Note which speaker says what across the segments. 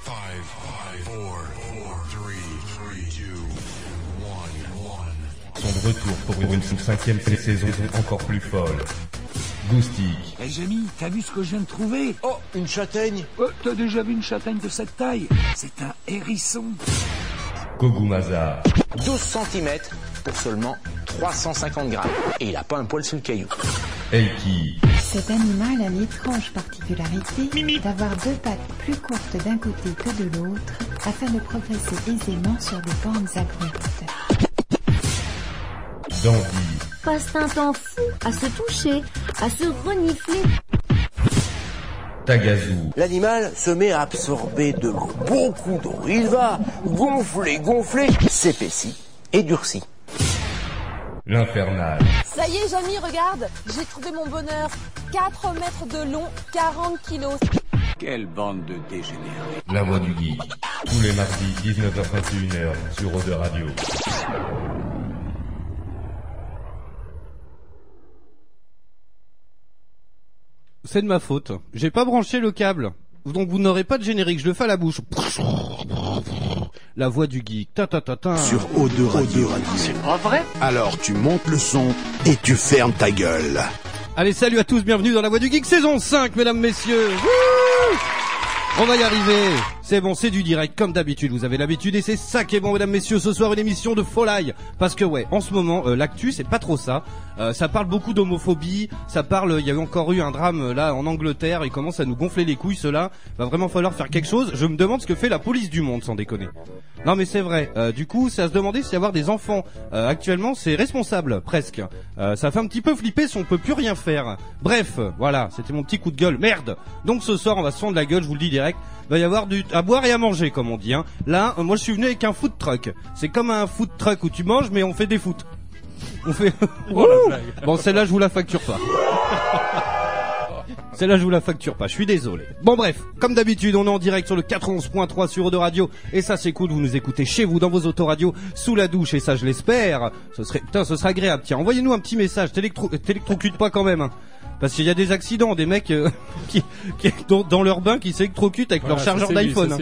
Speaker 1: Five, five, four, four, three, three, two, one, one.
Speaker 2: Sont de retour pour une cinquième saison encore plus folle. Goustique,
Speaker 3: Hé Jamy, Eh, t'as vu ce que je viens de trouver
Speaker 4: Oh, une châtaigne
Speaker 3: Oh, T'as déjà vu une châtaigne de cette taille C'est un hérisson
Speaker 2: Kogumaza,
Speaker 4: 12 cm pour seulement 350 grammes. Et il a pas un poil sur le caillou.
Speaker 2: Eiki,
Speaker 5: Cet animal a l'étrange particularité d'avoir deux pattes plus courtes d'un côté que de l'autre afin de progresser aisément sur des pentes abruptes.
Speaker 2: Dandy,
Speaker 6: passe un temps fou à se toucher, à se renifler.
Speaker 2: Tagazu,
Speaker 4: L'animal se met à absorber de beaucoup d'eau. Il va gonfler, gonfler, s'épaissit et durcit.
Speaker 2: l'Infernal,
Speaker 7: Ça y est, Jamy, regarde, j'ai trouvé mon bonheur. 4 mètres de long, 40 kilos.
Speaker 3: Quelle bande de dégénérés
Speaker 2: La Voix du Geek. Tous les mardis 19h21h sur Eau de Radio.
Speaker 8: C'est de ma faute. J'ai pas branché le câble. Donc vous n'aurez pas de générique, je le fais à la bouche. La voix du geek. Ta ta ta ta.
Speaker 9: sur O2 Radio. C'est pas vrai Alors tu montes le son et tu fermes ta gueule.
Speaker 8: Allez, salut à tous, bienvenue dans la voix du geek saison 5 mesdames messieurs. Wouh On va y arriver. C'est bon, c'est du direct comme d'habitude. Vous avez l'habitude et c'est ça qui est bon mesdames messieurs, ce soir une émission de folie parce que ouais, en ce moment euh, l'actu, c'est pas trop ça. Euh, ça parle beaucoup d'homophobie, ça parle il y a eu encore eu un drame euh, là en Angleterre, il commence à nous gonfler les couilles cela. Va vraiment falloir faire quelque chose. Je me demande ce que fait la police du monde sans déconner. Non mais c'est vrai. Euh, du coup, c'est à se demander s'il y avoir des enfants. Euh, actuellement, c'est responsable presque. Euh, ça fait un petit peu flipper si on peut plus rien faire. Bref, voilà, c'était mon petit coup de gueule. Merde. Donc ce soir, on va se fendre la gueule, je vous le dis direct. Il va y avoir du à boire et à manger comme on dit hein. Là, euh, moi je suis venu avec un food truck. C'est comme un food truck où tu manges mais on fait des foot. On fait Ouh Bon, celle-là, je vous la facture pas. Celle-là, je vous la facture pas, je suis désolé. Bon bref, comme d'habitude, on est en direct sur le 91.3 sur Eau de Radio, et ça c'est cool, vous nous écoutez chez vous, dans vos autoradios, sous la douche, et ça je l'espère. Ce serait, putain, ce serait agréable. Tiens, envoyez-nous un petit message, T'électro- euh, t'électrocute pas quand même. hein. Parce qu'il y a des accidents, des mecs euh, qui, qui- dans, dans leur bain qui s'électrocutent avec leur chargeur d'iPhone. hein.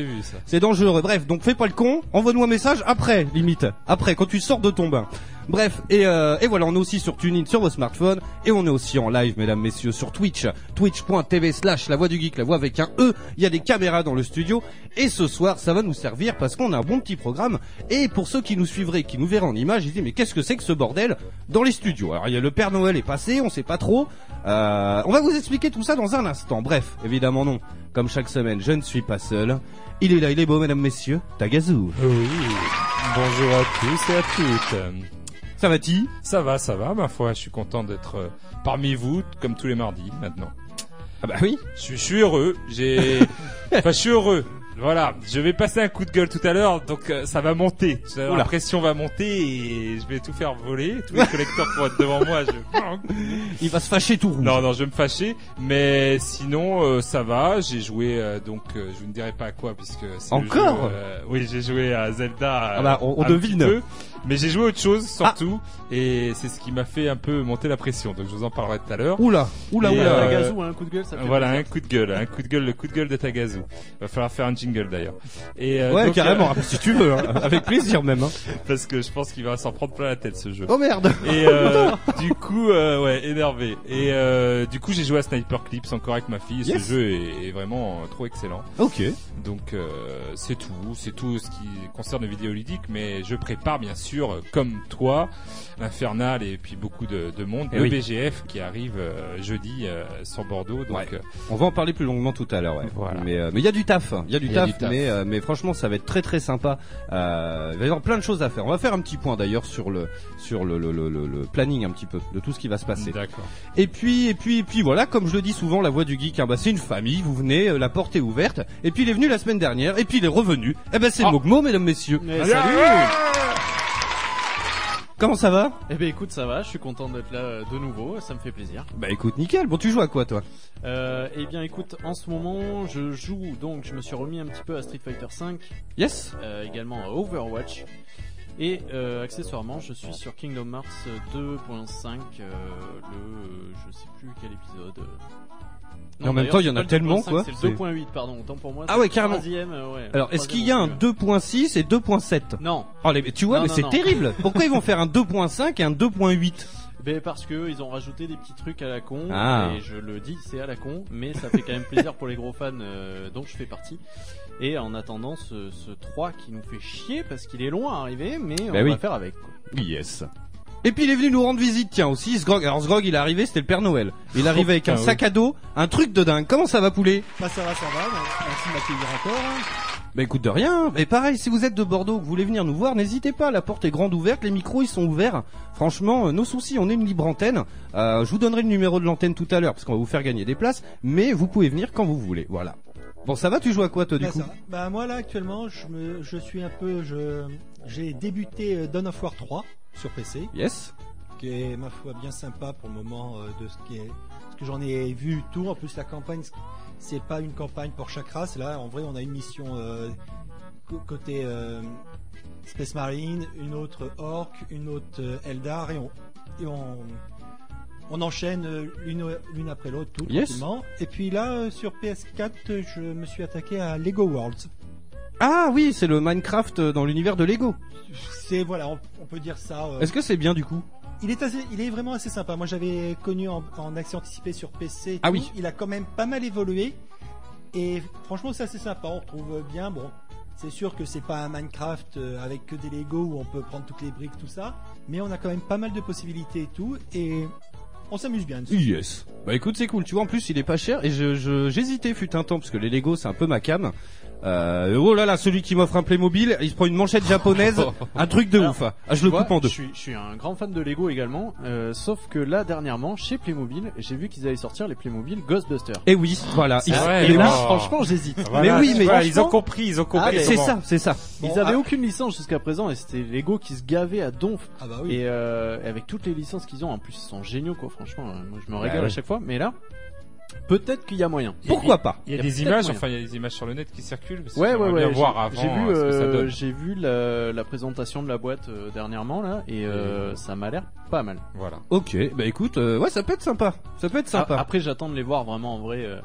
Speaker 8: C'est dangereux. Bref, donc fais pas le con. Envoie-nous un message après, limite. Après, quand tu sors de ton bain. Bref, et, euh, et voilà, on est aussi sur TuneIn sur vos smartphones, et on est aussi en live, mesdames, messieurs, sur Twitch, twitch.tv slash la voix du geek, la voix avec un E, il y a des caméras dans le studio, et ce soir, ça va nous servir parce qu'on a un bon petit programme, et pour ceux qui nous suivraient, qui nous verraient en image, ils se disent, mais qu'est-ce que c'est que ce bordel dans les studios Alors, il y a le Père Noël est passé, on sait pas trop, euh, on va vous expliquer tout ça dans un instant, bref, évidemment non, comme chaque semaine, je ne suis pas seul, il est là, il est beau, mesdames, messieurs, Tagazou.
Speaker 10: Euh, Oui. Bonjour à tous et à toutes.
Speaker 8: Ça va-t-il
Speaker 10: Ça va, ça va, ma foi. Je suis content d'être euh, parmi vous, comme tous les mardis maintenant.
Speaker 8: Ah bah oui
Speaker 10: Je suis, je suis heureux. J'ai, enfin, je suis heureux. Voilà. Je vais passer un coup de gueule tout à l'heure, donc euh, ça va monter. Ça-
Speaker 8: Oula.
Speaker 10: La pression va monter et je vais tout faire voler. Tous les collecteurs vont être devant moi. Je...
Speaker 8: Il va se fâcher tout rouge.
Speaker 10: Non, non, je vais me fâcher. Mais sinon, euh, ça va. J'ai joué, euh, donc, euh, je vous ne dirai pas à quoi, puisque c'est le
Speaker 8: Encore
Speaker 10: jeu, euh, Oui, j'ai joué à Zelda. euh,
Speaker 8: Ah bah, on- on
Speaker 10: un petit
Speaker 8: devine. Ah.
Speaker 10: peu. mais j'ai joué à autre chose, surtout. Et c'est ce qui m'a fait un peu monter la pression. Donc, je vous en parlerai tout à l'heure.
Speaker 8: Oula, oula,
Speaker 10: Et,
Speaker 8: oula.
Speaker 10: euh,
Speaker 11: Tagazou, hein, un coup de gueule, ça fait
Speaker 10: Voilà un coup de gueule, un coup de gueule, le coup de gueule de Tagazu. Va falloir faire un jingle d'ailleurs. Et euh,
Speaker 8: ouais,
Speaker 10: donc,
Speaker 8: carrément, si tu veux, hein. avec plaisir même. Hein.
Speaker 10: euh, parce que je pense qu'il va s'en prendre plein la tête ce jeu.
Speaker 8: Oh merde
Speaker 10: Et euh, du coup, euh, ouais, énervé. Et euh, du coup, j'ai joué à Sniper Clips encore avec ma fille.
Speaker 8: Yes.
Speaker 10: Ce jeu est, est vraiment euh, trop excellent.
Speaker 8: Ok.
Speaker 10: Donc euh, c'est tout, c'est tout ce qui concerne le vidéoludique. Mais je prépare bien sûr, euh, comme toi, l'Infernal et puis beaucoup de, de monde, E
Speaker 8: Eh
Speaker 10: le
Speaker 8: oui.
Speaker 10: BGF qui arrive euh, jeudi euh, sur Bordeaux. Donc
Speaker 8: Ouais.
Speaker 10: euh,
Speaker 8: On va en parler plus longuement tout à l'heure, ouais.
Speaker 10: Voilà.
Speaker 8: Mais euh, mais il y a du taf, il y a du
Speaker 10: Il y a
Speaker 8: taf,
Speaker 10: du taf.
Speaker 8: mais euh, mais franchement ça va être très très sympa. Euh, il va y avoir plein de choses à faire. On va faire un petit point d'ailleurs sur le sur le, le, le, le- le planning un petit peu de tout ce qui va se passer.
Speaker 10: d'accord.
Speaker 8: Et puis et puis et puis voilà, comme je le dis souvent, la voix du geek, hein, bah c'est une famille. Vous venez, euh, la porte est ouverte. Et puis il est venu la semaine dernière, et puis il est revenu. Eh ben c'est
Speaker 10: Ah.
Speaker 8: Mogmo, mesdames messieurs.
Speaker 11: Mais
Speaker 10: Allez,
Speaker 11: salut
Speaker 2: Mmh.
Speaker 8: Comment ça va
Speaker 11: Eh ben écoute, ça va, je suis content d'être là euh, de nouveau, ça me fait plaisir.
Speaker 8: Bah écoute, nickel. Bon, tu joues à quoi toi
Speaker 11: Euh, eh bien écoute, en ce moment, je joue, donc je me suis remis un petit peu à Street Fighter V,
Speaker 8: Yes.
Speaker 11: euh, également à Overwatch. Et euh, accessoirement, je suis sur Kingdom Hearts 2.5, euh, le, euh, je sais plus quel épisode, euh,
Speaker 8: Mais en même temps, il y en a tellement quoi.
Speaker 11: C'est le 2.8, pardon. Autant pour moi.
Speaker 8: Ah
Speaker 11: c'est
Speaker 8: ouais,
Speaker 11: le
Speaker 8: carrément.
Speaker 11: troisième, euh, ouais,
Speaker 8: Alors,
Speaker 11: le
Speaker 8: est-ce qu'il y a un 2.6 et 2.7
Speaker 11: Non.
Speaker 8: Oh, les- tu vois,
Speaker 11: Non,
Speaker 8: mais
Speaker 11: non,
Speaker 8: c'est
Speaker 11: non.
Speaker 8: terrible. Pourquoi ils vont faire un 2.5 et un 2.8
Speaker 11: Ben parce que ils ont rajouté des petits trucs à la con
Speaker 8: Ah.
Speaker 11: et je le dis c'est à la con mais ça fait quand même plaisir pour les gros fans euh, dont je fais partie et en attendant ce, ce 3 qui nous fait chier parce qu'il est loin à arriver mais on
Speaker 8: Ben
Speaker 11: va
Speaker 8: oui.
Speaker 11: faire avec quoi.
Speaker 8: Yes. Et puis il est venu nous rendre visite, tiens aussi, Sgrog. Alors Sgrog, il est arrivé, c'était le Père Noël. Il arrive
Speaker 11: Oh,
Speaker 8: avec un
Speaker 11: putain,
Speaker 8: sac à dos, un truc de dingue. Comment ça va, poulet
Speaker 12: Bah ça va, ça va, merci de m'accueillir encore.
Speaker 8: Bah écoute de rien. Mais pareil, si vous êtes de Bordeaux, que vous voulez venir nous voir, n'hésitez pas. La porte est grande ouverte, les micros ils sont ouverts. Franchement, euh, nos soucis, on est une libre antenne. Euh, je vous donnerai le numéro de l'antenne tout à l'heure parce qu'on va vous faire gagner des places. Mais vous pouvez venir quand vous voulez. Voilà. Bon, ça va. Tu joues à quoi toi du
Speaker 12: Bah,
Speaker 8: coup
Speaker 12: ça va. Bah moi là actuellement, je, me, je suis un peu, je, j'ai débuté euh, Dawn of War 3 sur PC.
Speaker 8: Yes.
Speaker 12: Qui est ma foi bien sympa pour le moment euh, de ce qui est, ce que j'en ai vu tout. En plus la campagne, c'est pas une campagne pour chaque race. Là, en vrai, on a une mission euh, co- côté euh, Space Marine, une autre Orc, une autre euh, Eldar et on, et on on enchaîne euh, l'une l'une après l'autre tout
Speaker 8: Yes.
Speaker 12: tranquillement. Et puis là, euh, sur PS4, euh, je me suis attaqué à Lego Worlds.
Speaker 8: Ah oui, c'est le Minecraft euh, dans l'univers de Lego.
Speaker 12: C'est voilà, on, on peut dire ça. euh,
Speaker 8: Est-ce que c'est bien du coup
Speaker 12: il est assez- il est vraiment assez sympa. Moi, j'avais connu en, en accès anticipé sur PC. et
Speaker 8: Ah
Speaker 12: tout.
Speaker 8: oui.
Speaker 12: Il a quand même pas mal évolué. Et franchement, c'est assez sympa. On retrouve bien. Bon, c'est sûr que c'est pas un Minecraft euh, avec que des Lego où on peut prendre toutes les briques, tout ça. Mais on a quand même pas mal de possibilités et tout. Et on s'amuse bien. dessus.
Speaker 8: Yes. Bah écoute, c'est cool. Tu vois, en plus, il est pas cher et je je- j'hésitais fut un temps parce que les Lego c'est un peu ma cam. Euh, oh là là, celui qui m'offre un Playmobil, il se prend une manchette japonaise, un truc de ouf. Ah, je le
Speaker 11: Tu vois,
Speaker 8: coupe en deux.
Speaker 11: Je suis, je suis un grand fan de Lego également, euh, sauf que là dernièrement chez Playmobil, j'ai vu qu'ils allaient sortir les Playmobil Ghostbusters.
Speaker 8: Et Eh oui, voilà.
Speaker 11: Ils-
Speaker 8: Ah,
Speaker 11: et
Speaker 8: mais
Speaker 11: là,
Speaker 8: oui.
Speaker 11: franchement, j'hésite.
Speaker 8: mais oui, mais franchement- Ah,
Speaker 11: mais
Speaker 8: c'est ça, c'est ça.
Speaker 11: Ils avaient
Speaker 10: ah.
Speaker 11: aucune licence jusqu'à présent et c'était Lego qui se gavait à donf.
Speaker 8: Ah bah
Speaker 11: Et euh, et avec toutes les licences qu'ils ont, en plus ils sont géniaux quoi. Franchement, euh, moi je me
Speaker 10: Bah
Speaker 11: régale
Speaker 10: ouais.
Speaker 11: à chaque fois. Mais là, peut-être qu'il y a moyen.
Speaker 10: Pourquoi
Speaker 8: pas
Speaker 10: Il y a des
Speaker 11: peut-être
Speaker 10: images,
Speaker 11: moyen.
Speaker 10: enfin il y a des images sur le net qui circulent. parce que
Speaker 11: Ouais, ouais,
Speaker 10: j'aimerais
Speaker 11: ouais.
Speaker 10: bien
Speaker 11: j'ai-
Speaker 10: voir avant
Speaker 11: J'ai vu,
Speaker 10: euh, ce que ça
Speaker 11: euh,
Speaker 10: donne.
Speaker 11: j'ai vu la, la présentation de la boîte euh, dernièrement là, et euh, ça m'a l'air pas mal.
Speaker 10: Voilà.
Speaker 8: Ok, bah écoute, euh, ouais, ça peut être sympa. Ça peut être sympa.
Speaker 11: A- Après, j'attends de les voir vraiment en vrai euh,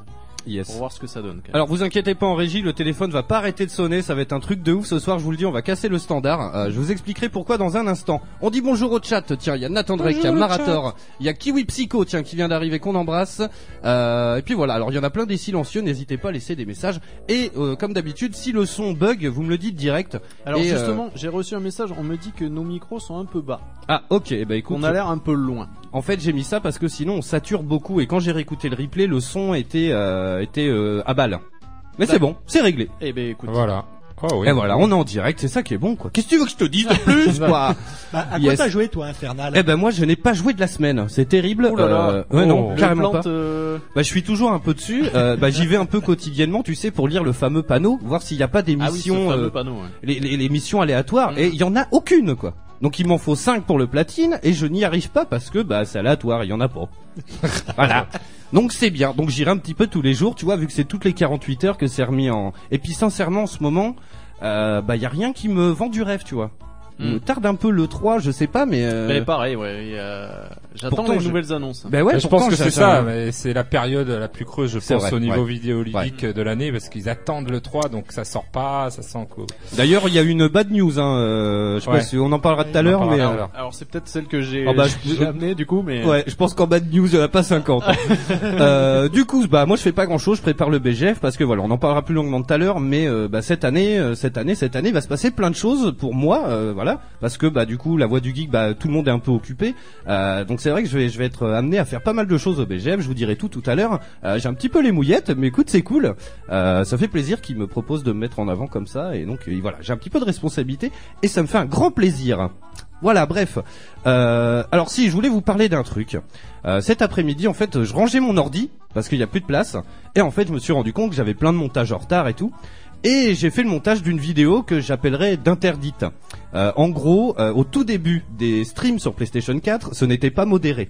Speaker 8: Yes.
Speaker 11: pour voir ce que ça donne. quand même.
Speaker 8: Alors vous inquiétez pas en régie, le téléphone va pas arrêter de sonner, ça va être un truc de ouf ce soir, je vous le dis, on va casser le standard. Euh, je vous expliquerai pourquoi dans un instant. On dit bonjour au chat, tiens, il y a Nathan Drake, il y a
Speaker 13: Bonjour au
Speaker 8: Marator,
Speaker 13: chat.
Speaker 8: il y a Kiwi Psycho, tiens, qui vient d'arriver, qu'on embrasse. Euh, et puis voilà, alors il y en a plein des silencieux, n'hésitez pas à laisser des messages. Et euh, comme d'habitude, si le son bug, vous me le dites direct.
Speaker 11: Alors
Speaker 8: Et, euh,
Speaker 11: justement, j'ai reçu un message. On me dit que nos micros sont un peu bas.
Speaker 8: Ah ok, eh ben écoute.
Speaker 11: On a l'air un peu loin.
Speaker 8: En fait, j'ai mis ça parce que sinon on sature beaucoup et quand j'ai réécouté le replay, le son était euh, était euh, à balle. Mais c'est bon, c'est réglé.
Speaker 11: Bah. Eh ben écoute.
Speaker 10: Voilà. Oh oui.
Speaker 8: Et voilà, on est en direct, c'est ça qui est bon quoi. Qu'est-ce que tu veux que je te dise de plus quoi
Speaker 12: Bah, à quoi
Speaker 8: Yes.
Speaker 12: t'as joué toi, Infernal
Speaker 8: Eh ben moi je n'ai pas joué de la semaine, c'est terrible.
Speaker 12: Oh là là.
Speaker 8: Euh, ouais,
Speaker 12: Oh.
Speaker 8: non,
Speaker 12: Le
Speaker 8: carrément
Speaker 12: plante,
Speaker 8: pas.
Speaker 11: euh,
Speaker 8: Bah je suis toujours un peu dessus. Euh, bah j'y vais un peu quotidiennement, tu sais, pour lire le fameux panneau, voir s'il n'y a pas des
Speaker 11: Ah oui, ce
Speaker 8: missions,
Speaker 11: fameux
Speaker 8: euh,
Speaker 11: panneau, ouais.
Speaker 8: les, les- les missions aléatoires. Et il y en a aucune quoi. Donc il m'en faut 5 pour le platine et je n'y arrive pas parce que bah c'est aléatoire, il y en a pas. voilà. Donc c'est bien. Donc j'irai un petit peu tous les jours, tu vois, vu que c'est toutes les 48 heures que c'est remis en. Et puis sincèrement, en ce moment, euh, bah y a rien qui me vend du rêve, tu vois. Il me tarde un peu le 3, je sais pas, mais. euh,
Speaker 11: Mais pareil, ouais. et, euh, J'attends
Speaker 8: pourtant,
Speaker 11: les
Speaker 8: je-
Speaker 11: nouvelles annonces.
Speaker 8: Bah ouais,
Speaker 10: Ben, je pense
Speaker 8: pourtant,
Speaker 10: que c'est
Speaker 8: j'attends-
Speaker 10: ça, mais c'est la période la plus creuse, je
Speaker 8: C'est
Speaker 10: pense,
Speaker 8: vrai,
Speaker 10: au niveau
Speaker 8: ouais.
Speaker 10: vidéoludique de l'année, parce qu'ils attendent le 3, donc ça sort pas, ça sent quoi.
Speaker 8: D'ailleurs, il y a une bad news. Hein, euh, je sais
Speaker 10: Ouais.
Speaker 8: pas si on en parlera tout à l'heure, mais. euh,
Speaker 11: Alors, alors, c'est peut-être celle que j'ai
Speaker 8: Oh bah,
Speaker 11: j'ai amenée du coup, mais
Speaker 8: Ouais, je pense qu'en bad news, il n'y en a pas 50. euh, du coup, bah moi je fais pas grand chose, je prépare le BGF parce que voilà, on en parlera plus longuement tout à l'heure, mais euh, bah, cette année, euh, cette année, cette année, il va se passer plein de choses pour moi, euh, voilà, parce que bah du coup, la voix du geek, bah tout le monde est un peu occupé, Euh, donc c'est vrai que je vais, je vais être euh, amené à faire pas mal de choses au BGF. Je vous dirai tout tout à l'heure. Euh, J'ai un petit peu les mouillettes, mais écoute, c'est cool. Euh, ça fait plaisir qu'ils me proposent de me mettre en avant comme ça, et donc euh, voilà, j'ai un petit peu de responsabilité et ça me fait un grand plaisir. Voilà, bref. Euh, alors si, je voulais vous parler d'un truc. Euh, cet après-midi, en fait, je rangeais mon ordi parce qu'il n'y a plus de place. Et en fait, je me suis rendu compte que j'avais plein de montages en retard et tout. Et j'ai fait le montage d'une vidéo que j'appellerais d'interdite. Euh, en gros, euh, au tout début des streams sur PlayStation 4, ce n'était pas modéré.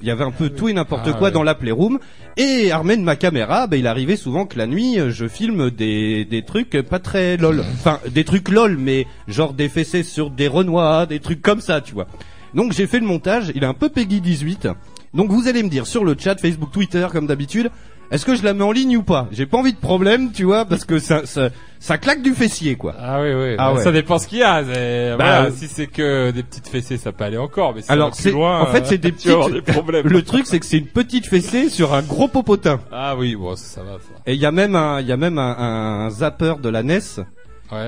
Speaker 8: Il y avait un peu tout et n'importe
Speaker 13: Ah
Speaker 8: quoi
Speaker 13: oui.
Speaker 8: dans la Playroom. Et armé de ma caméra, ben, il arrivait souvent que la nuit, euh, je filme des, des trucs pas très lol. Enfin, des trucs lol, mais genre des fessées sur des renois, des trucs comme ça, tu vois. Donc j'ai fait le montage, il est un peu Peggy 18. Donc vous allez me dire sur le chat, Facebook, Twitter, comme d'habitude, Est-ce que je la mets en ligne ou pas J'ai pas envie de problème, tu vois, parce que ça, ça, ça claque du fessier, quoi.
Speaker 10: Ah oui, oui.
Speaker 8: Ah ouais.
Speaker 10: Ça dépend ce qu'il y a. c'est- voilà,
Speaker 8: euh,
Speaker 10: si c'est que des petites fessées, ça peut aller encore. Mais si on
Speaker 8: Alors
Speaker 10: va plus
Speaker 8: c'est
Speaker 10: loin, hein.
Speaker 8: en fait c'est des
Speaker 10: tu vas avoir
Speaker 8: petites-
Speaker 10: des problèmes.
Speaker 8: Le truc c'est que c'est une petite fessée sur un gros popotin.
Speaker 10: Ah oui, bon, ça va. Ça.
Speaker 8: Et il y a même un il y a même un, un zapper de la NES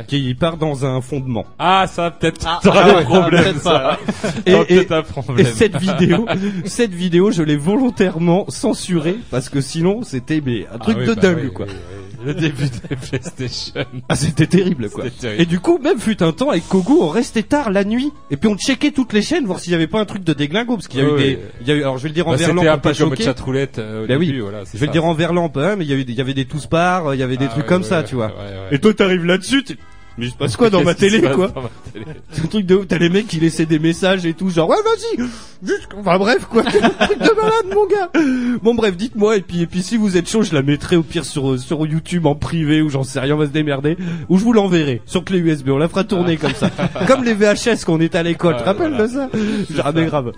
Speaker 8: qui part dans un fondement.
Speaker 10: Ah, ça peut-être
Speaker 8: Ah,
Speaker 10: t'auras
Speaker 8: ah
Speaker 10: des
Speaker 8: ouais.
Speaker 10: problèmes,
Speaker 8: Ah, peut-être
Speaker 10: ça.
Speaker 8: pas.
Speaker 10: Ça va peut-être un problème.
Speaker 8: et cette vidéo, cette vidéo, je l'ai volontairement censurée parce que sinon c'était mais un
Speaker 10: Ah
Speaker 8: truc
Speaker 10: oui,
Speaker 8: de
Speaker 10: bah
Speaker 8: dingue
Speaker 10: oui,
Speaker 8: quoi.
Speaker 10: oui, oui. Le début des PlayStation.
Speaker 8: Ah c'était terrible quoi.
Speaker 10: C'était terrible.
Speaker 8: Et du coup même fut un temps avec Kogo on restait tard la nuit et puis on checkait toutes les chaînes voir s'il y avait pas un truc de déglingo parce qu'il y a eu
Speaker 10: Oui,
Speaker 8: des
Speaker 10: oui.
Speaker 8: il y a eu alors je vais le dire en
Speaker 10: Bah,
Speaker 8: verlan
Speaker 10: c'était un
Speaker 8: pour pas
Speaker 10: peu comme
Speaker 8: choquer.
Speaker 10: chat roulette, euh, au
Speaker 8: Bah oui.
Speaker 10: début, voilà, c'est
Speaker 8: je vais le
Speaker 10: ça.
Speaker 8: dire en verlan un peu hein, mais il y a eu des- il y avait des tous parts, il y avait des
Speaker 10: Ah
Speaker 8: trucs
Speaker 10: ouais,
Speaker 8: comme
Speaker 10: ouais,
Speaker 8: ça
Speaker 10: ouais,
Speaker 8: tu vois.
Speaker 10: ouais, ouais.
Speaker 8: Et toi t'arrives là-dessus tu- mais il se passe quoi dans ma
Speaker 10: Qu'est-ce qui se
Speaker 8: télé
Speaker 10: passe
Speaker 8: quoi
Speaker 10: dans ma télé
Speaker 8: C'est un truc de ouf, t'as les mecs qui laissaient des messages et tout, genre Ah ouais vas-y, juste, enfin bref quoi, truc de malade mon gars. Bon bref, dites-moi et puis et puis si vous êtes chaud, je la mettrai au pire sur euh, sur YouTube en privé ou j'en sais rien, on va se démerder, ou je vous l'enverrai sur clé USB, on la fera tourner comme ça, comme les VHS qu'on était à l'école, tu te
Speaker 10: Ouais,
Speaker 8: rappelles
Speaker 10: voilà.
Speaker 8: de ça Ah mais grave.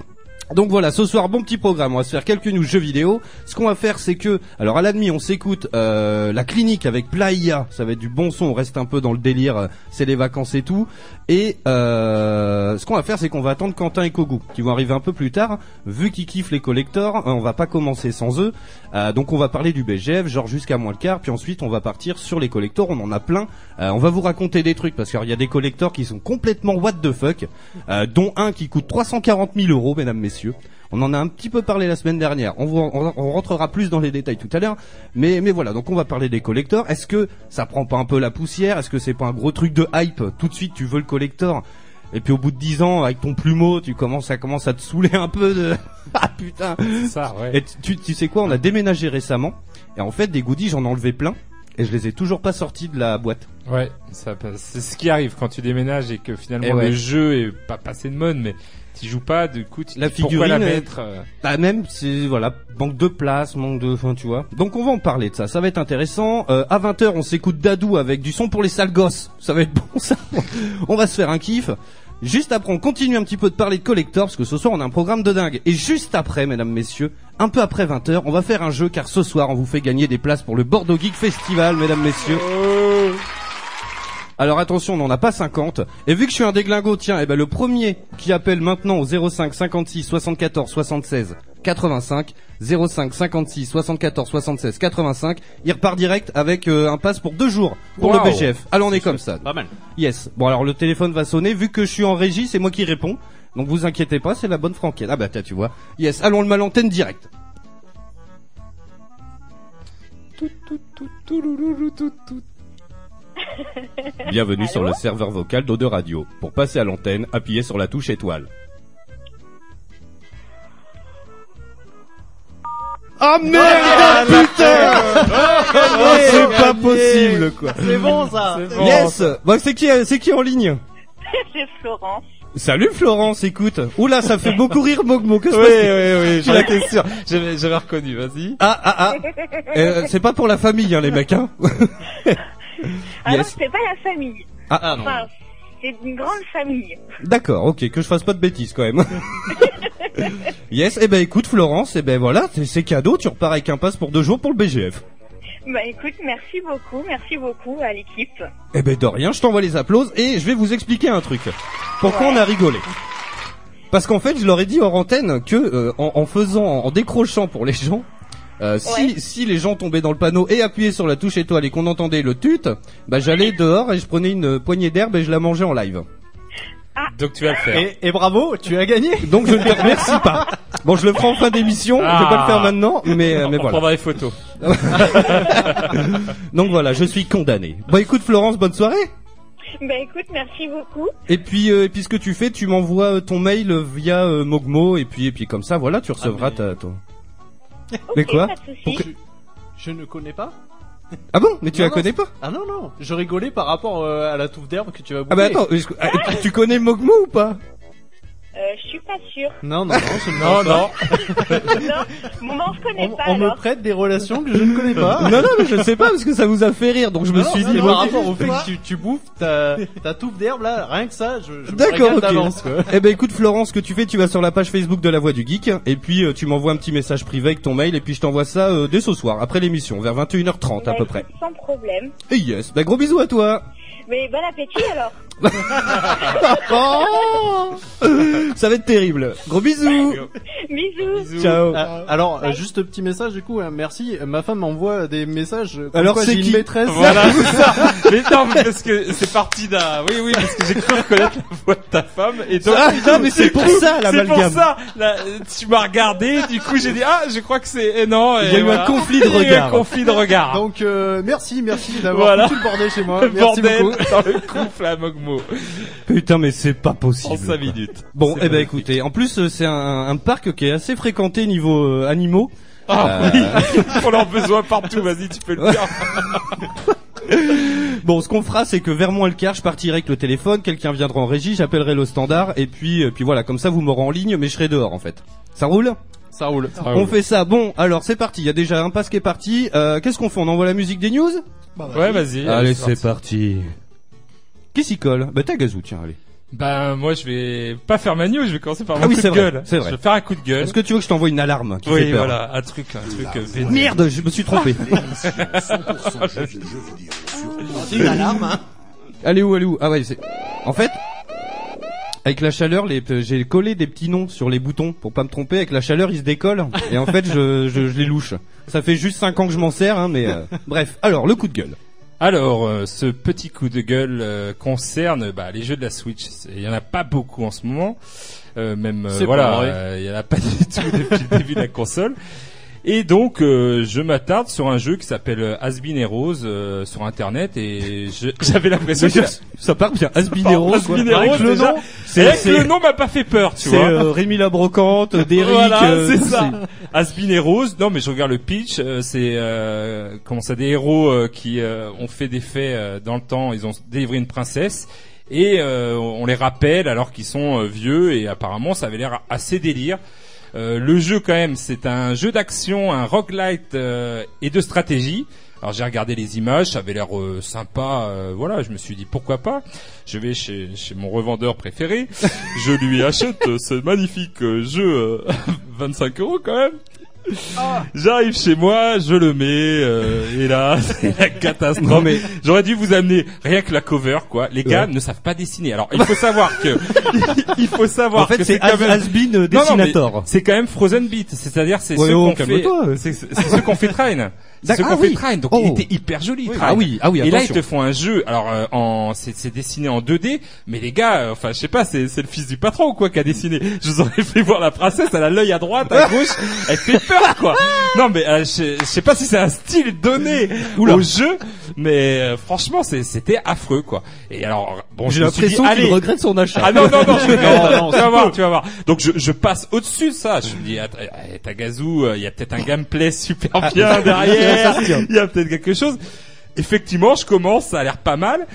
Speaker 8: Donc voilà, ce soir, bon petit programme. On va se faire quelques news jeux vidéo. Ce qu'on va faire, c'est que, alors à la demi, on s'écoute euh, la clinique avec Playa. Ça va être du bon son. On reste un peu dans le délire. euh, C'est les vacances et tout. Et euh, ce qu'on va faire, c'est qu'on va attendre Quentin et Kogu, qui vont arriver un peu plus tard. Vu qu'ils kiffent les collectors, euh, on va pas commencer sans eux. Euh, donc on va parler du BGF, genre jusqu'à moins le quart. Puis ensuite, on va partir sur les collectors. On en a plein. Euh, on va vous raconter des trucs parce qu'il y a des collectors qui sont complètement what the fuck, euh, dont un qui coûte 340 000 euros, mesdames, messieurs. On en a un petit peu parlé la semaine dernière. On, vous- on- on rentrera plus dans les détails tout à l'heure, mais, mais voilà. Donc on va parler des collectors. Est-ce que ça prend pas un peu la poussière Est-ce que c'est pas un gros truc de hype Tout de suite, tu veux le collector. Et puis au bout de 10 ans, avec ton plumeau, tu commences, ça commence à te saouler un peu de. ah putain.
Speaker 10: ça, ouais.
Speaker 8: Et tu, tu sais quoi On a déménagé récemment, et en fait des goodies, j'en ai enlevé plein, et je les ai toujours pas sortis de la boîte.
Speaker 10: Ouais, ça passe. C'est ce qui arrive quand tu déménages et que finalement
Speaker 8: Eh ouais.
Speaker 10: le jeu est pas passé de mode, mais tu joues pas, du coup, tu
Speaker 8: la
Speaker 10: dis, pourquoi
Speaker 8: figurine
Speaker 10: la
Speaker 8: euh,
Speaker 10: mettre euh,
Speaker 8: bah même c'est voilà manque de place manque de enfin tu vois donc on va en parler de ça ça va être intéressant Euh, à 20h on s'écoute Dadou avec du son pour les sales gosses ça va être bon ça on va se faire un kiff juste après on continue un petit peu de parler de collector parce que ce soir on a un programme de dingue et juste après mesdames messieurs un peu après 20h on va faire un jeu car ce soir on vous fait gagner des places pour le Bordeaux Geek Festival mesdames messieurs alors attention, on n'en a pas 50. Et vu que je suis un déglingo, tiens, eh ben le premier qui appelle maintenant au 05 56 74 76 85 05 56 74 76 85, il repart direct avec euh, un pass pour deux jours pour
Speaker 11: Waouh.
Speaker 8: le BGF. Alors on est comme ça.
Speaker 11: Pas mal.
Speaker 8: Yes. Bon alors le téléphone va sonner. Vu que je suis en régie, c'est moi qui réponds. Donc vous inquiétez pas, c'est la bonne franquette. Ah bah tiens, tu vois. Yes. Allons le mal antenne direct. Bienvenue sur le serveur vocal d'Ode Radio. Pour passer à l'antenne, appuyez sur la touche étoile. Ah merde putain C'est pas possible quoi.
Speaker 11: C'est bon ça
Speaker 8: Yes Bon, c'est qui euh, c'est qui en ligne
Speaker 13: C'est Florence.
Speaker 8: Salut Florence, écoute. Oula, ça fait beaucoup rire Mogmo. que je
Speaker 10: Oui,
Speaker 8: passe-
Speaker 10: oui, oui,
Speaker 8: Tu
Speaker 10: j'en
Speaker 8: l'as-
Speaker 10: étais sûr. J'avais, j'avais reconnu, vas-y.
Speaker 8: Ah ah ah. Euh, c'est pas pour la famille hein les mecs hein.
Speaker 13: Alors,
Speaker 8: Yes.
Speaker 13: Ah c'est pas la famille.
Speaker 8: Ah, ah, non.
Speaker 13: Enfin, c'est une grande famille.
Speaker 8: D'accord, ok, que je fasse pas de bêtises quand même. yes, eh ben écoute Florence, eh ben voilà, c'est- c'est cadeau, tu repars avec un passe pour deux jours pour le BGF.
Speaker 13: Bah écoute, merci beaucoup, merci beaucoup à l'équipe.
Speaker 8: Eh ben de rien, je t'envoie les applauses et je vais vous expliquer un truc. Pourquoi on a rigolé Parce qu'en fait, je leur ai dit hors antenne que euh, en, en faisant, en décrochant pour les gens, euh, si, si les gens tombaient dans le panneau et appuyaient sur la touche étoile et qu'on entendait le tut, bah j'allais dehors et je prenais une poignée d'herbe et je la mangeais en live.
Speaker 10: Donc tu vas le faire.
Speaker 11: Et, et bravo, tu as gagné
Speaker 8: Donc je ne te remercie pas. Bon, je le prends en fin d'émission, je vais pas le faire maintenant, mais, euh, mais
Speaker 10: Ah. on
Speaker 8: voilà.
Speaker 10: prendra les photos.
Speaker 8: Donc voilà, je suis condamné. Bon écoute Florence, bonne soirée.
Speaker 13: Bah écoute, merci beaucoup.
Speaker 8: Et puis, euh, et puis ce que tu fais, tu m'envoies euh, ton mail euh, via euh, Mogmo et puis et puis comme ça, voilà,
Speaker 11: Ah,
Speaker 8: tu recevras ta ton. mais
Speaker 11: Ok,
Speaker 8: quoi
Speaker 11: pas de souci.
Speaker 8: Pourquoi-
Speaker 11: Je ne connais pas.
Speaker 8: Ah bon Mais tu
Speaker 11: Non,
Speaker 8: la
Speaker 11: non,
Speaker 8: connais
Speaker 11: c'est-
Speaker 8: pas
Speaker 11: Ah non, non. Je rigolais par rapport euh, à la touffe d'herbe que tu vas bouffer.
Speaker 8: Ah bah attends, euh, je- ah, tu- tu connais Mogmo ou pas
Speaker 13: Euh, euh, je suis pas sûre.
Speaker 11: Non, non, non, je ne
Speaker 10: Non,
Speaker 11: pense pas.
Speaker 13: non, bon, ben, on se connaît
Speaker 11: On,
Speaker 13: pas.
Speaker 11: on me
Speaker 13: alors.
Speaker 11: prête des relations que je ne connais pas.
Speaker 8: Non, non, mais je sais pas parce que ça vous a fait rire, donc je me
Speaker 11: Non,
Speaker 8: suis
Speaker 11: non,
Speaker 8: dit.
Speaker 11: non,
Speaker 8: bon,
Speaker 11: par rapport au fait
Speaker 8: quoi
Speaker 11: que tu, tu bouffes ta, ta touffe d'herbe là, rien que ça, je, je me
Speaker 8: D'accord,
Speaker 11: régale
Speaker 8: ok.
Speaker 11: d'avance quoi.
Speaker 8: Eh ben écoute Florence, ce que tu fais, tu vas sur la page Facebook de La Voix du Geek et puis euh, tu m'envoies un petit message privé avec ton mail et puis je t'envoie ça euh, dès ce soir après l'émission vers 21h30 à
Speaker 13: Bah,
Speaker 8: peu près.
Speaker 13: écoute, Sans problème.
Speaker 8: Et yes, bah gros bisous à toi.
Speaker 13: Mais bon appétit alors.
Speaker 8: Oh ça va être terrible. Gros bisous.
Speaker 13: Bisous.
Speaker 8: Ciao.
Speaker 11: Ah, alors, euh, juste petit message du coup, hein, merci. Ma femme m'envoie des messages. comme
Speaker 8: Alors,
Speaker 11: quoi
Speaker 8: c'est
Speaker 11: j'ai une
Speaker 8: qui
Speaker 11: maîtresse.
Speaker 10: Voilà, c'est ça. Mais non, mais parce que c'est parti d'un. Oui, oui, parce que j'ai cru reconnaître la voix de ta femme. Et donc,
Speaker 8: Ah, non, mais c'est pour ça,
Speaker 10: C'est pour
Speaker 8: l'amalgame.
Speaker 10: ça. Là, tu m'as regardé. Du coup, j'ai dit ah, je crois que c'est. Et non.
Speaker 8: Il y
Speaker 10: et
Speaker 8: a eu un
Speaker 10: voilà.
Speaker 8: conflit de
Speaker 10: Il y a eu
Speaker 8: regard.
Speaker 10: Un conflit de regard.
Speaker 11: Donc euh, merci, merci d'avoir
Speaker 10: Voilà.
Speaker 11: foutu le bordel chez moi.
Speaker 10: Le
Speaker 11: Merci
Speaker 10: bordel
Speaker 11: beaucoup.
Speaker 10: dans le couple à Mogmo.
Speaker 8: Putain, mais c'est pas possible.
Speaker 10: En cinq minutes.
Speaker 8: Bon,
Speaker 10: C'est
Speaker 8: eh ben
Speaker 10: magnifique.
Speaker 8: écoutez, en plus euh, c'est un, un parc qui est assez fréquenté niveau euh, animaux.
Speaker 10: Ah
Speaker 8: Euh,
Speaker 10: oui, on en a besoin partout. Vas-y, tu peux le dire.
Speaker 8: Bon, ce qu'on fera, c'est que vers moi le quart, je partirai avec le téléphone, quelqu'un viendra en régie, j'appellerai le standard, et puis, euh, puis voilà, comme ça vous m'aurez en ligne, mais je serai dehors en fait. Ça roule
Speaker 11: Ça roule.
Speaker 8: On fait ça. Bon, alors c'est parti. Il y a déjà un pass qui est parti. Euh, Qu'est-ce qu'on fait On envoie la musique des news
Speaker 10: Ouais, vas-y.
Speaker 8: Allez, c'est parti. Qui s'y colle Bah t'as gazou, tiens, allez.
Speaker 10: Bah moi je vais pas faire ma news, je vais commencer par mon
Speaker 8: ah oui,
Speaker 10: coup
Speaker 8: c'est
Speaker 10: de
Speaker 8: vrai.
Speaker 10: gueule.
Speaker 8: C'est vrai.
Speaker 10: Je vais faire un coup de gueule.
Speaker 8: Est-ce que tu veux que je t'envoie une alarme qui fait
Speaker 10: Oui,
Speaker 8: peur
Speaker 10: voilà, un truc, un truc. euh, vénère.
Speaker 8: Merde, je me suis trompé. Ah,
Speaker 12: C'est une alarme, hein.
Speaker 8: Allez où, allez où Ah ouais, c'est. En fait, avec la chaleur, les... euh, j'ai collé des petits noms sur les boutons pour pas me tromper. Avec la chaleur, ils se décollent. Et en fait, je, je, je les louche. Ça fait juste 5 ans que je m'en sers, hein, mais euh, bref. Alors, le coup de gueule.
Speaker 10: Alors, euh, ce petit coup de gueule euh, concerne bah, les jeux de la Switch. C'est- Il y en a pas beaucoup en ce moment. Euh, même euh,
Speaker 11: C'est pas
Speaker 10: voilà,
Speaker 11: vrai.
Speaker 10: euh, il y en a pas du tout depuis le début de la console. Et donc, euh, je m'attarde sur un jeu qui s'appelle Asbin et Rose euh, sur Internet. Et je- j'avais l'impression que
Speaker 8: ça part bien. Asbin
Speaker 10: et Rose,
Speaker 8: quoi.
Speaker 10: déjà.
Speaker 8: Avec le nom,
Speaker 10: Et
Speaker 8: c'est-
Speaker 10: avec
Speaker 8: c'est-
Speaker 10: le nom m'a pas fait peur, tu
Speaker 8: C'est
Speaker 10: vois.
Speaker 8: euh, Rémi la brocante, Derrick.
Speaker 10: Voilà,
Speaker 8: euh,
Speaker 10: c'est ça. Aspin et Rose. Non, mais je regarde le pitch. euh, c'est euh, comment ça des héros euh, qui euh, ont fait des faits euh, dans le temps. Ils ont délivré une princesse et euh, on les rappelle alors qu'ils sont euh, vieux et apparemment ça avait l'air assez délire. Euh, le jeu quand même, c'est un jeu d'action, un roguelite euh, et de stratégie. Alors j'ai regardé les images, ça avait l'air euh, sympa, euh, voilà, je me suis dit pourquoi pas. Je vais chez, chez mon revendeur préféré, je lui achète euh, ce magnifique euh, jeu euh, 25 euros quand même.
Speaker 8: Ah.
Speaker 10: J'arrive chez moi, je le mets, euh, et là, c'est la
Speaker 8: Non,
Speaker 10: catastrophe.
Speaker 8: mais-
Speaker 10: J'aurais dû vous amener rien que la cover, quoi. Les gars ne savent pas dessiner. Alors, il faut savoir que, il faut savoir
Speaker 8: En fait,
Speaker 10: que
Speaker 8: c'est
Speaker 10: quand même-
Speaker 8: Has- Has-Been, euh,
Speaker 10: Non, non, mais
Speaker 8: Dessinator.
Speaker 10: C'est quand même Frozen Beat, c'est-à-dire c'est
Speaker 8: Ouais,
Speaker 10: ceux
Speaker 8: oh,
Speaker 10: qu'on fait,
Speaker 8: calme-toi.
Speaker 10: c'est c'est- c'est ceux qu'on fait Train. C'est ceux
Speaker 8: D'accord,
Speaker 10: qu'on
Speaker 8: ah
Speaker 10: fait
Speaker 8: oui.
Speaker 10: Train, donc
Speaker 8: Oh.
Speaker 10: il était hyper joli.
Speaker 8: Oui.
Speaker 10: Train.
Speaker 8: Ah oui, ah oui,
Speaker 10: Et là, ils
Speaker 8: attention.
Speaker 10: te font un jeu. Alors, euh, en, c'est c'est dessiné en 2D, mais les gars, euh, enfin, je sais pas, c'est c'est le fils du patron ou quoi qui a dessiné. Je vous aurais fait voir la princesse, elle a l'œil à droite, à gauche, elle fait peur, quoi. Non, mais euh, je je sais pas si c'est un style donné au jeu, mais euh, franchement, c'est- c'était affreux, quoi. Et alors, bon,
Speaker 8: J'ai
Speaker 10: je me suis dit,
Speaker 8: l'impression qu'il
Speaker 10: allez,
Speaker 8: regrette son achat.
Speaker 10: ah non, non, non, je-
Speaker 8: Non, non,
Speaker 10: tu
Speaker 8: c'est
Speaker 10: vas
Speaker 8: faux.
Speaker 10: voir, tu vas voir. Donc je, je passe au-dessus de ça. Je me dis, att- eh, Tagazu, euh, il y a peut-être un gameplay super bien derrière.
Speaker 8: Ah, ça se tient.
Speaker 10: Il y a peut-être quelque chose. Effectivement, je commence, ça a l'air pas mal.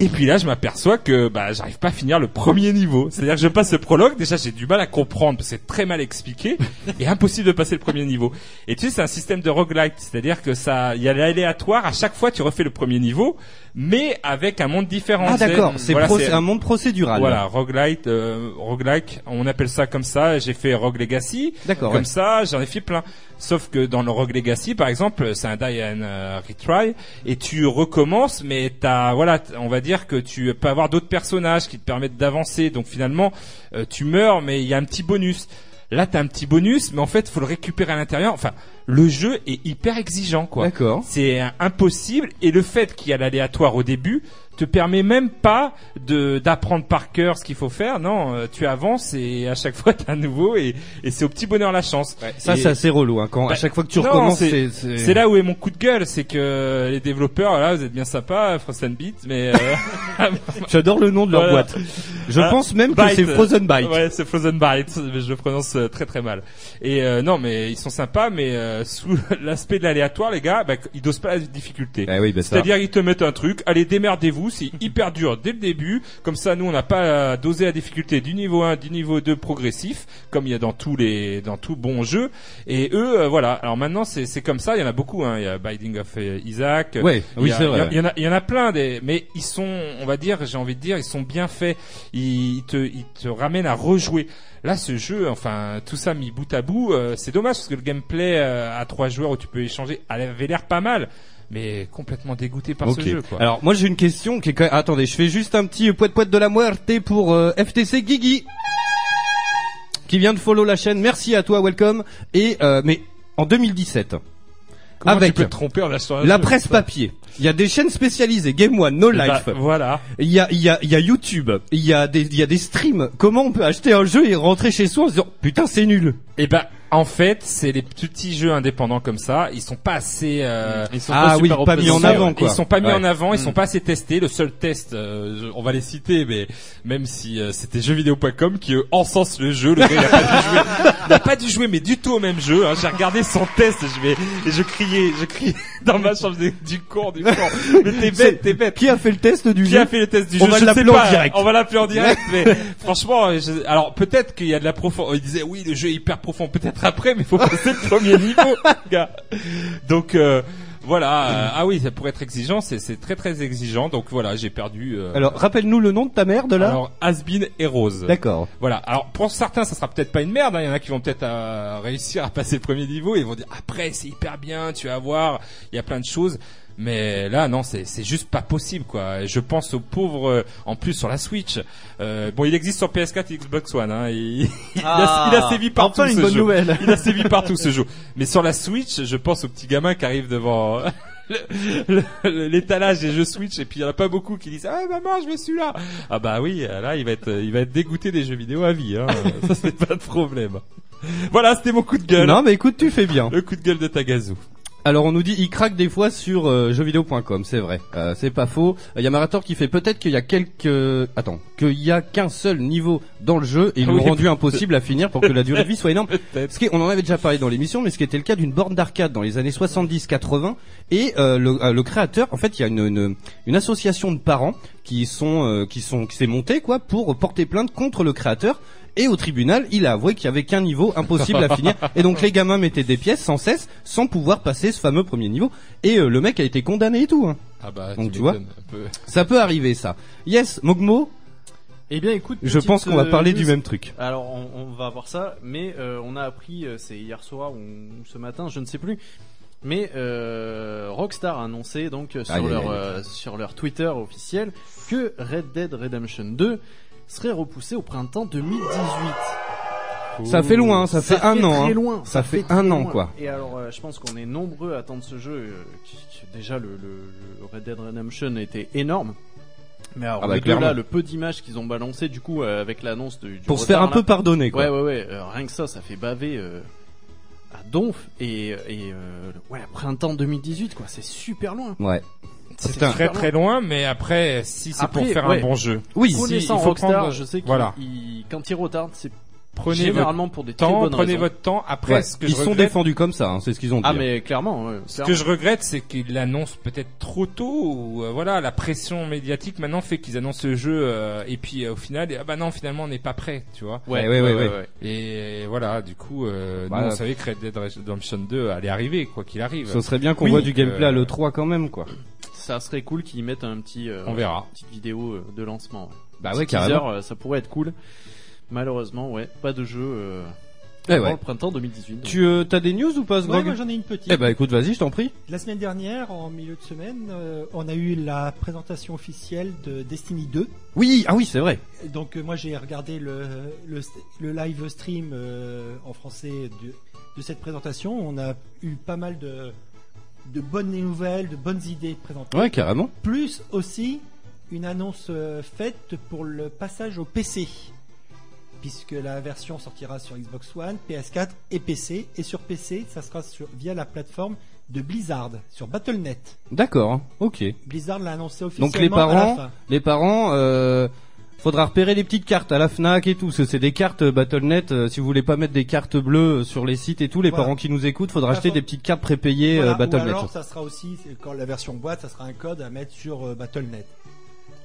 Speaker 10: Et puis là, je m'aperçois que bah, j'arrive pas à finir le premier niveau. C'est-à-dire que je passe le prologue, déjà j'ai du mal à comprendre parce que c'est très mal expliqué et impossible de passer le premier niveau. Et tu sais, c'est un système de roguelite, c'est-à-dire que ça, il y a l'aléatoire. À chaque fois, tu refais le premier niveau, mais avec un monde différent.
Speaker 8: Ah
Speaker 10: Tu sais,
Speaker 8: d'accord, c'est
Speaker 10: voilà,
Speaker 8: procé- un monde procédural.
Speaker 10: voilà, roguelite, euh, roguelike, on appelle ça comme ça. J'ai fait Rogue Legacy,
Speaker 8: D'accord,
Speaker 10: comme
Speaker 8: ouais.
Speaker 10: ça, j'en ai fait plein. Sauf que dans le Rogue Legacy, par exemple, c'est un die and euh, retry et tu recommences, mais t'as voilà, t- on va dire que tu peux avoir d'autres personnages qui te permettent d'avancer. Donc finalement, euh, tu meurs, mais il y a un petit bonus. Là, t'as un petit bonus, mais en fait, faut le récupérer à l'intérieur. Enfin, le jeu est hyper exigeant, quoi.
Speaker 8: D'accord.
Speaker 10: C'est euh, impossible et le fait qu'il y a l'aléatoire au début te permet même pas de d'apprendre par cœur ce qu'il faut faire. Non, euh, tu avances et à chaque fois t'as un nouveau et, et c'est au petit bonheur la chance.
Speaker 8: Ça,
Speaker 10: Et-
Speaker 8: c'est assez relou. Hein, quand à
Speaker 10: Bah,
Speaker 8: chaque fois que tu
Speaker 10: non,
Speaker 8: recommences,
Speaker 10: c'est
Speaker 8: c'est- c'est
Speaker 10: c'est là où est mon coup de gueule, c'est que les développeurs là, vous êtes bien sympas, Frozen Beat, mais euh,
Speaker 8: J'adore le nom de leur
Speaker 10: Voilà.
Speaker 8: boîte. Je
Speaker 10: Ah,
Speaker 8: pense même que
Speaker 10: Bite.
Speaker 8: c'est Frozen Bite.
Speaker 10: Ouais, c'est Frozen Bite, mais je le prononce euh, très très mal. Et euh, non, mais ils sont sympas, mais euh, euh, sous l'aspect de l'aléatoire, les gars, bah, ils dosent pas la difficulté.
Speaker 8: Eh oui, bah, ça.
Speaker 10: C'est-à-dire ils te mettent un truc, allez démerdez-vous, c'est hyper dur dès le début, comme ça nous on n'a pas à doser la difficulté du niveau 1, du niveau 2 progressif, comme il y a dans tous les dans tout bon jeu. Et eux, euh, voilà. Alors maintenant c'est c'est comme ça, il y en a beaucoup. Hein. Il y a Binding of euh, Isaac.
Speaker 8: Ouais,
Speaker 10: Il y
Speaker 8: oui,
Speaker 10: a-
Speaker 8: c'est vrai,
Speaker 10: il y a-
Speaker 8: ouais.
Speaker 10: Il y, en a, il y en a plein des, mais ils sont, on va dire, j'ai envie de dire, ils sont bien faits. Ils te, ils te ramènent à rejouer. Là, ce jeu, enfin, tout ça mis bout à bout, euh, c'est dommage parce que le gameplay euh, à trois joueurs où tu peux échanger, elle avait l'air pas mal, mais complètement dégoûté par
Speaker 8: Ok.
Speaker 10: ce jeu. Quoi.
Speaker 8: Alors moi j'ai une question qui est quand même- Ah, Attendez, je fais juste un petit poète poète de la muerte pour euh, FTC Guigui qui vient de follow la chaîne. Merci à toi, welcome. Et euh, mais en 2017.
Speaker 10: Comment
Speaker 8: avec
Speaker 10: tu peux te tromper en achetant un
Speaker 8: la
Speaker 10: jeu,
Speaker 8: presse
Speaker 10: putain.
Speaker 8: papier. Il y a des chaînes spécialisées, Game One, No
Speaker 10: Bah,
Speaker 8: Life.
Speaker 10: voilà.
Speaker 8: Il y a, il y a, il y a YouTube. Il y a des, il y a des streams. Comment on peut acheter un jeu et rentrer chez soi en se disant putain c'est nul.
Speaker 10: Et ben, en fait, c'est les petits jeux indépendants comme ça. Ils sont pas assez. euh,
Speaker 8: Ils sont pas Ah oui, super pas mis en
Speaker 10: représentés.
Speaker 8: avant, quoi.
Speaker 10: Ils sont pas mis
Speaker 8: Ouais.
Speaker 10: en avant. Ils
Speaker 8: Mm.
Speaker 10: sont pas assez testés. Le seul test, euh, je- on va les citer, mais même si euh, c'était jeuxvideo.com qui eux, encense le jeu, le gars il a pas dû jouer, il a pas dû jouer, mais du tout au même jeu. hein. J'ai regardé son test. Je vais, et je criais, je criais dans ma chambre je disais, du con, du con. Mais t'es bête, t'es bête.
Speaker 8: Qui a fait le test du
Speaker 10: Qui
Speaker 8: jeu
Speaker 10: a fait le test du
Speaker 8: On
Speaker 10: jeu
Speaker 8: va
Speaker 10: Je sais
Speaker 8: l'appeler en
Speaker 10: pas.
Speaker 8: direct.
Speaker 10: On va l'appeler en direct. mais franchement, je- alors peut-être qu'il y a de la profondeur. Il disait oui, le jeu est hyper profond. Peut-être après, mais il faut passer le premier niveau, gars. Donc euh, voilà. euh, ah oui, ça pourrait être exigeant. C'est c'est très très exigeant. Donc voilà, j'ai perdu. euh,
Speaker 8: Alors rappelle-nous le nom de ta mère de là.
Speaker 10: alors, Asbin et Rose.
Speaker 8: D'accord.
Speaker 10: Voilà. Alors, pour certains, ça sera peut-être pas une merde. hein. Il y en a qui vont peut-être euh, réussir à passer le premier niveau et ils vont dire après, c'est hyper bien, tu vas voir, il y a plein de choses. Mais là, non, c'est c'est juste pas possible, quoi. Et Je pense aux pauvres, euh, en plus sur la Switch. Euh, bon, il existe sur PS4 et Xbox One. Hein, il, il
Speaker 11: Ah,
Speaker 10: a, il a sévi partout
Speaker 11: enfin une
Speaker 10: ce
Speaker 11: bonne
Speaker 10: jeu.
Speaker 11: nouvelle.
Speaker 10: Il a sévi partout ce jeu. Mais sur la Switch, je pense aux petits gamins qui arrivent devant euh, le- le- l'étalage des jeux Switch et puis il y en a pas beaucoup qui disent ah maman, je veux celui-là. Ah bah oui, euh, là il va être, il va être dégoûté des jeux vidéo à vie. Hein. Ça c'est pas de problème. Voilà, c'était mon coup de gueule.
Speaker 8: Non mais écoute, tu fais bien.
Speaker 10: Le coup de gueule de Tagazu.
Speaker 8: Alors on nous dit il craque des fois sur euh, jeuxvideo.com, c'est vrai, Euh, c'est pas faux. Il y a Marator qui fait peut-être qu'il y a quelques attends, qu'il y a qu'un seul niveau dans le jeu et ils
Speaker 11: Ah
Speaker 8: l'ont
Speaker 11: oui,
Speaker 8: rendu
Speaker 11: peut-
Speaker 8: impossible à finir pour que la durée de vie soit énorme.
Speaker 10: Peut-être.
Speaker 8: Ce qui est- on en avait déjà parlé dans l'émission mais ce qui était le cas d'une borne d'arcade dans les années 70-80 et euh, le, euh, le créateur en fait, il y a une, une une association de parents qui sont euh, qui sont qui s'est montée quoi pour porter plainte contre le créateur. Et au tribunal, il a avoué qu'il y avait qu'un niveau impossible à finir. Et donc les gamins mettaient des pièces sans cesse, sans pouvoir passer ce fameux premier niveau. Et euh, le mec a été condamné et tout. hein.
Speaker 10: Ah bah
Speaker 8: donc tu vois,
Speaker 10: m'étonnes un peu.
Speaker 8: ça peut arriver ça. Yes, Mogmo.
Speaker 11: Eh bien, écoute.
Speaker 8: Je
Speaker 11: petite,
Speaker 8: pense qu'on va
Speaker 11: euh,
Speaker 8: parler du
Speaker 11: news.
Speaker 8: même truc.
Speaker 11: Alors, on, on va voir ça, mais euh, on a appris, euh, c'est hier soir ou ce matin, je ne sais plus. Mais euh, Rockstar a annoncé donc euh, sur
Speaker 8: Aïe, aïe,
Speaker 11: leur
Speaker 8: aïe.
Speaker 11: euh, sur leur Twitter officiel que Red Dead Redemption 2 serait repoussé au printemps 2018.
Speaker 8: Ça fait loin, ça fait un an,
Speaker 11: Très
Speaker 8: hein.
Speaker 11: loin,
Speaker 8: Ça fait
Speaker 11: très
Speaker 8: un an,
Speaker 11: loin.
Speaker 8: quoi.
Speaker 11: Et alors, euh, je pense qu'on est nombreux à attendre ce jeu. euh, qui- qui- déjà, le, le- le Red Dead Redemption était énorme. Mais alors,
Speaker 8: Ah bah,
Speaker 11: là,
Speaker 8: clairement.
Speaker 11: le peu d'images qu'ils ont balancé, du coup, euh, avec l'annonce du, du
Speaker 8: Pour se
Speaker 11: retard,
Speaker 8: faire un
Speaker 11: là.
Speaker 8: peu pardonner, quoi.
Speaker 11: Ouais, ouais, ouais. euh, rien que ça, ça fait baver euh, à donf. Et, et euh, ouais, printemps 2018, quoi. C'est super loin.
Speaker 8: Ouais.
Speaker 10: C'est
Speaker 11: Putain.
Speaker 10: très très loin, mais après, si c'est pour
Speaker 11: Après,
Speaker 10: faire
Speaker 11: ouais,
Speaker 10: un bon jeu. Si,
Speaker 11: Connaissant
Speaker 10: il faut
Speaker 11: Rockstar,
Speaker 10: prendre-
Speaker 11: je sais qu'il
Speaker 10: Voilà.
Speaker 11: il- quand il retarde, c'est
Speaker 10: Prenez
Speaker 11: généralement
Speaker 10: votre
Speaker 11: pour des très
Speaker 10: temps,
Speaker 11: bonnes
Speaker 10: prenez
Speaker 11: raisons.
Speaker 10: votre temps. Après,
Speaker 8: Ouais,
Speaker 10: ce que
Speaker 8: ils
Speaker 10: je
Speaker 8: sont
Speaker 10: regrette-
Speaker 8: défendus comme ça, hein, c'est ce qu'ils ont dit.
Speaker 11: Ah,
Speaker 8: hein.
Speaker 11: mais clairement, ouais,
Speaker 10: Ce que je regrette, c'est qu'ils l'annoncent peut-être trop tôt. Ou, euh, voilà, la pression médiatique maintenant fait qu'ils annoncent ce jeu euh, et puis euh, au final, et, ah bah non, finalement, on n'est pas prêt, tu vois.
Speaker 8: Ouais, ouais, ouais, ouais, ouais.
Speaker 10: Et voilà, du coup, euh,
Speaker 8: Bah,
Speaker 10: nous, on
Speaker 8: euh,
Speaker 10: savait que Red Dead Redemption 2 allait arriver, quoi qu'il arrive.
Speaker 8: Ce serait bien qu'on
Speaker 10: Oui,
Speaker 8: voit du
Speaker 10: donc, euh,
Speaker 8: gameplay à le 3 quand même, quoi.
Speaker 11: ça serait cool qu'ils mettent un petit. euh,
Speaker 10: On verra.
Speaker 11: Une petite vidéo euh, de lancement.
Speaker 8: Bah
Speaker 11: Petit
Speaker 8: ouais, carrément.
Speaker 11: teaser, euh, ça pourrait être cool. Malheureusement, ouais, pas de jeu. Euh,
Speaker 8: Eh
Speaker 11: avant
Speaker 8: ouais.
Speaker 11: le printemps 2018.
Speaker 8: Tu euh, t'as des news ou pas,
Speaker 12: Ouais,
Speaker 8: Grog
Speaker 12: moi, j'en ai une petite.
Speaker 8: Eh bah écoute, vas-y, je t'en prie.
Speaker 12: La semaine dernière, en milieu de semaine, euh, on a eu la présentation officielle de Destiny 2.
Speaker 8: Oui, ah oui, c'est vrai.
Speaker 12: Donc euh, moi j'ai regardé le, le, le live stream euh, en français de, de cette présentation. On a eu pas mal de, de bonnes nouvelles, de bonnes idées présentées.
Speaker 8: Ouais, carrément.
Speaker 12: Plus aussi une annonce euh, faite pour le passage au PC. Puisque la version sortira sur Xbox One, PS4 et PC. Et sur PC, ça sera sur- via la plateforme de Blizzard, sur Battle.net.
Speaker 8: D'accord, ok.
Speaker 12: Blizzard l'a annoncé
Speaker 8: Donc
Speaker 12: officiellement.
Speaker 8: les
Speaker 12: à la
Speaker 8: parents,
Speaker 12: fin.
Speaker 8: les parents, euh, Faudra repérer les petites cartes à la Fnac et tout, parce que c'est des cartes euh, Battle.net. euh, si vous voulez pas mettre des cartes bleues euh, sur les sites et tout, les
Speaker 12: Voilà.
Speaker 8: parents qui nous écoutent, faudra
Speaker 12: Voilà,
Speaker 8: acheter
Speaker 12: faut-
Speaker 8: des petites cartes prépayées
Speaker 12: Voilà,
Speaker 8: euh, Battle.net.
Speaker 12: Ou alors, ça sera aussi, c'est- quand la version boîte, ça sera un code à mettre sur euh, Battle.net.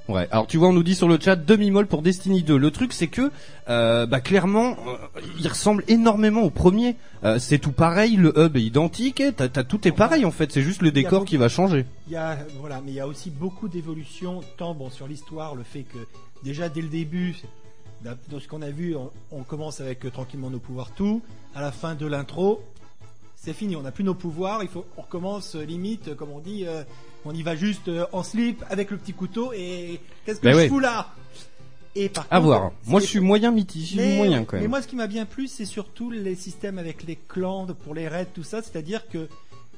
Speaker 8: Ouais. Alors tu vois, on nous dit sur le chat demi-molle pour Destiny 2. Le truc c'est que, euh, bah clairement, euh, il ressemble énormément au premier. Euh, c'est tout pareil, le hub est identique, et t'as, t'as- tout est pareil en fait. C'est juste le
Speaker 12: Il y a
Speaker 8: décor
Speaker 12: beaucoup-
Speaker 8: qui va changer.
Speaker 12: Il y a, voilà, mais il y a aussi beaucoup d'évolutions, tant bon, sur l'histoire, le fait que déjà dès le début, dans dans ce qu'on a vu, on, on commence avec euh, tranquillement nos pouvoirs tout. À la fin de l'intro, c'est fini, on n'a plus nos pouvoirs, il faut, on recommence euh, limite, euh, comme on dit, euh, on y va juste euh, en slip avec le petit couteau et qu'est-ce que
Speaker 8: Ben
Speaker 12: je
Speaker 8: ouais.
Speaker 12: fous là Et par
Speaker 8: À
Speaker 12: contre,
Speaker 8: voir. Moi
Speaker 12: c'est-
Speaker 8: je suis moyen mitigé, moyen quand
Speaker 12: mais
Speaker 8: même.
Speaker 12: moi, ce qui m'a bien plu, c'est surtout les systèmes avec les clans de- pour les raids, tout ça. C'est-à-dire que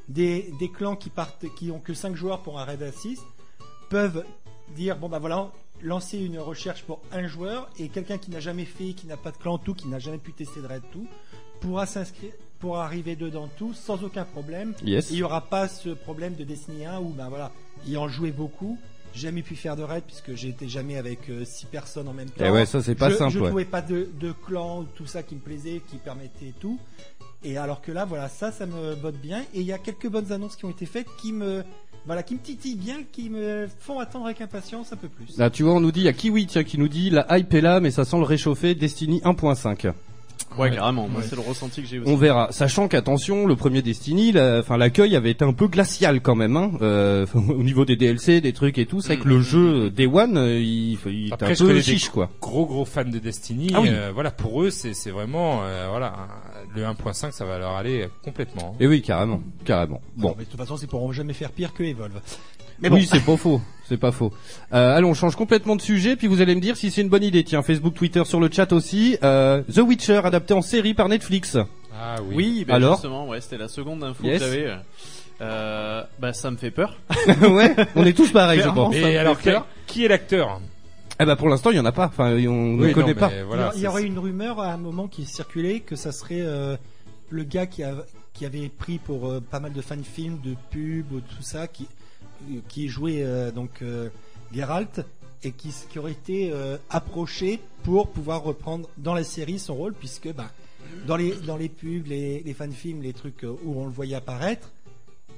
Speaker 12: des, des clans qui partent, qui ont que 5 joueurs pour un raid à 6, peuvent dire bon bah voilà, lancer une recherche pour un joueur et quelqu'un qui n'a jamais fait, qui n'a pas de clan tout, qui n'a jamais pu tester de raid tout, pourra s'inscrire pour arriver dedans tout sans aucun problème.
Speaker 8: Yes.
Speaker 12: Et Il y aura pas ce problème de Destiny 1 où ben voilà, ayant joué beaucoup. j'ai Jamais pu faire de raid puisque j'étais jamais avec 6 personnes en même temps.
Speaker 8: Eh ouais, ça, c'est pas
Speaker 12: Je-
Speaker 8: simple,
Speaker 12: Je
Speaker 8: ouais.
Speaker 12: trouvais pas de, de clan, tout ça qui me plaisait, qui permettait tout. Et alors que là, voilà, ça, ça me botte bien. Et il y a quelques bonnes annonces qui ont été faites qui me, voilà, qui me titillent bien, qui me font attendre avec impatience un peu plus.
Speaker 8: Là tu vois, on nous dit, il y a Kiwi tiens, qui nous dit la hype est là, mais ça sent le réchauffer. Destiny 1.5.
Speaker 11: Ouais, carrément. Moi,
Speaker 12: Ouais.
Speaker 11: c'est le ressenti que j'ai aussi.
Speaker 8: On verra. Sachant qu'attention, le premier Destiny, la- enfin l'accueil avait été un peu glacial quand même, hein, euh, au niveau des DLC, des trucs et tout.
Speaker 11: Mm.
Speaker 8: C'est vrai que le jeu Day One, euh, il, il est un
Speaker 10: je
Speaker 8: peu
Speaker 10: connais des
Speaker 8: chiche quoi.
Speaker 10: Gros gros fans de Destiny,
Speaker 8: Ah oui.
Speaker 10: euh, voilà pour eux c'est c'est vraiment euh, voilà un- le 1.5 ça va leur aller complètement. hein.
Speaker 8: Et Eh oui, carrément, carrément. Bon.
Speaker 12: Non, Ah, mais de toute façon, c'est pour jamais faire pire que Evolve.
Speaker 8: Oui, c'est pas faux, c'est pas faux. Euh, allons, on change complètement de sujet, puis vous allez me dire si c'est une bonne idée. Tiens, Facebook, Twitter, sur le chat aussi. Euh, The Witcher, adapté en série par Netflix.
Speaker 10: Ah
Speaker 11: oui. ben
Speaker 8: Alors,
Speaker 11: justement, ouais, c'était la seconde info
Speaker 8: Yes.
Speaker 11: que j'avais. Euh, bah ça me fait peur.
Speaker 8: ouais, on est tous pareils, je pense.
Speaker 11: Et alors, quel-
Speaker 10: qui est l'acteur
Speaker 8: Eh ben pour l'instant, il y en a pas. Enfin, on ne
Speaker 10: Oui,
Speaker 8: connaît
Speaker 10: non,
Speaker 8: pas.
Speaker 10: mais
Speaker 12: il y, aurait une rumeur à un moment qui circulait que ça serait euh, le gars qui, a- qui avait pris pour euh, pas mal de fan films, de pubs, tout ça, qui, qui jouait euh, donc euh, Geralt et qui, s- qui aurait été euh, approché pour pouvoir reprendre dans la série son rôle, puisque bah, dans, les, dans les pubs, les, les fan films, les trucs euh, où on le voyait apparaître,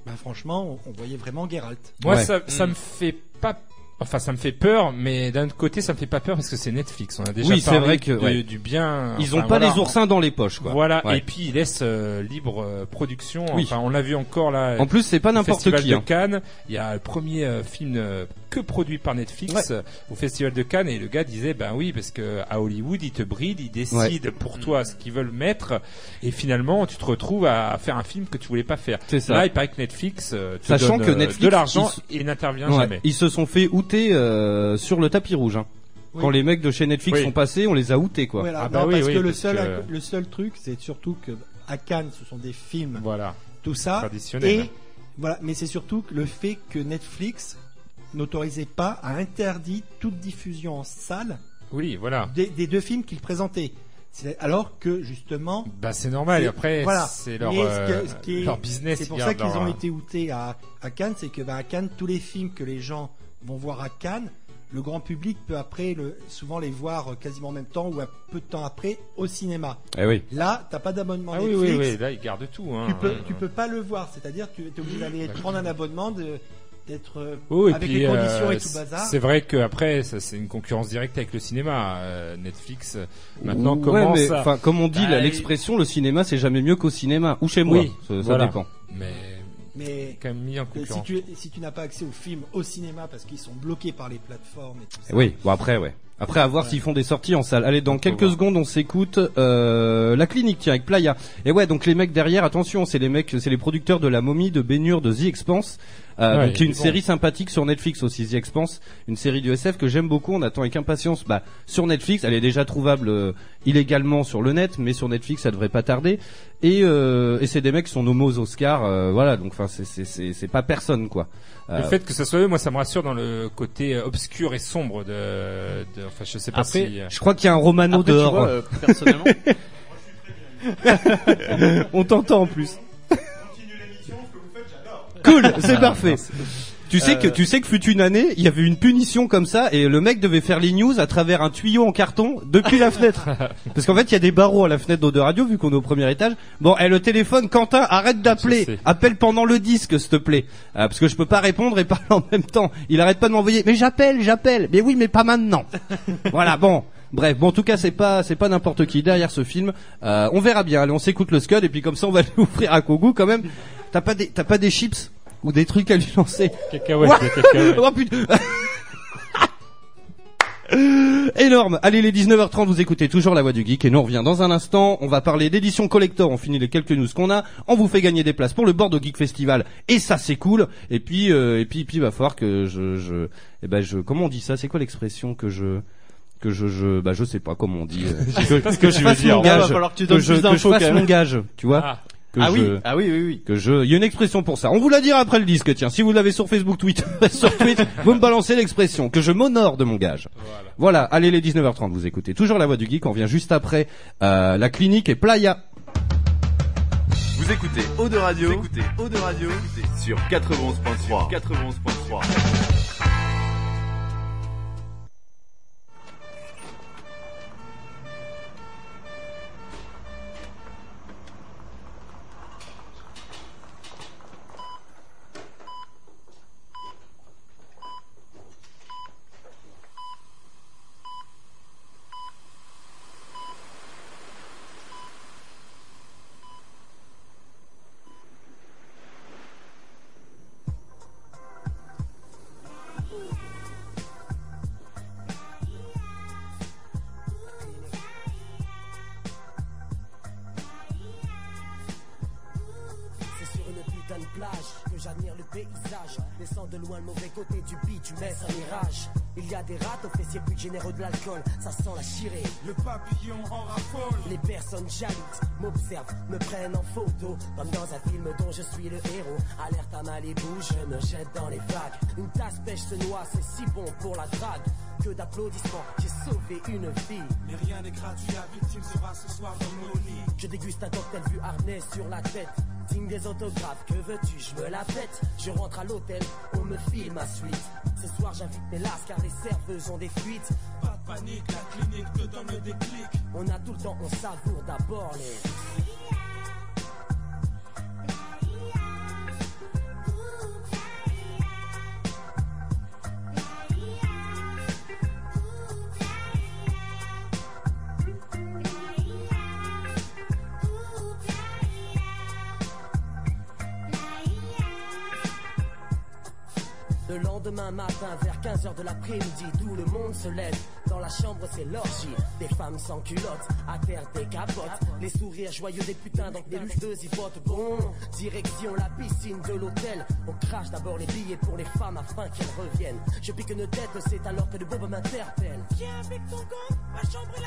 Speaker 12: bah, franchement, on, on voyait vraiment Geralt.
Speaker 10: Moi ça ça me fait pas enfin ça me fait peur mais d'un autre côté ça me fait pas peur parce que c'est Netflix on a déjà
Speaker 8: Oui, c'est
Speaker 10: parlé
Speaker 8: vrai que,
Speaker 10: de-
Speaker 8: ouais.
Speaker 10: du bien
Speaker 8: Ils
Speaker 10: enfin,
Speaker 8: ont pas
Speaker 10: voilà.
Speaker 8: les oursins dans les poches, quoi.
Speaker 10: Voilà
Speaker 8: Ouais.
Speaker 10: et puis ils laissent euh, libre euh, production
Speaker 8: Oui.
Speaker 10: enfin on l'a vu encore là
Speaker 8: En plus, c'est pas
Speaker 10: au
Speaker 8: n'importe
Speaker 10: Festival
Speaker 8: qui,
Speaker 10: de
Speaker 8: hein.
Speaker 10: Cannes il y a le premier euh, film euh, que produit par Netflix
Speaker 8: Ouais.
Speaker 10: euh, au Festival de Cannes et le gars disait ben oui parce que à Hollywood ils te brident ils décident pour toi ce qu'ils veulent mettre et finalement tu te retrouves à faire un film que tu voulais pas faire
Speaker 8: C'est ça.
Speaker 10: là il paraît que Netflix euh, te
Speaker 8: Sachant
Speaker 10: donne,
Speaker 8: que
Speaker 10: euh,
Speaker 8: Netflix
Speaker 10: de l'argent
Speaker 8: ils-
Speaker 10: et n'intervient
Speaker 8: Ouais,
Speaker 10: jamais
Speaker 8: Ils se sont fait outer euh, sur le tapis rouge. hein.
Speaker 12: Oui.
Speaker 8: Quand les mecs de chez Netflix
Speaker 12: Oui.
Speaker 8: sont passés, on les a outés quoi.
Speaker 10: Ah,
Speaker 12: Voilà,
Speaker 10: bah
Speaker 12: non, parce que le seul le seul truc, c'est surtout que à Cannes, ce sont des films,
Speaker 10: voilà,
Speaker 12: tout ça,
Speaker 10: Traditionnel.
Speaker 12: Et voilà, mais c'est surtout que le fait que Netflix n'autorisait pas, a interdit toute diffusion en salle
Speaker 10: oui voilà
Speaker 12: des, des deux films qu'il présentait. C'est- Alors que justement,
Speaker 10: bah c'est normal
Speaker 12: c'est-
Speaker 10: et après
Speaker 12: voilà.
Speaker 10: c'est leur
Speaker 12: Mais ce que-
Speaker 10: euh,
Speaker 12: ce qui est-
Speaker 10: leur business
Speaker 12: C'est pour
Speaker 10: ils
Speaker 12: ça qu'ils
Speaker 10: gardent
Speaker 12: ont
Speaker 10: leur- euh,
Speaker 12: été outés à, à Cannes, c'est que bah, à Cannes, tous les films que les gens vont voir à Cannes, le grand public peut après le, souvent les voir euh, quasiment en même temps ou un peu de temps après au cinéma.
Speaker 8: Eh oui.
Speaker 12: Là, t'as pas d'abonnement
Speaker 10: ah oui
Speaker 12: Netflix.
Speaker 10: oui oui là ils gardent tout hein.
Speaker 12: Tu peux,
Speaker 10: Hein.
Speaker 12: tu peux pas le voir, c'est-à-dire que tu es obligé d'aller prendre un abonnement, de- d'être euh,
Speaker 10: Oh, Bah, et
Speaker 12: avec
Speaker 10: puis,
Speaker 12: les conditions
Speaker 10: euh,
Speaker 12: et tout bazar.
Speaker 10: C'est vrai qu'après, ça, c'est une concurrence directe avec le cinéma. Euh, Netflix, euh, maintenant,
Speaker 8: Ouais,
Speaker 10: comment
Speaker 8: mais,
Speaker 10: ça
Speaker 8: enfin, comme on dit là,
Speaker 10: Bah,
Speaker 8: l'expression, le cinéma c'est jamais mieux qu'au cinéma ou chez moi.
Speaker 10: Oui,
Speaker 8: ça, ça
Speaker 10: voilà.
Speaker 8: dépend.
Speaker 10: Mais,
Speaker 12: Mais euh,
Speaker 10: quand même mis en
Speaker 12: si
Speaker 10: concurrence.
Speaker 12: tu, si tu n'as pas accès aux films au cinéma parce qu'ils sont bloqués par les plateformes et tout ça.
Speaker 8: Eh Oui, bon après ouais. Après à voir s'ils font des sorties en salle. Allez, dans quelques secondes, on s'écoute euh, la clinique tiens avec Playa. Et ouais, donc les mecs derrière, attention, c'est les mecs, c'est les producteurs de La Momie, de Baignure, de The Expanse. Euh,
Speaker 10: Ouais,
Speaker 8: donc qui est
Speaker 10: ils
Speaker 8: une
Speaker 10: sont
Speaker 8: série sympathique sur Netflix aussi, The Expanse, une série du SF que j'aime beaucoup. On attend avec impatience. Bah sur Netflix, elle est déjà trouvable euh, illégalement sur le net, mais sur Netflix, ça devrait pas tarder. Et, euh, et c'est des mecs qui sont nommés aux Oscars, euh, voilà. Donc enfin, c'est c'est c'est c'est pas personne quoi.
Speaker 10: Le
Speaker 8: Euh,
Speaker 10: fait que ça soit eux, moi, ça me rassure dans le côté euh, obscur et sombre de. de- enfin, je sais pas
Speaker 8: Après,
Speaker 10: si. euh,
Speaker 8: je crois qu'il y a un Romano
Speaker 10: Après, tu
Speaker 8: dehors.
Speaker 10: vois, euh, personnellement-
Speaker 8: On t'entend en plus. Cool, c'est
Speaker 10: Ah,
Speaker 8: parfait.
Speaker 10: merci.
Speaker 8: Tu Tu sais que
Speaker 11: Euh,
Speaker 8: tu sais que fut une année, il y avait une punition comme ça et le mec devait faire les news à travers un tuyau en carton depuis la fenêtre. Parce qu'en fait, il y a des barreaux à la fenêtre de radio vu qu'on est au premier étage. Bon, et le téléphone, Quentin, arrête d'appeler. Appelle pendant le disque, s'il te plaît, Euh, parce que je peux pas répondre et parler en même temps. Il arrête pas de m'envoyer. Mais j'appelle, j'appelle. Mais oui, mais pas maintenant. voilà, bon. Bref, bon en tout cas c'est pas c'est pas n'importe qui derrière ce film. Euh, on verra bien. Allez, on s'écoute le Scud et puis comme ça on va l'ouvrir à Kogu quand même. T'as pas des t'as pas des chips ou des trucs à lui lancer
Speaker 14: Cacahuètes,
Speaker 8: Ouah
Speaker 14: des cacahuètes.
Speaker 8: Oh, putain. Énorme. Allez, les 19h30, vous écoutez toujours la voix du geek et nous on revient dans un instant. On va parler d'édition collector. On finit les quelques news qu'on a. On vous fait gagner des places pour le Bordeaux Geek Festival et ça c'est cool. Et puis euh, et puis et puis il va falloir que je je eh ben je comment on dit ça C'est quoi l'expression que je que je je bah je sais pas comment on dit. euh,
Speaker 11: Je sais pas ce que
Speaker 8: je
Speaker 11: tu veux
Speaker 8: fasse
Speaker 11: dire.
Speaker 8: mon
Speaker 11: Ah,
Speaker 8: gage.
Speaker 11: va falloir que tu donnes
Speaker 8: je,
Speaker 11: plus
Speaker 8: que je
Speaker 11: d'infos,
Speaker 8: fasse
Speaker 11: quand
Speaker 8: mon
Speaker 11: même.
Speaker 8: gage, tu vois.
Speaker 11: Ah.
Speaker 8: Que
Speaker 11: Ah oui,
Speaker 8: je-
Speaker 11: ah oui, oui, oui.
Speaker 8: Que je, il y a une expression pour ça. On vous la dira après le disque, tiens. Si vous l'avez sur Facebook, Twitter, sur Twitch, vous me balancez l'expression. Que je m'honore de mon gage. Voilà. Allez, les 19h30, vous écoutez toujours la voix du geek. On revient juste après, euh, la clinique et Playa.
Speaker 15: Vous écoutez Eau de Radio, vous écoutez Eau de Radio sur 91.3. 91.3.
Speaker 16: C'est sur une putain de plage que j'admire le paysage. Laissant de loin le mauvais côté du beat, tu laisses un mirage. Il y a des rats aux fessiers plus généreux de l'alcool, ça sent la chirée. Le papillon en raffole. Les personnes jalouses m'observent, me prennent en photo. Comme dans un film dont je suis le héros. Alerte à Malibu, je me jette dans les vagues. Une tasse pêche se noie, c'est si bon pour la drague. Que d'applaudissements, j'ai sauvé une vie.
Speaker 17: Mais rien n'est gratuit, la victime sera ce soir dans mon lit.
Speaker 16: Je déguste un cocktail vu harnais sur la tête. Digne des autographes, que veux-tu, je me la pète. Je rentre à l'hôtel, on me file ma suite. Ce soir j'invite mes lasses car les serveuses ont des fuites. Pas de panique, la clinique te donne le déclic. On a tout le temps, on savoure d'abord les. Le lendemain matin, vers 15h de l'après-midi, tout le monde se lève. Dans la chambre, c'est l'orgie. Des femmes sans culottes, à terre des capotes. Les sourires joyeux des putains, donc des lucheuses y votent bon. Direction la piscine de l'hôtel. On crache d'abord les billets pour les femmes afin qu'elles reviennent. Je pique une tête, c'est alors que le bob m'interpelle. Viens avec ton gant, ma chambre est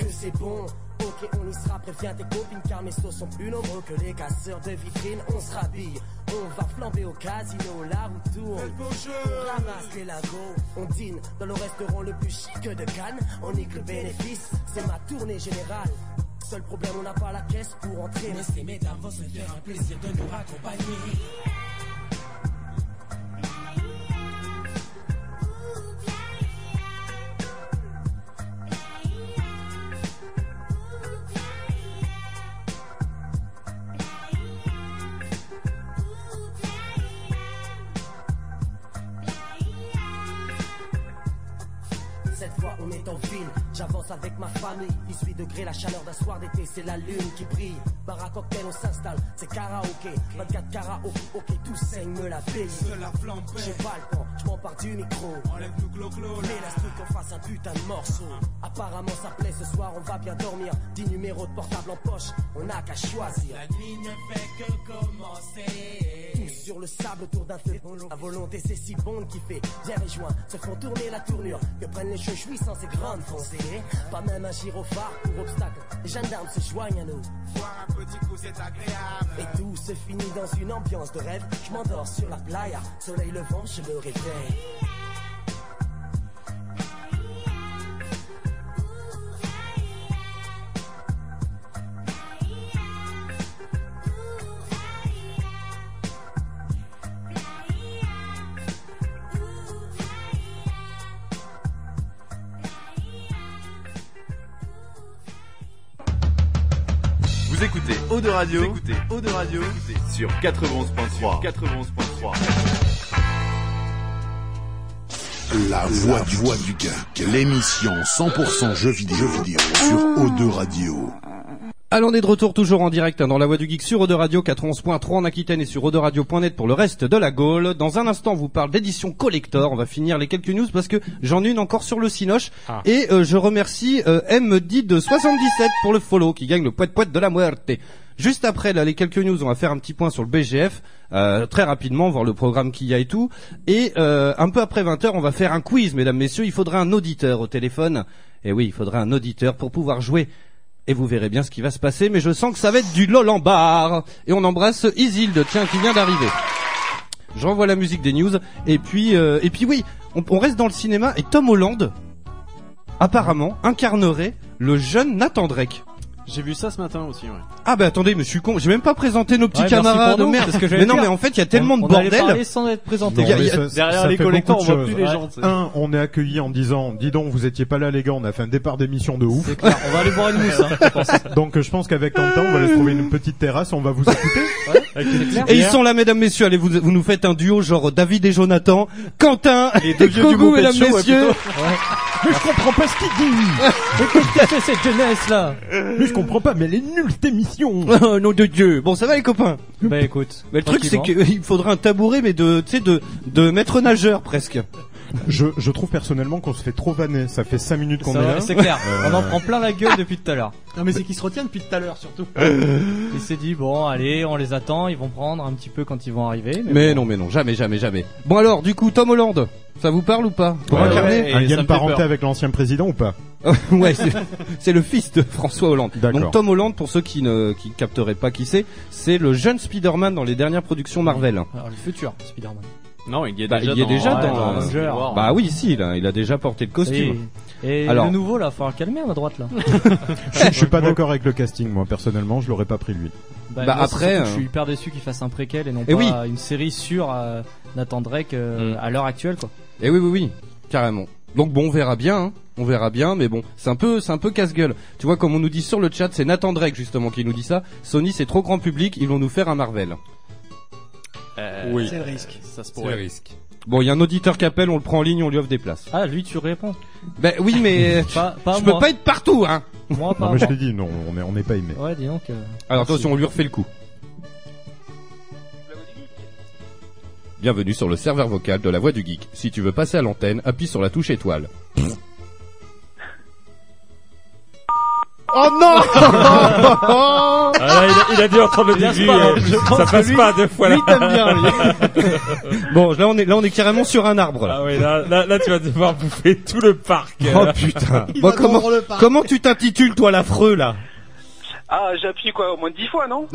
Speaker 16: la Que c'est bon, ok, on y sera. Préviens tes copines car mes sauts sont plus nombreux que les casseurs de vitrines. On se rhabille, on va flamber au casino, la roue tourne. On ramasse les lingots, on dîne dans le restaurant le plus chic de Cannes. On nique le bénéfice, c'est ma tournée générale. Seul problème, on n'a pas la caisse pour entrer. Mais ces mesdames vont se faire un plaisir de nous accompagner. Cette fois on est en ville, j'avance avec ma famille 18 degrés, la chaleur d'un soir d'été, c'est la lune qui brille Bar à cocktail, on s'installe, c'est karaoké 24 karaoké, ok, tout saigne, me la paye J'ai pas le temps, je m'empare du micro Enlève tout clo-clo Mais la truc en face, un putain de morceau Apparemment ça plaît, ce soir on va bien dormir 10 numéros de portable en poche, on n'a qu'à choisir La nuit ne fait que commencer Tous sur le sable autour d'un feu La volonté c'est si bon qui fait Bien rejoint, se font tourner la tournure Que prennent les cheveux jouissants ces grandes foncées Pas même un gyrophare pour obstacle Les gendarmes se joignent à nous
Speaker 17: Boire un petit coup, c'est agréable.
Speaker 16: Et tout se finit dans une ambiance de rêve Je m'endors sur la playa, soleil levant, je me réveille
Speaker 15: écoutez Eau de Radio, vous écoutez Eau de Radio sur 91.3. 91.3.
Speaker 9: La voix du, voix du geek. L'émission 100% jeux vidéo, jeux vidéo sur O2 Radio.
Speaker 8: Alors on est de retour toujours en direct hein, dans la voie du geek sur Eau de Radio 411.3 en Aquitaine et sur Radio.net pour le reste de la Gaule. Dans un instant, on vous parle d'édition collector. On va finir les quelques news parce que j'en ai une encore sur le Cinoche. Et euh, je remercie euh, MD de 77 pour le follow qui gagne le poète poète de la muerte. Juste après là, les quelques news, on va faire un petit point sur le BGF euh, très rapidement, voir le programme qu'il y a et tout. Et euh, un peu après 20h, on va faire un quiz, mesdames, messieurs. Il faudra un auditeur au téléphone. Et oui, il faudra un auditeur pour pouvoir jouer. Et vous verrez bien ce qui va se passer, mais je sens que ça va être du lol en bar. Et on embrasse Isilde, tiens, qui vient d'arriver. Je renvoie la musique des news. Et puis, euh, et puis oui, on, on reste dans le cinéma. Et Tom Holland, apparemment, incarnerait le jeune Nathan Drake.
Speaker 11: J'ai vu ça ce matin aussi, ouais.
Speaker 8: Ah bah attendez, mais je suis con, j'ai même pas présenté nos petits
Speaker 11: Ouais, merci
Speaker 8: camarades
Speaker 11: pour nous,
Speaker 8: merde.
Speaker 11: c'est ce que
Speaker 8: mais
Speaker 11: j'allais
Speaker 8: non,
Speaker 11: dire.
Speaker 8: mais en fait, il y a tellement
Speaker 11: On-
Speaker 8: de
Speaker 11: on allait
Speaker 8: bordel.
Speaker 11: parler sans être présenté.
Speaker 8: Il y a- il y a-
Speaker 14: Ça- ça fait beaucoup de choses.
Speaker 11: tu sais.
Speaker 14: Un, on est accueilli en disant, dis donc, vous étiez pas là les gars, on a fait un départ d'émission de ouf.
Speaker 11: On va aller boire une mousse, hein, je pense.
Speaker 14: donc euh, je pense qu'avec Quentin, on va aller se trouver une petite terrasse, on va vous écouter.
Speaker 8: Et ils sont là, mesdames, messieurs. Allez, vous, vous nous faites un duo genre David et Jonathan, Quentin et Kogu,
Speaker 18: Muppet
Speaker 8: mesdames,
Speaker 18: Show, ouais,
Speaker 8: messieurs.
Speaker 18: plutôt. Mais je comprends pas ce qu'il dit. Mais qu'est-ce que c'est cette jeunesse là Mais je comprends pas, mais elle est nulle cette émission.
Speaker 8: Oh, nom de Dieu. Bon, ça va les copains
Speaker 18: Bah écoute.
Speaker 8: Mais le truc, c'est euh,
Speaker 18: tranquillement.
Speaker 8: qu'il faudra un tabouret, mais de, tu sais, de, de maître nageur presque.
Speaker 14: Je, je trouve personnellement qu'on se fait trop vanner. Ça fait 5 minutes qu'on
Speaker 18: Ça
Speaker 14: est
Speaker 18: va,
Speaker 14: là.
Speaker 18: C'est clair,
Speaker 14: Euh,
Speaker 18: on en prend plein la gueule depuis tout à l'heure.
Speaker 12: Non mais c'est qu'ils se retiennent depuis tout à l'heure surtout.
Speaker 18: Il s'est dit bon allez on les attend, ils vont prendre un petit peu quand ils vont arriver. Mais,
Speaker 8: Mais non, mais non, jamais, jamais, jamais. Bon alors, du coup, Tom Holland, ça vous parle ou pas Pour
Speaker 14: Ouais,
Speaker 8: incarner
Speaker 14: ouais, Un et lien ça de me fait parenté peur. avec l'ancien président ou pas
Speaker 8: Ouais, c'est- c'est le fils de François Hollande. Donc Tom Holland, pour ceux qui ne qui capteraient pas qui c'est, c'est le jeune Spider-Man dans les dernières productions Marvel.
Speaker 18: Alors le futur Spider-Man.
Speaker 11: Non, il y est
Speaker 8: Bah,
Speaker 11: déjà
Speaker 8: il y est
Speaker 11: dans,
Speaker 8: déjà
Speaker 11: ouais,
Speaker 8: dans,
Speaker 11: dans Avenger.
Speaker 8: Bah oui, si, là, il a déjà porté le costume.
Speaker 18: Et
Speaker 8: Alors-
Speaker 18: le nouveau là, faut le calmer à ma droite là.
Speaker 14: je, je suis pas d'accord avec le casting, moi personnellement, je l'aurais pas pris lui.
Speaker 18: Bah, moi, c'est
Speaker 10: euh,
Speaker 18: surtout que je suis hyper déçu qu'ils fassent un préquel et non
Speaker 14: euh. Eh
Speaker 18: pas
Speaker 14: oui. Hmm.
Speaker 18: euh, une série sur euh, Nathan Drake euh, à l'heure actuelle quoi.
Speaker 8: Et Eh oui, oui, oui, carrément. Donc bon, on verra bien, hein. on verra bien, mais bon, c'est un peu, c'est un peu casse-gueule. Tu vois, comme on nous dit sur le chat, c'est Nathan Drake justement qui nous dit ça. Sony, c'est trop grand public, ils vont nous faire un Marvel.
Speaker 11: Euh,
Speaker 8: Oui.
Speaker 11: C'est le risque. Ça se pourrait.
Speaker 8: C'est le risque. Bon, il y a un auditeur qui appelle, on le prend en ligne, on lui offre des places.
Speaker 18: Ah lui tu réponds.
Speaker 8: Ben oui, mais
Speaker 18: Pas- pas
Speaker 8: je
Speaker 18: moi.
Speaker 8: peux pas être partout, hein.
Speaker 18: Moi pas.
Speaker 14: Non, mais je te dis, non, on est, on n'est pas aimé.
Speaker 18: Ouais dis donc. euh,
Speaker 8: Alors
Speaker 18: merci.
Speaker 8: attention, on lui refait le coup. Bienvenue sur le serveur vocal de la voix du geek. Si tu veux passer à l'antenne, appuie sur la touche étoile.
Speaker 14: Oh non
Speaker 10: Ah là, il, a, il a dû entendre le
Speaker 18: Il a
Speaker 10: début.
Speaker 18: pas,
Speaker 10: euh,
Speaker 18: je pense
Speaker 10: ça
Speaker 18: que
Speaker 10: passe
Speaker 18: lui-
Speaker 10: pas deux fois là.
Speaker 18: lui, t'aime bien, lui.
Speaker 8: bon, là on est là on est carrément sur un arbre. Là.
Speaker 10: Ah oui, là, là, là, tu vas devoir bouffer tout le parc.
Speaker 8: Oh putain.
Speaker 10: Il
Speaker 8: Bon,
Speaker 10: va
Speaker 8: comment,
Speaker 10: dans le parc.
Speaker 8: comment tu t'intitules toi l'affreux là
Speaker 19: Ah, j'ai appuyé quoi au moins dix fois, non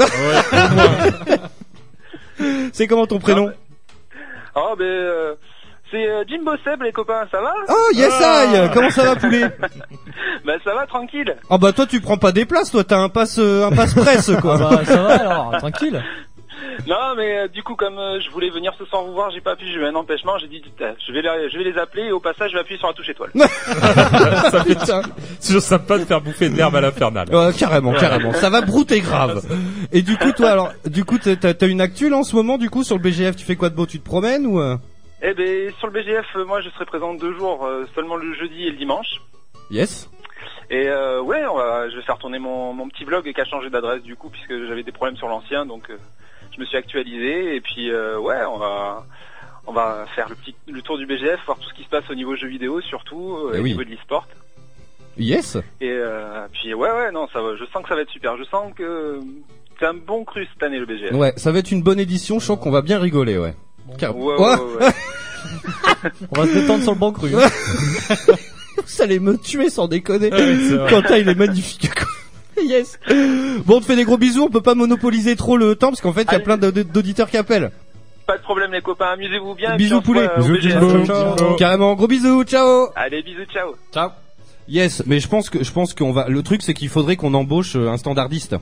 Speaker 8: C'est comment ton prénom
Speaker 19: Oh, ben, euh, c'est euh, Jimbo Seb, les copains, ça va
Speaker 8: Oh yes I Comment ça va poulet
Speaker 19: Bah ça va, tranquille.
Speaker 8: Ah bah toi tu prends pas des places, toi t'as un passe euh, un passe presse quoi.
Speaker 19: Ah bah, ça va, alors,
Speaker 18: tranquille.
Speaker 19: Non, mais euh, du coup, comme euh, je voulais venir ce soir vous voir, j'ai pas pu, j'ai eu un empêchement, j'ai dit, putain, je vais, les, je vais les appeler et au passage, je vais appuyer sur la touche étoile.
Speaker 10: ça fait toujours sympa de faire bouffer de l'herbe à l'infernal.
Speaker 8: Ouais, carrément, carrément. Ça va brouter grave. Et du coup, toi, alors, du coup, t'as- t'as t'as une actu là en ce moment, du coup, sur le BGF, tu fais quoi de beau Tu te promènes ou euh
Speaker 19: Eh ben, sur le BGF, euh, moi, je serai présent deux jours, euh, seulement le jeudi et le dimanche.
Speaker 8: Yes.
Speaker 19: Et euh, ouais, on va, je vais faire tourner mon, mon petit blog qui a changé d'adresse du coup, puisque j'avais des problèmes sur l'ancien, donc euh, je me suis actualisé. Et puis euh, ouais, on va on va faire le petit le tour du BGF, voir tout ce qui se passe au niveau jeux vidéo surtout, euh,
Speaker 8: Eh
Speaker 19: et au
Speaker 8: oui.
Speaker 19: niveau de l'e-sport.
Speaker 8: Yes.
Speaker 19: Et euh, puis ouais ouais non, ça va, je sens que ça va être super. Je sens que euh, c'est un bon cru cette année le BGF.
Speaker 8: Ouais, ça va être une bonne édition. Je sens qu'on va bien rigoler, ouais. Car- Oh
Speaker 19: Ouais, ouais, ouais, ouais.
Speaker 18: On va se détendre sur le banc cru.
Speaker 8: Ça allait me tuer sans déconner.
Speaker 18: Ah oui, c'est vrai.
Speaker 8: Quentin, il est magnifique. yes. Bon, on te fait des gros bisous. On peut pas monopoliser trop le temps parce qu'en fait, il y a plein d'aud- d'auditeurs qui appellent.
Speaker 19: Pas de problème les copains, amusez-vous bien. et puis
Speaker 8: Bisous
Speaker 19: on se
Speaker 8: poulet.
Speaker 19: voit, euh, au BGF.
Speaker 8: Carrément, gros bisous. Ciao.
Speaker 19: Allez bisous, ciao.
Speaker 8: Ciao. Yes, mais je pense que je pense qu'on va. Le truc, c'est qu'il faudrait qu'on embauche euh, un standardiste.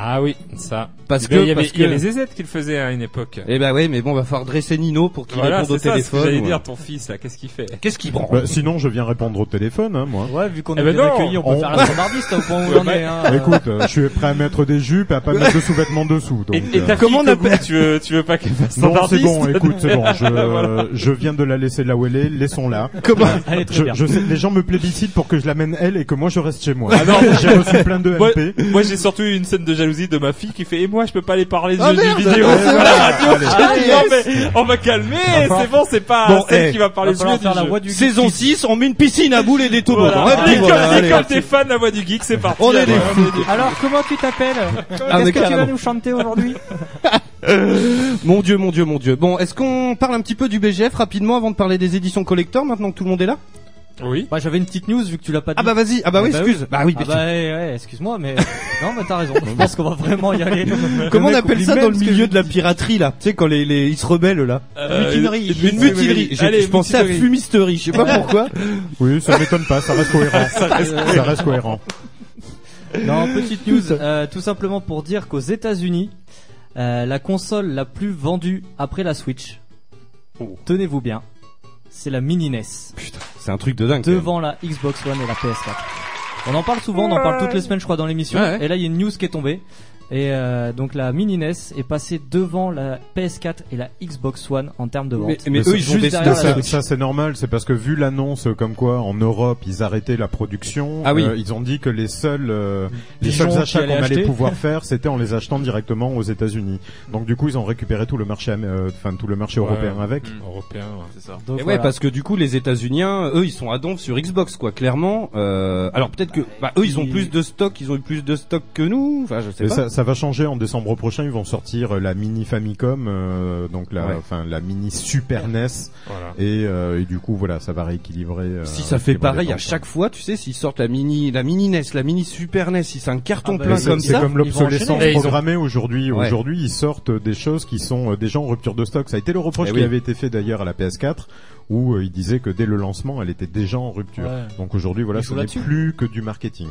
Speaker 10: Ah oui, ça.
Speaker 8: Parce
Speaker 10: Eh ben,
Speaker 8: que-
Speaker 10: il y avait,
Speaker 8: parce
Speaker 10: il y
Speaker 8: que-
Speaker 10: avait les ZZ qui le faisaient à une époque.
Speaker 8: Eh ben oui, mais bon, va falloir dresser Nino pour qu'il
Speaker 10: Voilà,
Speaker 8: réponde au
Speaker 10: c'est ça, ce que
Speaker 8: téléphone.
Speaker 10: J'allais
Speaker 8: ouais.
Speaker 10: dire ton fils là, qu'est-ce qu'il fait
Speaker 8: Qu'est-ce qu'il
Speaker 14: Bah, sinon, je viens répondre au téléphone, hein, moi. bah,
Speaker 10: Ouais, vu qu'on Eh est ben bien non. accueillis, on peut faire un standardiste, au point où on en est, hein.
Speaker 14: Écoute, euh, je suis prêt à mettre des jupes et à pas mettre de sous-vêtements dessous. Donc,
Speaker 10: Et, et
Speaker 14: euh,
Speaker 10: ta comment tu veux, tu veux pas qu'elle fasse
Speaker 14: Non, c'est
Speaker 10: standardiste
Speaker 14: bon, écoute, c'est bon. Je,
Speaker 10: Voilà.
Speaker 14: je viens de la laisser là où elle est, laissons-la.
Speaker 10: Comment
Speaker 14: je,
Speaker 10: Elle est très bien.
Speaker 14: je sais que les gens me plébiscitent pour que je l'amène elle et que moi je reste chez moi.
Speaker 10: Ah non,
Speaker 14: J'ai reçu plein de
Speaker 10: Moi,
Speaker 14: MP.
Speaker 10: moi, j'ai surtout eu une scène de jalousie de ma fille qui fait et moi je peux pas aller parler de
Speaker 14: Ah,
Speaker 10: jeux
Speaker 14: merde,
Speaker 10: vidéo
Speaker 14: ouais,
Speaker 10: sur
Speaker 14: ouais,
Speaker 10: la radio.
Speaker 14: allez,
Speaker 10: J'ai dit,
Speaker 14: allez.
Speaker 10: non, mais on va calmer,
Speaker 8: Enfin,
Speaker 10: Eh, c'est bon, c'est pas
Speaker 8: Bon,
Speaker 10: celle
Speaker 8: eh,
Speaker 10: qui va parler
Speaker 8: va
Speaker 10: de jeux
Speaker 8: falloir
Speaker 10: du
Speaker 8: faire la
Speaker 10: jeu.
Speaker 8: voix du geek. Saison 6, on met une piscine à boules et des toboggans.
Speaker 10: Voilà.
Speaker 8: Et puis
Speaker 10: Allez,
Speaker 8: voilà,
Speaker 10: comme-
Speaker 8: allez,
Speaker 10: comme
Speaker 8: parti.
Speaker 10: t'es fan de la voix du geek, c'est parti.
Speaker 8: On est
Speaker 10: alors,
Speaker 8: des fous.
Speaker 10: des fous.
Speaker 20: Alors comment tu t'appelles
Speaker 8: Ah, mais
Speaker 20: Qu'est-ce que tu vas
Speaker 8: carrément.
Speaker 20: nous chanter aujourd'hui
Speaker 8: Mon dieu, mon dieu, mon dieu. Bon, est-ce qu'on parle un petit peu du BGF rapidement avant de parler des éditions collector maintenant que tout le monde est là
Speaker 10: Oui.
Speaker 20: Bah j'avais une petite news vu que tu l'as pas dit.
Speaker 8: Ah bah vas-y, ah bah oui, excuse. Bah oui,
Speaker 20: Ah
Speaker 8: bien
Speaker 20: bah ouais, ouais, excuse-moi mais non, bah t'as raison. Je pense qu'on va vraiment y aller.
Speaker 8: Comment on
Speaker 20: Le mec
Speaker 8: appelle
Speaker 20: oublie
Speaker 8: ça
Speaker 20: même
Speaker 8: dans le
Speaker 20: ce que
Speaker 8: milieu de la piraterie là Tu sais quand les, les ils se rebellent là
Speaker 10: Euh, Une mutinerie.
Speaker 8: Une mutinerie. J'ai-
Speaker 10: Allez,
Speaker 8: Je pensais à
Speaker 10: mutinerie.
Speaker 8: fumisterie, je sais pas pourquoi.
Speaker 14: Oui, ça m'étonne pas, ça reste cohérent.
Speaker 20: Ça reste
Speaker 14: ça reste cohérent.
Speaker 20: Non, petite news, euh, tout simplement pour dire qu'aux États-Unis, euh, la console la plus vendue après la Switch, tenez-vous bien, c'est la Mini NES.
Speaker 8: Oh. C'est un truc de dingue.
Speaker 20: Devant la Xbox One et la PS4. On en parle souvent, on en parle toutes les semaines, je crois, dans l'émission.
Speaker 8: Ouais, ouais.
Speaker 20: Et là, il y a une news qui est tombée. Et euh, donc la Mini NES est passée devant la PS4 et la Xbox One en termes de vente.
Speaker 14: ça-
Speaker 20: juste
Speaker 14: ça-
Speaker 20: derrière la
Speaker 14: ça,
Speaker 20: Switch.
Speaker 14: ça, c'est normal, c'est parce que vu l'annonce euh, comme quoi en Europe ils arrêtaient la production,
Speaker 8: Ah oui.
Speaker 14: euh, ils ont dit que les seuls euh, les
Speaker 8: Pigeons
Speaker 14: seuls
Speaker 8: qui
Speaker 14: achats qu'on
Speaker 8: allaient
Speaker 14: allait
Speaker 8: acheter.
Speaker 14: pouvoir faire, c'était en les achetant directement aux États-Unis. Donc du coup ils ont récupéré tout le marché, am- euh, enfin tout le marché européen avec.
Speaker 8: Mm.
Speaker 10: Européen, c'est ça.
Speaker 8: Et ouais, parce que du coup, les États-Unis, eux, ils sont à donf sur Xbox, quoi. Clairement. Euh, alors peut-être que, bah, eux, ils ont plus de stock, ils ont eu plus de stock que nous. Enfin, je sais
Speaker 14: Mais
Speaker 8: pas.
Speaker 14: ça, ça va changer en décembre prochain. Ils vont sortir euh, la mini Famicom, euh, donc la,
Speaker 8: Ouais.
Speaker 14: enfin la mini Super NES, et, euh, et du coup voilà, ça va rééquilibrer. euh,
Speaker 8: Si ça fait
Speaker 14: rééquilibrer
Speaker 8: pareil
Speaker 14: les
Speaker 8: à
Speaker 14: ventes.
Speaker 8: chaque fois, tu sais, s'ils sortent la mini, la mini NES, la mini Super E NES, si c'est un carton
Speaker 14: Mais
Speaker 8: plein
Speaker 14: bah c'est-
Speaker 8: comme ça.
Speaker 14: C'est comme
Speaker 8: ils vont
Speaker 14: l'obsolescence
Speaker 8: enchaîner.
Speaker 14: programmée aujourd'hui.
Speaker 8: Ouais.
Speaker 14: Aujourd'hui, ils sortent des choses qui sont euh, déjà en rupture de stock. Ça a été le reproche
Speaker 8: Eh
Speaker 14: qui
Speaker 8: oui.
Speaker 14: avait été fait d'ailleurs à la PS4 où euh, ils disaient que dès le lancement, elle était déjà en rupture.
Speaker 10: Ouais.
Speaker 14: Donc aujourd'hui, voilà,
Speaker 10: Ils
Speaker 14: ce
Speaker 10: jouent
Speaker 14: n'est
Speaker 10: là-dessus.
Speaker 14: plus que du marketing.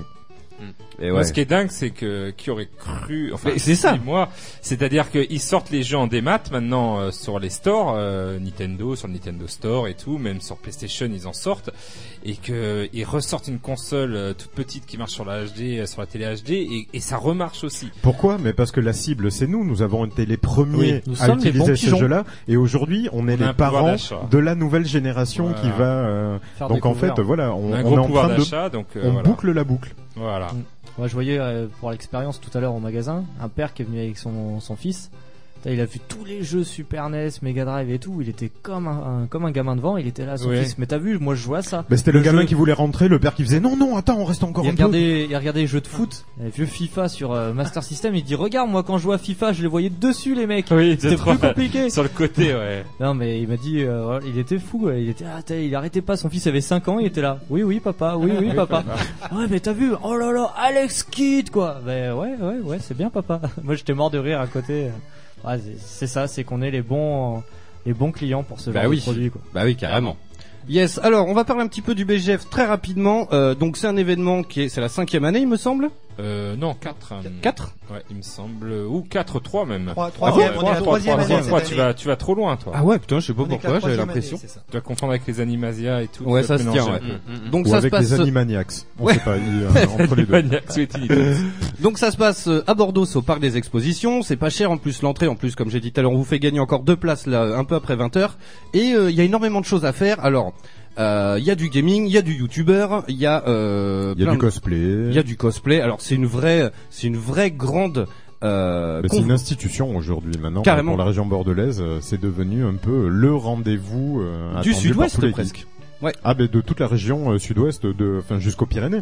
Speaker 8: Et
Speaker 10: Moi,
Speaker 14: ouais.
Speaker 10: ce qui est dingue, c'est que qui aurait cru. Enfin,
Speaker 14: Mais c'est ça.
Speaker 10: Moi, c'est-à-dire qu'ils sortent les jeux en démat maintenant euh, sur les stores, euh, Nintendo, sur le Nintendo Store et tout, même sur PlayStation, ils en sortent et que ils ressortent une console euh, toute petite qui marche sur la HD, euh, sur la télé HD et, et ça remarche aussi.
Speaker 14: Pourquoi Mais parce que la cible, c'est nous. Nous avons été les premiers
Speaker 10: Oui, nous
Speaker 14: à
Speaker 10: sommes les
Speaker 14: utiliser
Speaker 10: bons
Speaker 14: ce
Speaker 10: pigeons.
Speaker 14: jeu-là, et aujourd'hui, on est
Speaker 10: On a un
Speaker 14: les
Speaker 10: pouvoir
Speaker 14: parents
Speaker 10: d'achat.
Speaker 14: de la nouvelle génération qui va. euh,
Speaker 20: Faire
Speaker 14: donc en
Speaker 20: découvrir.
Speaker 14: fait, voilà, on,
Speaker 10: On a
Speaker 14: on
Speaker 10: un gros
Speaker 14: est en
Speaker 10: pouvoir
Speaker 14: train de,
Speaker 10: d'achat, donc, euh,
Speaker 14: on
Speaker 10: voilà.
Speaker 14: boucle la boucle.
Speaker 10: Voilà.
Speaker 20: Mm. Moi, je voyais euh, pour l'expérience tout à l'heure au magasin, un père qui est venu avec son, son fils. Putain, Il a vu tous les jeux Super NES, Mega Drive et tout. Il était comme un, un- comme un gamin devant. Il était là, son
Speaker 14: Ouais.
Speaker 20: fils. Mais t'as vu, moi je jouais à ça.
Speaker 14: Mais c'était le, gamin
Speaker 20: jeu-
Speaker 14: qui voulait rentrer, le père qui faisait non, non, attends, on reste encore
Speaker 20: il
Speaker 14: un peu.
Speaker 20: regardait, il regardait les jeux de foot, les vieux FIFA sur euh, Master System. Il dit regarde, moi quand je jouais à FIFA, je les voyais dessus les mecs. c'était
Speaker 10: trop-
Speaker 20: plus compliqué.
Speaker 10: sur le côté, ouais.
Speaker 20: Non mais il m'a dit, euh, voilà, il était fou. ouais. Il était, ah, t'as- il arrêtait pas. Son fils avait 5 ans, il était là. Oui oui papa, oui oui
Speaker 11: Oui,
Speaker 20: papa.
Speaker 11: papa.
Speaker 20: ouais mais t'as vu, oh là là, Alex Kidd quoi. Ben ouais ouais ouais, c'est bien papa. Moi j'étais mort de rire à côté. Ouais, c'est- c'est ça, c'est qu'on est les bons, les bons clients pour ce genre
Speaker 8: Bah oui.
Speaker 20: de produit quoi.
Speaker 8: Bah oui, carrément. Yes. Alors, on va parler un petit peu du BGF très rapidement. Euh, donc, c'est un événement qui est, c'est la cinquième année, il me semble.
Speaker 10: Euh, non, 4.
Speaker 8: 4
Speaker 10: Ouais, il me semble. Ou 4, 3 même.
Speaker 8: Trois,
Speaker 10: Ah
Speaker 8: troisième,
Speaker 10: bon
Speaker 8: on est à la
Speaker 10: Trois,
Speaker 8: troisième
Speaker 10: trois,
Speaker 8: année
Speaker 10: trois,
Speaker 8: cette
Speaker 10: trois,
Speaker 8: année.
Speaker 10: tu vas, tu vas trop loin, toi.
Speaker 8: Ah ouais, putain, je sais pas On est que la pourquoi, j'avais troisième l'impression. année, c'est ça.
Speaker 10: Tu vas confondre avec les Animasia et tout.
Speaker 8: Ouais,
Speaker 10: tu
Speaker 8: ça
Speaker 10: vas
Speaker 8: se
Speaker 10: mélanger Mm,
Speaker 8: tient,
Speaker 10: un
Speaker 8: ouais.
Speaker 10: peu.
Speaker 8: Donc,
Speaker 14: Ou
Speaker 8: ça se
Speaker 14: avec
Speaker 8: passe. euh,
Speaker 14: les Animaniacs. On
Speaker 8: Ouais.
Speaker 14: sait pas, il, euh, entre les deux.
Speaker 10: Animaniacs ou les Tiny Toons.
Speaker 8: Donc ça se passe euh, à Bordeaux au parc des expositions, c'est pas cher en plus l'entrée en plus comme j'ai dit tout à l'heure, on vous fait gagner encore deux places là un peu après 20h et euh, il y a énormément de choses à faire. Alors euh, il y a du gaming, il y a du youtubeur, il y a euh,
Speaker 14: Il y a
Speaker 8: plein
Speaker 14: du
Speaker 8: de-
Speaker 14: cosplay.
Speaker 8: Il y a du cosplay. Alors c'est une vraie c'est une vraie grande euh,
Speaker 14: Mais C'est
Speaker 8: conf-
Speaker 14: une institution aujourd'hui maintenant.
Speaker 8: Carrément.
Speaker 14: Pour la région bordelaise, euh, c'est devenu un peu euh, le rendez-vous euh, attendu
Speaker 8: Du
Speaker 14: par
Speaker 8: sud-ouest,
Speaker 14: tous les
Speaker 8: presque.
Speaker 14: geeks.
Speaker 8: Ouais.
Speaker 14: Ah ben de toute la région euh, sud-ouest de enfin jusqu'aux Pyrénées.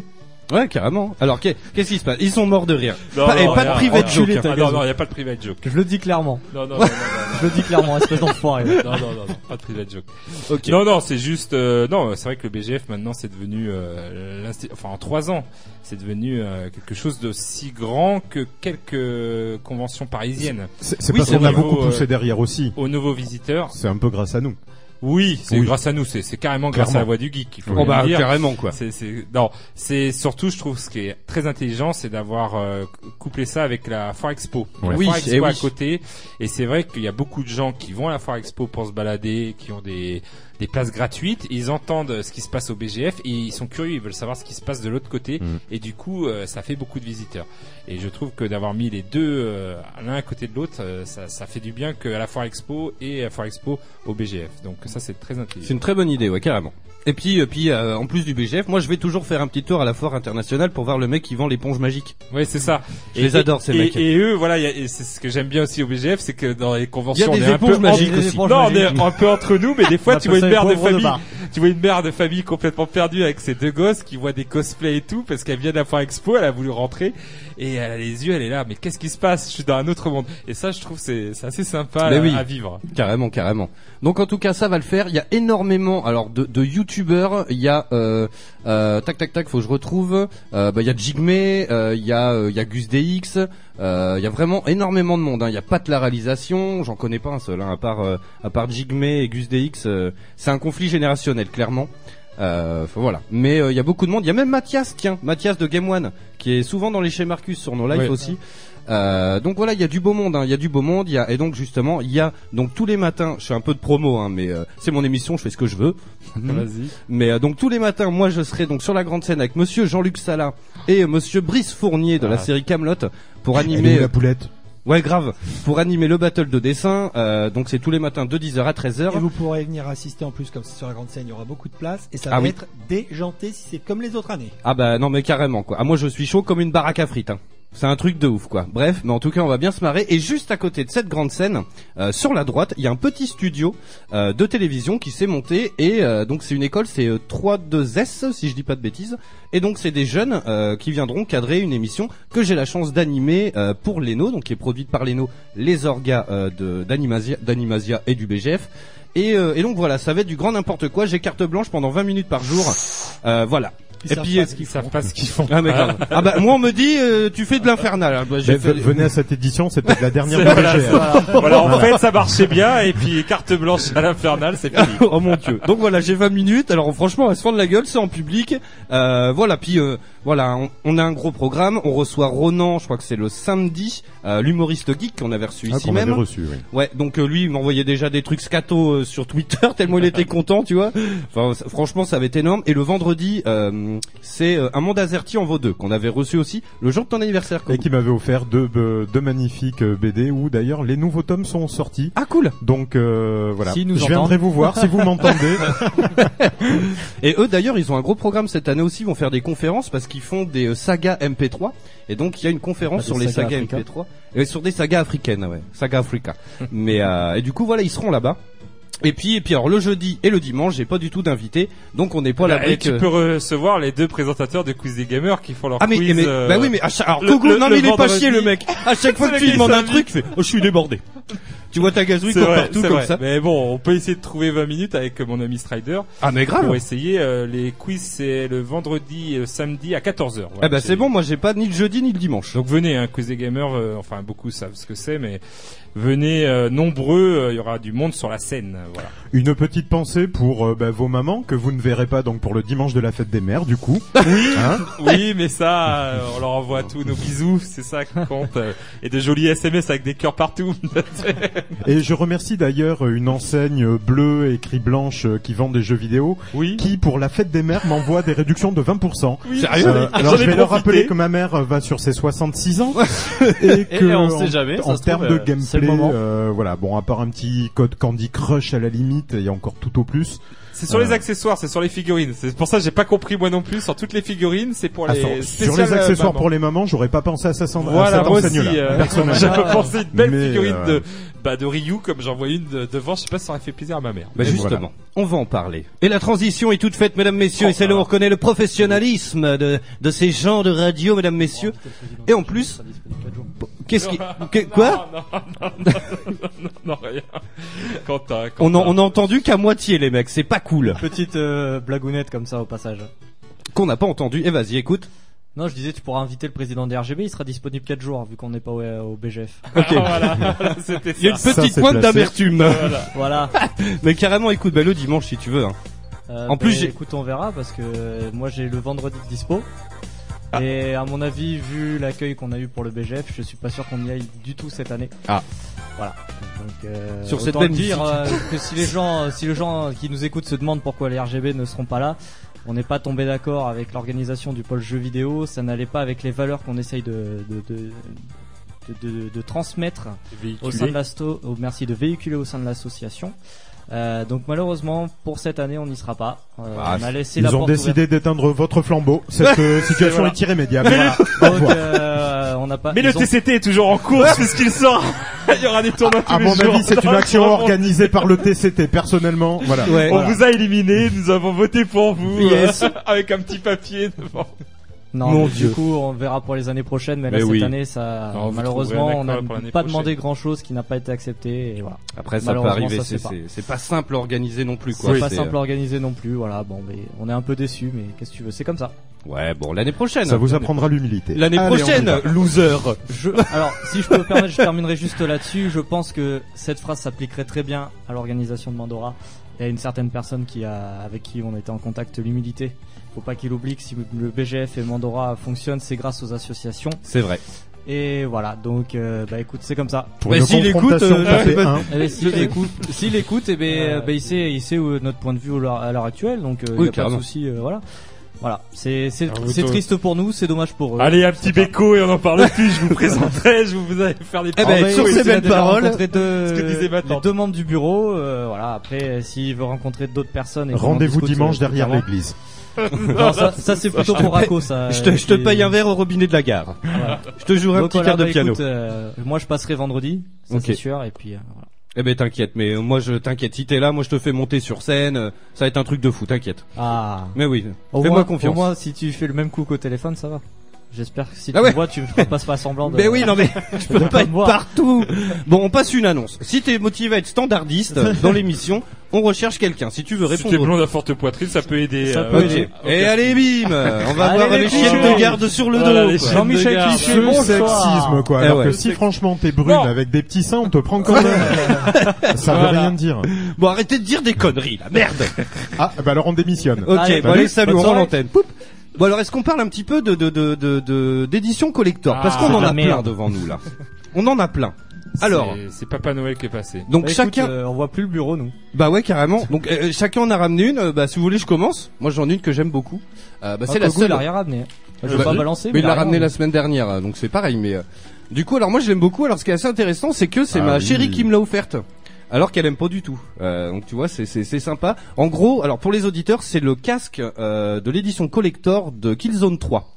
Speaker 8: Ouais, carrément. Alors qu'est- qu'est-ce qui se passe Ils sont morts de rire.
Speaker 10: Non,
Speaker 8: pas,
Speaker 10: non,
Speaker 8: et pas
Speaker 10: non,
Speaker 8: de private
Speaker 10: enculé,
Speaker 8: joke.
Speaker 10: t'as
Speaker 8: hein.
Speaker 10: raison. Ah non, non, y a pas de private joke.
Speaker 20: Je le dis clairement.
Speaker 10: Non, non, non, non, non, non.
Speaker 20: Je le dis clairement, espèce d'enfoiré.
Speaker 10: non, non, non, non, pas de private joke.
Speaker 8: Ok.
Speaker 10: Non, non, c'est juste, euh, non, c'est vrai que le BGF maintenant c'est devenu, euh, l'insti- enfin en trois ans, c'est devenu euh, quelque chose d'aussi grand que quelques conventions parisiennes.
Speaker 14: C'est c'est
Speaker 10: Oui,
Speaker 14: parce qu'on
Speaker 10: au
Speaker 14: a
Speaker 10: niveau,
Speaker 14: beaucoup poussé
Speaker 10: euh,
Speaker 14: derrière aussi.
Speaker 10: Aux nouveaux visiteurs.
Speaker 14: C'est un peu grâce à nous.
Speaker 10: Oui, c'est
Speaker 8: Oui.
Speaker 10: grâce à nous, c'est c'est carrément grâce
Speaker 8: Clairement.
Speaker 10: à la voix du geek. Il faut
Speaker 8: Oh
Speaker 10: le
Speaker 8: bah,
Speaker 10: dire.
Speaker 8: carrément, quoi.
Speaker 10: C'est c'est- non, c'est surtout je trouve ce qui est très intelligent, c'est d'avoir euh, couplé ça avec la Foire Expo.
Speaker 8: Ouais.
Speaker 10: La
Speaker 8: Oui,
Speaker 10: Foire
Speaker 8: eh
Speaker 10: Expo
Speaker 8: oui.
Speaker 10: à côté, et c'est vrai qu'il y a beaucoup de gens qui vont à la Foire Expo pour se balader, qui ont des des places gratuites, ils entendent euh, ce qui se passe au BGF et ils sont curieux, ils veulent savoir ce qui se passe de l'autre côté
Speaker 8: Mm.
Speaker 10: et du coup euh, ça fait beaucoup de visiteurs. Et je trouve que d'avoir mis les deux euh, l'un à côté de l'autre, euh, ça, ça fait du bien que à la Foire Expo et à la Foire Expo au BGF. Donc ça c'est très intelligent.
Speaker 8: C'est une très bonne idée, ouais, carrément. Et puis, euh, puis euh, en plus du BGF, moi je vais toujours faire un petit tour à la foire internationale pour voir le mec qui vend l'éponge magique.
Speaker 10: Oui, c'est ça.
Speaker 8: Je les adore ces
Speaker 10: et-
Speaker 8: mecs.
Speaker 10: Et eux, voilà, il y a- et c'est ce que j'aime bien aussi au BGF, c'est que dans les conventions,
Speaker 8: Il y a des
Speaker 10: on est un peu
Speaker 8: éponges magiques
Speaker 10: entre-
Speaker 8: aussi.
Speaker 10: Non, on est
Speaker 8: Éponges
Speaker 10: un peu entre nous, mais des fois,
Speaker 8: On
Speaker 10: tu vois une
Speaker 8: appelle ça
Speaker 10: mère de
Speaker 8: les pauvres de
Speaker 10: famille,
Speaker 8: bar.
Speaker 10: tu vois une mère de famille complètement perdue avec ses deux gosses qui voient des cosplays et tout parce qu'elle vient d'avoir expo, elle a voulu rentrer et elle a les yeux, elle est là, mais qu'est-ce qui se passe Je suis dans un autre monde. Et ça, je trouve c'est c'est assez sympa
Speaker 8: Mais
Speaker 10: à,
Speaker 8: oui.
Speaker 10: à vivre.
Speaker 8: Carrément, carrément. Donc en tout cas, ça va le faire. Il y a énormément, alors de, de youtubeurs. Il y a euh, euh, tac tac tac, faut que je retrouve. Euh, bah, il y a Jigme, euh, il y a euh, il y a Gus DX. euh, il y a vraiment énormément de monde. hein. Il y a pas de la réalisation. J'en connais pas un seul. hein, à part euh, à part Jigme et Gus DX, euh, c'est un conflit générationnel clairement. Euh, faut- voilà. Mais euh, il y a beaucoup de monde. Il y a même Mathias, tiens, Mathias de Game One, qui est souvent dans les chez Marcus sur nos lives
Speaker 10: Ouais.
Speaker 8: aussi. Euh, donc voilà, il y a du beau monde, hein, il y a du beau monde, il y a et donc justement, il y a donc tous les matins, je fais un peu de promo, hein, mais euh, c'est mon émission, je fais ce que je veux.
Speaker 14: Mhm.
Speaker 10: Vas-y.
Speaker 8: Mais euh, donc tous les matins, moi je serai donc sur la grande scène avec Monsieur Jean-Luc Salat et euh, Monsieur Brice Fournier de la
Speaker 14: Ah.
Speaker 8: série Camelot pour
Speaker 14: Elle est où,
Speaker 8: animer
Speaker 14: la
Speaker 8: poulette. Ouais, grave. Pour animer le battle de dessin, euh, donc c'est tous les matins de 10h à 13h.
Speaker 12: Et vous pourrez venir assister en plus comme c'est sur la grande scène, il y aura beaucoup de place et ça
Speaker 8: Ah
Speaker 12: va
Speaker 8: oui.
Speaker 12: être déjanté si c'est comme les autres années.
Speaker 8: Ah bah non mais carrément quoi. Ah moi je suis chaud comme une baraque à frites. hein. C'est un truc de ouf quoi. Bref, mais en tout cas on va bien se marrer. Et juste à côté de cette grande scène, euh, sur la droite, il y a un petit studio euh, de télévision qui s'est monté et euh, donc c'est une école, c'est euh, 3-2S si je dis pas de bêtises. Et donc c'est des jeunes euh, qui viendront cadrer une émission que j'ai la chance d'animer euh, pour Leno, donc qui est produite par Leno, les orgas euh, de- d'Animasia d'Animasia et du BGF. Et, euh, et donc voilà, ça va être du grand n'importe quoi. J'ai carte blanche pendant 20 minutes par jour. Euh, voilà.
Speaker 12: Ils
Speaker 8: et
Speaker 12: savent
Speaker 8: puis
Speaker 12: pas
Speaker 8: euh,
Speaker 12: ce qu'ils
Speaker 10: savent pas ce qu'ils font.
Speaker 8: ah, mais grave. ah bah moi on me dit euh, tu fais de l'infernal. Ah, bah, j'ai
Speaker 14: Mais
Speaker 8: fait-
Speaker 14: v- Venez à cette édition, c'est peut-être la dernière
Speaker 8: C'est-
Speaker 14: du
Speaker 8: voilà,
Speaker 14: BGF.
Speaker 8: voilà.
Speaker 10: voilà, en
Speaker 14: Voilà.
Speaker 10: fait, ça marchait bien et puis carte blanche à l'infernal, c'est fini.
Speaker 8: oh mon dieu. Donc voilà, j'ai 20 minutes. Alors franchement, à se fendre la gueule, c'est en public. Euh, voilà, puis euh, voilà, on, on a un gros programme. On reçoit Ronan, je crois que c'est le samedi, euh, l'humoriste geek qu'on avait reçu
Speaker 14: Ah,
Speaker 8: ici
Speaker 14: qu'on
Speaker 8: même.
Speaker 14: avait reçu, oui.
Speaker 8: Ouais, donc euh, lui, il m'envoyait déjà des trucs scato euh, sur Twitter tellement il était content, tu vois. Enfin, ça- franchement, ça avait été énorme. Et le vendredi, euh, c'est euh, un monde azerty en vaut deux qu'on avait reçu aussi le jour de ton anniversaire. quoi.
Speaker 14: Et qui m'avait offert deux, be- deux magnifiques euh, BD où d'ailleurs les nouveaux tomes sont sortis.
Speaker 8: Ah cool.
Speaker 14: Donc euh, voilà.
Speaker 8: S'ils nous
Speaker 14: je viendrai
Speaker 8: entendent.
Speaker 14: vous voir si vous m'entendez.
Speaker 8: Et eux d'ailleurs, ils ont un gros programme cette année aussi, ils vont faire des conférences parce qu'ils font des euh, sagas MP3 et donc il y a une
Speaker 10: Ah,
Speaker 8: conférence
Speaker 20: Des
Speaker 8: sur les
Speaker 20: sagas
Speaker 8: sagas
Speaker 20: africains.
Speaker 8: MP3 et sur des sagas africaines, ouais, saga Africa. Mais euh, et du coup voilà, ils seront là-bas. Et puis et puis alors le jeudi et le dimanche, j'ai pas du tout d'invités, donc on n'est pas à
Speaker 10: Bah,
Speaker 8: l'abri
Speaker 10: et tu
Speaker 8: que-
Speaker 10: peux recevoir les deux présentateurs de Quiz des Gamers qui font leur
Speaker 8: euh, Ah mais,
Speaker 10: quiz.
Speaker 8: mais-
Speaker 10: euh,
Speaker 8: bah oui mais à chaque- alors
Speaker 10: le-
Speaker 8: Gogo,
Speaker 10: le-
Speaker 8: non
Speaker 10: le
Speaker 8: mais il est pas
Speaker 10: vendredi.
Speaker 8: chier le mec. À chaque fois que
Speaker 10: Le
Speaker 8: tu
Speaker 10: mec,
Speaker 8: lui demandes
Speaker 10: il
Speaker 8: un truc, il fait oh je suis débordé. Tu vois ta gazouille
Speaker 10: C'est
Speaker 8: court
Speaker 10: vrai,
Speaker 8: partout
Speaker 10: c'est
Speaker 8: comme
Speaker 10: vrai.
Speaker 8: ça.
Speaker 10: Mais bon, on peut essayer de trouver 20 minutes avec euh, mon ami Strider.
Speaker 8: Ah, mais grave.
Speaker 10: Pour essayer euh, les quiz c'est le vendredi et le samedi à 14h. Voilà,
Speaker 8: eh ben
Speaker 10: j'ai-
Speaker 8: c'est bon, moi j'ai pas ni le jeudi ni le dimanche.
Speaker 10: Donc venez hein, quiz des gamers euh, enfin beaucoup savent ce que c'est mais venez euh, nombreux, euh, il y aura du monde sur la scène, euh, voilà.
Speaker 14: Une petite pensée pour euh, bah, vos mamans que vous ne verrez pas donc pour le dimanche de la fête des mères du coup. Hein. Oui.
Speaker 8: Hein
Speaker 10: Oui, mais ça, euh, on leur envoie tous nos bisous, c'est ça qui compte. euh, et de jolis SMS avec des cœurs partout.
Speaker 14: Et je remercie d'ailleurs euh, une enseigne bleue écrit blanche euh, qui vend des jeux vidéo, qui pour la fête des mères m'envoie des réductions de 20%.
Speaker 10: Oui. Sérieux
Speaker 14: Euh, Alors
Speaker 10: J'en
Speaker 14: je
Speaker 10: ai
Speaker 14: vais leur
Speaker 10: profité.
Speaker 14: rappeler que ma mère euh, va sur ses 66 ans et que
Speaker 11: Et on sait
Speaker 14: en-
Speaker 11: jamais, ça
Speaker 14: en
Speaker 11: se
Speaker 14: termes de
Speaker 11: trouve, euh, c'est le
Speaker 14: gameplay,
Speaker 11: moment.
Speaker 14: euh, voilà, bon à part un petit code Candy Crush à la limite et encore tout au plus.
Speaker 10: C'est sur
Speaker 14: Euh,
Speaker 10: les accessoires, c'est sur les figurines. C'est pour ça que j'ai pas compris moi non plus. Sur toutes les figurines, c'est pour
Speaker 14: ah,
Speaker 10: les
Speaker 14: sur, sur
Speaker 10: spéciales,
Speaker 14: les
Speaker 10: euh,
Speaker 14: accessoires
Speaker 10: maman.
Speaker 14: pour les mamans, j'aurais pas pensé à ça sans
Speaker 10: Voilà,
Speaker 14: à cette
Speaker 10: moi aussi,
Speaker 14: enseigne-là,
Speaker 10: euh,
Speaker 14: personnellement.
Speaker 10: j'avais pensé une belle
Speaker 14: Mais,
Speaker 10: figurine
Speaker 14: euh,
Speaker 10: de, bah, de Ryu, comme j'en vois une de- devant, je sais pas si ça aurait fait plaisir à ma mère.
Speaker 8: Bah
Speaker 10: Mais
Speaker 8: justement,
Speaker 10: voilà.
Speaker 8: on va en parler. Et la transition est toute faite, mesdames, messieurs, et c'est là où on reconnaît le professionnalisme de, de ces gens de radio, mesdames, messieurs. Et en plus, qu'est-ce qui... que- quoi
Speaker 10: Non, non, non, non, non, non, rien. Quentin,
Speaker 8: on
Speaker 10: Quentin.
Speaker 8: a, on a entendu qu'à moitié, les mecs, c'est pas cool.
Speaker 20: Petite euh, blagounette comme ça au passage.
Speaker 8: Qu'on n'a pas entendu, et vas-y, écoute.
Speaker 20: Non, je disais, tu pourras inviter le président des RGB, il sera disponible 4 jours, hein, vu qu'on n'est pas au, euh, au BGF.
Speaker 8: Ok. Il y a une petite pointe d'amertume.
Speaker 20: Voilà. Voilà.
Speaker 8: Mais carrément, écoute, bah, le dimanche si tu veux. hein.
Speaker 20: Euh,
Speaker 8: en plus,
Speaker 20: bah,
Speaker 8: j'ai-
Speaker 20: écoute, on verra parce que euh, moi j'ai le vendredi de dispo.
Speaker 8: Ah.
Speaker 20: Et à mon avis, vu l'accueil qu'on a eu pour le BGF, je suis pas sûr qu'on y aille du tout cette année.
Speaker 8: Ah.
Speaker 20: Voilà. Donc, euh,
Speaker 8: Sur cette
Speaker 20: autant
Speaker 8: même
Speaker 20: dire
Speaker 8: visite.
Speaker 20: euh, que si les gens, euh, si les gens qui nous écoutent se demandent pourquoi les RGB ne seront pas là, on n'est pas tombé d'accord avec l'organisation du pôle jeux vidéo. Ça n'allait pas avec les valeurs qu'on essaye de de, de, de- de- de transmettre
Speaker 10: véhiculer.
Speaker 20: au sein de l'asto. oh, merci de véhiculer au sein de l'association. Euh, donc malheureusement pour cette année on n'y sera pas. Euh,
Speaker 14: Ah,
Speaker 20: on a laissé la
Speaker 14: Ils ont
Speaker 20: porte
Speaker 14: décidé
Speaker 20: ouverte.
Speaker 14: d'éteindre votre flambeau. Cette euh, situation
Speaker 20: Voilà.
Speaker 14: est irrémédiable. Voilà.
Speaker 20: Donc, euh, on n'a pas.
Speaker 14: Mais le TCT
Speaker 20: est toujours en cours
Speaker 10: puisqu'il sort. Il y aura des tournois tous
Speaker 14: À
Speaker 10: les
Speaker 14: mon
Speaker 10: jours.
Speaker 14: avis, c'est
Speaker 10: dans
Speaker 14: une
Speaker 10: le
Speaker 14: action
Speaker 10: monde.
Speaker 14: organisée par le TCT. Personnellement, voilà.
Speaker 10: on
Speaker 14: Voilà.
Speaker 10: vous a éliminé, nous avons voté pour vous
Speaker 20: Yes.
Speaker 10: euh, avec un petit papier devant.
Speaker 20: Non,
Speaker 10: Mon
Speaker 20: mais
Speaker 10: Dieu.
Speaker 20: du coup, on verra pour les années prochaines, mais,
Speaker 10: Mais
Speaker 20: là,
Speaker 10: oui.
Speaker 20: cette année, ça,
Speaker 10: Non, vous
Speaker 20: malheureusement,
Speaker 10: trouverez un
Speaker 20: on n'a
Speaker 10: accord pour l'année
Speaker 20: pas
Speaker 10: prochaine.
Speaker 20: demandé grand chose qui n'a pas été accepté, et voilà.
Speaker 8: Après, ça peut
Speaker 20: Malheureusement,
Speaker 8: arriver.
Speaker 20: ça se
Speaker 8: c'est-
Speaker 20: fait pas.
Speaker 8: C'est c'est pas simple à organiser non plus, quoi.
Speaker 20: C'est pas
Speaker 8: C'est-
Speaker 10: euh,
Speaker 20: simple à organiser non plus, voilà, bon, mais on est un peu déçus, mais qu'est-ce que tu veux, c'est comme ça.
Speaker 8: Ouais, bon, l'année prochaine.
Speaker 14: Ça vous apprendra l'humilité.
Speaker 8: L'année
Speaker 14: Allez, on y
Speaker 8: prochaine,
Speaker 14: va.
Speaker 8: loser.
Speaker 20: Je, alors, si je peux me permettre, je terminerai juste là-dessus. Je pense que cette phrase s'appliquerait très bien à l'organisation de Mandora et à une certaine personne qui a, avec qui on était en contact, l'humilité. Faut pas qu'il oublie que si le BGF et Mandora fonctionnent, c'est grâce aux associations.
Speaker 8: C'est vrai.
Speaker 20: Et voilà, donc euh, bah écoute, c'est comme ça.
Speaker 8: Pour Bah, une s'il écoute, confrontation, euh, tapez
Speaker 20: bah,
Speaker 8: un.
Speaker 20: eh ben, s'il écoute, s'il écoute, eh ben, euh, bah, il sait, il sait où est notre point de vue au- à l'heure actuelle, donc euh,
Speaker 8: Oui,
Speaker 20: il y a pas
Speaker 8: carrément. Ah,
Speaker 20: de souci, euh, voilà. Voilà, c'est c'est
Speaker 10: Alors, vous
Speaker 20: c'est
Speaker 10: tous-
Speaker 20: triste pour nous, c'est dommage pour eux.
Speaker 10: Allez, un petit
Speaker 20: C'est pas-
Speaker 10: béco et on en parle plus. Je vous présenterai, je vous vous allez faire des.
Speaker 20: eh ben,
Speaker 10: petits-
Speaker 20: sur
Speaker 10: Oui,
Speaker 20: ces
Speaker 10: c'est la
Speaker 20: belles
Speaker 10: déjà
Speaker 20: paroles,
Speaker 10: rencontré deux-
Speaker 20: ce que
Speaker 10: disait ma
Speaker 20: les
Speaker 10: tante.
Speaker 20: deux membres du bureau, euh, voilà. Après, euh, s'il veut rencontrer d'autres personnes, et qu'on en
Speaker 14: Rendez-vous
Speaker 20: discute,
Speaker 14: dimanche
Speaker 20: euh,
Speaker 14: derrière
Speaker 20: notamment.
Speaker 14: l'église.
Speaker 20: Non, ça, ça, c'est plutôt
Speaker 8: Je te
Speaker 20: pour
Speaker 8: paye-
Speaker 20: Racco, ça.
Speaker 8: Je te, je te
Speaker 20: qui-
Speaker 8: paye un verre au robinet de la gare.
Speaker 20: Voilà.
Speaker 8: Je te jouerai un
Speaker 20: Donc
Speaker 8: petit
Speaker 20: voilà,
Speaker 8: quart de
Speaker 20: bah,
Speaker 8: piano.
Speaker 20: écoute, euh, moi, je passerai vendredi, ça
Speaker 8: Ok.
Speaker 20: c'est sûr, et puis euh, voilà.
Speaker 8: Eh ben t'inquiète, mais euh, moi je t'inquiète. Si t'es là, moi je te fais monter sur scène. euh, Ça va être un truc de fou, t'inquiète.
Speaker 20: Ah.
Speaker 8: Mais oui.
Speaker 20: Au
Speaker 8: Fais-moi
Speaker 20: moins-
Speaker 8: confiance.
Speaker 20: Au moins, si tu fais le même coup qu'au téléphone, ça va. J'espère que si tu
Speaker 8: Ah ouais.
Speaker 20: me vois, tu me passes pas semblant. De...
Speaker 8: Mais oui, non mais je peux
Speaker 20: de
Speaker 8: pas
Speaker 20: me
Speaker 8: être
Speaker 20: voir.
Speaker 8: partout. Bon, on passe une annonce. Si t'es motivé à être standardiste dans l'émission, on recherche quelqu'un. Si tu veux
Speaker 10: Si
Speaker 8: répondre.
Speaker 10: t'es blonde à forte poitrine, ça peut aider.
Speaker 8: Ça
Speaker 10: euh,
Speaker 8: peut
Speaker 10: ok.
Speaker 8: aider.
Speaker 10: Ok.
Speaker 8: Et allez, bim euh, On va
Speaker 10: Allez,
Speaker 8: voir
Speaker 10: les
Speaker 8: les chiennes
Speaker 10: filles.
Speaker 8: de garde sur le
Speaker 10: Voilà,
Speaker 8: dos,
Speaker 10: les chiennes
Speaker 8: quoi.
Speaker 10: de
Speaker 8: Jean-Michel
Speaker 10: garde.
Speaker 8: Cliché,
Speaker 14: Ce
Speaker 8: bonsoir.
Speaker 14: sexisme, quoi.
Speaker 8: Eh
Speaker 14: Alors
Speaker 8: ouais.
Speaker 14: que si franchement t'es brune avec des petits seins, on te prend quand même. Ça veut
Speaker 8: Voilà.
Speaker 14: rien dire.
Speaker 8: Bon, arrêtez de dire des conneries, là, merde
Speaker 14: Ah, bah alors on démissionne.
Speaker 8: Ok,
Speaker 14: Allez,
Speaker 8: bon,
Speaker 14: salut.
Speaker 8: allez, salut,
Speaker 14: Bonne
Speaker 8: on rend
Speaker 14: soirée.
Speaker 8: l'antenne. Poup. Bon alors, est-ce qu'on parle un petit peu de de de de- de- d'édition collector Parce
Speaker 10: Ah,
Speaker 8: qu'on en
Speaker 10: la
Speaker 8: a plein
Speaker 10: merde.
Speaker 8: devant nous là. On en a plein. Alors,
Speaker 10: C'est- c'est Papa Noël qui est passé.
Speaker 8: donc
Speaker 14: Bah,
Speaker 8: chacun.
Speaker 20: Bah,
Speaker 14: euh,
Speaker 20: euh, on voit plus le bureau nous.
Speaker 8: Bah ouais, carrément. Donc euh, chacun en a ramené une. Euh, Bah si vous voulez, je commence. Moi j'en ai une que j'aime beaucoup. Euh, bah
Speaker 20: Ah,
Speaker 8: c'est la
Speaker 20: Kogou,
Speaker 8: seule.
Speaker 20: il a rien ramené. Ah, Je vais
Speaker 8: Bah,
Speaker 20: pas balancer.
Speaker 8: Mais il l'a
Speaker 20: rien
Speaker 8: ramené la
Speaker 20: ramené.
Speaker 8: semaine dernière, euh, donc c'est pareil. Mais euh, du coup, alors moi je l'aime beaucoup. Alors ce qui est assez intéressant, c'est que c'est
Speaker 10: Ah
Speaker 8: ma
Speaker 10: oui.
Speaker 8: chérie qui me l'a offerte. Alors qu'elle aime pas du tout. Euh, donc tu vois, c'est c'est c'est sympa. En gros, alors pour les auditeurs, c'est le casque euh, de l'édition collector de Killzone 3.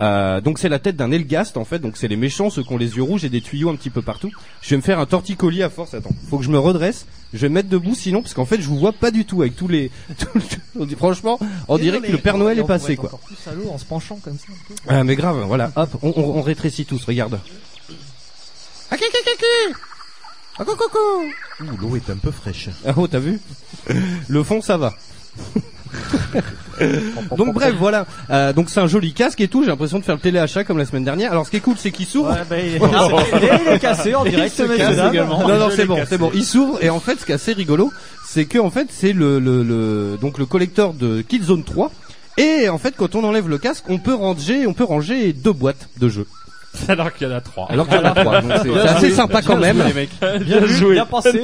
Speaker 8: Euh, donc c'est la tête d'un Elgast en fait, donc c'est les méchants, ceux qui ont les yeux rouges et des tuyaux un petit peu partout. Je vais me faire un torticolis à force, attends, faut que je me redresse, je vais me mettre debout sinon parce qu'en fait je vous vois pas du tout avec tous les... tout le- Franchement, on dirait que le Père Noël est passé quoi.
Speaker 20: Plus salaud en se penchant comme ça.
Speaker 8: Ah mais grave, voilà, hop, on, on, on rétrécit tous, regarde.
Speaker 1: Ah,
Speaker 14: Ouh, l'eau est un peu fraîche.
Speaker 8: Ah oh, t'as vu Le fond, ça va. donc bref, voilà. Euh, donc c'est un joli casque et tout. J'ai l'impression de faire le téléachat comme la semaine dernière. Alors ce qui est cool, c'est qu'il s'ouvre.
Speaker 20: il est- Ah, c'est- il est cassé en
Speaker 8: Il
Speaker 20: direct,
Speaker 8: se
Speaker 20: messieurs,
Speaker 8: casse
Speaker 20: dames.
Speaker 8: également.
Speaker 20: Je
Speaker 8: Non, non,
Speaker 20: l'ai
Speaker 8: c'est bon,
Speaker 20: cassé.
Speaker 8: c'est bon. Il s'ouvre et en fait, ce qui est assez rigolo, c'est que en fait, c'est le, le, le donc le collecteur de Killzone 3. Et en fait, quand on enlève le casque, on peut ranger, on peut ranger deux boîtes de jeux.
Speaker 10: Alors qu'il y en a trois.
Speaker 8: Alors qu'il y en a trois, donc c'est- c'est assez sympa quand même.
Speaker 10: Bien euh. joué. Bien pensé.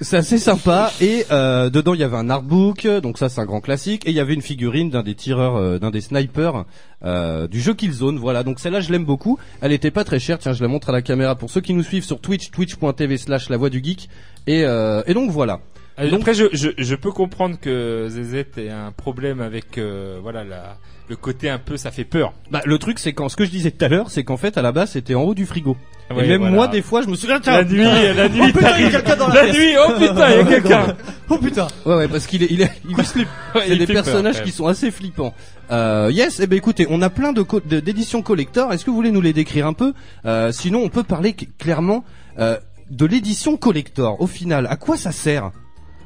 Speaker 8: C'est assez sympa et euh, dedans il y avait un artbook, donc ça c'est un grand classique et il y avait une figurine d'un des tireurs, euh, d'un des snipers euh, du jeu Killzone. Voilà, donc celle-là je l'aime beaucoup. Elle était pas très chère. Tiens, je la montre à la caméra pour ceux qui nous suivent sur Twitch, twitch.tv/slash La Voix du Geek. Et, euh, et donc voilà.
Speaker 10: Euh,
Speaker 8: Donc-
Speaker 10: Après, je, je, je peux comprendre que ZZ ait un problème avec euh, voilà la, le côté un peu ça fait peur.
Speaker 8: Bah, le truc, c'est quand ce que je disais tout à l'heure, c'est qu'en fait, à la base, c'était en haut du frigo.
Speaker 10: Ouais,
Speaker 8: et même
Speaker 10: Ah voilà.
Speaker 8: moi, des fois, je me souviens. tiens,
Speaker 10: La nuit, la nuit,
Speaker 8: putain, il y a
Speaker 10: t'arrives.
Speaker 8: quelqu'un dans
Speaker 10: La
Speaker 8: pièce.
Speaker 10: nuit, oh putain, il y a quelqu'un.
Speaker 20: Oh putain.
Speaker 8: Ouais, ouais, parce qu'il est, il est, il est slip.
Speaker 10: Ouais,
Speaker 8: c'est
Speaker 10: il
Speaker 8: des
Speaker 10: fait peur,
Speaker 8: personnages
Speaker 10: quand
Speaker 8: qui
Speaker 10: même.
Speaker 8: sont assez flippants. Euh, yes, eh ben écoutez, on a plein de co- de- d'éditions collector. Est-ce que vous voulez nous les décrire un peu Euh, Sinon, on peut parler c- clairement euh, de l'édition collector. Au final, à quoi ça sert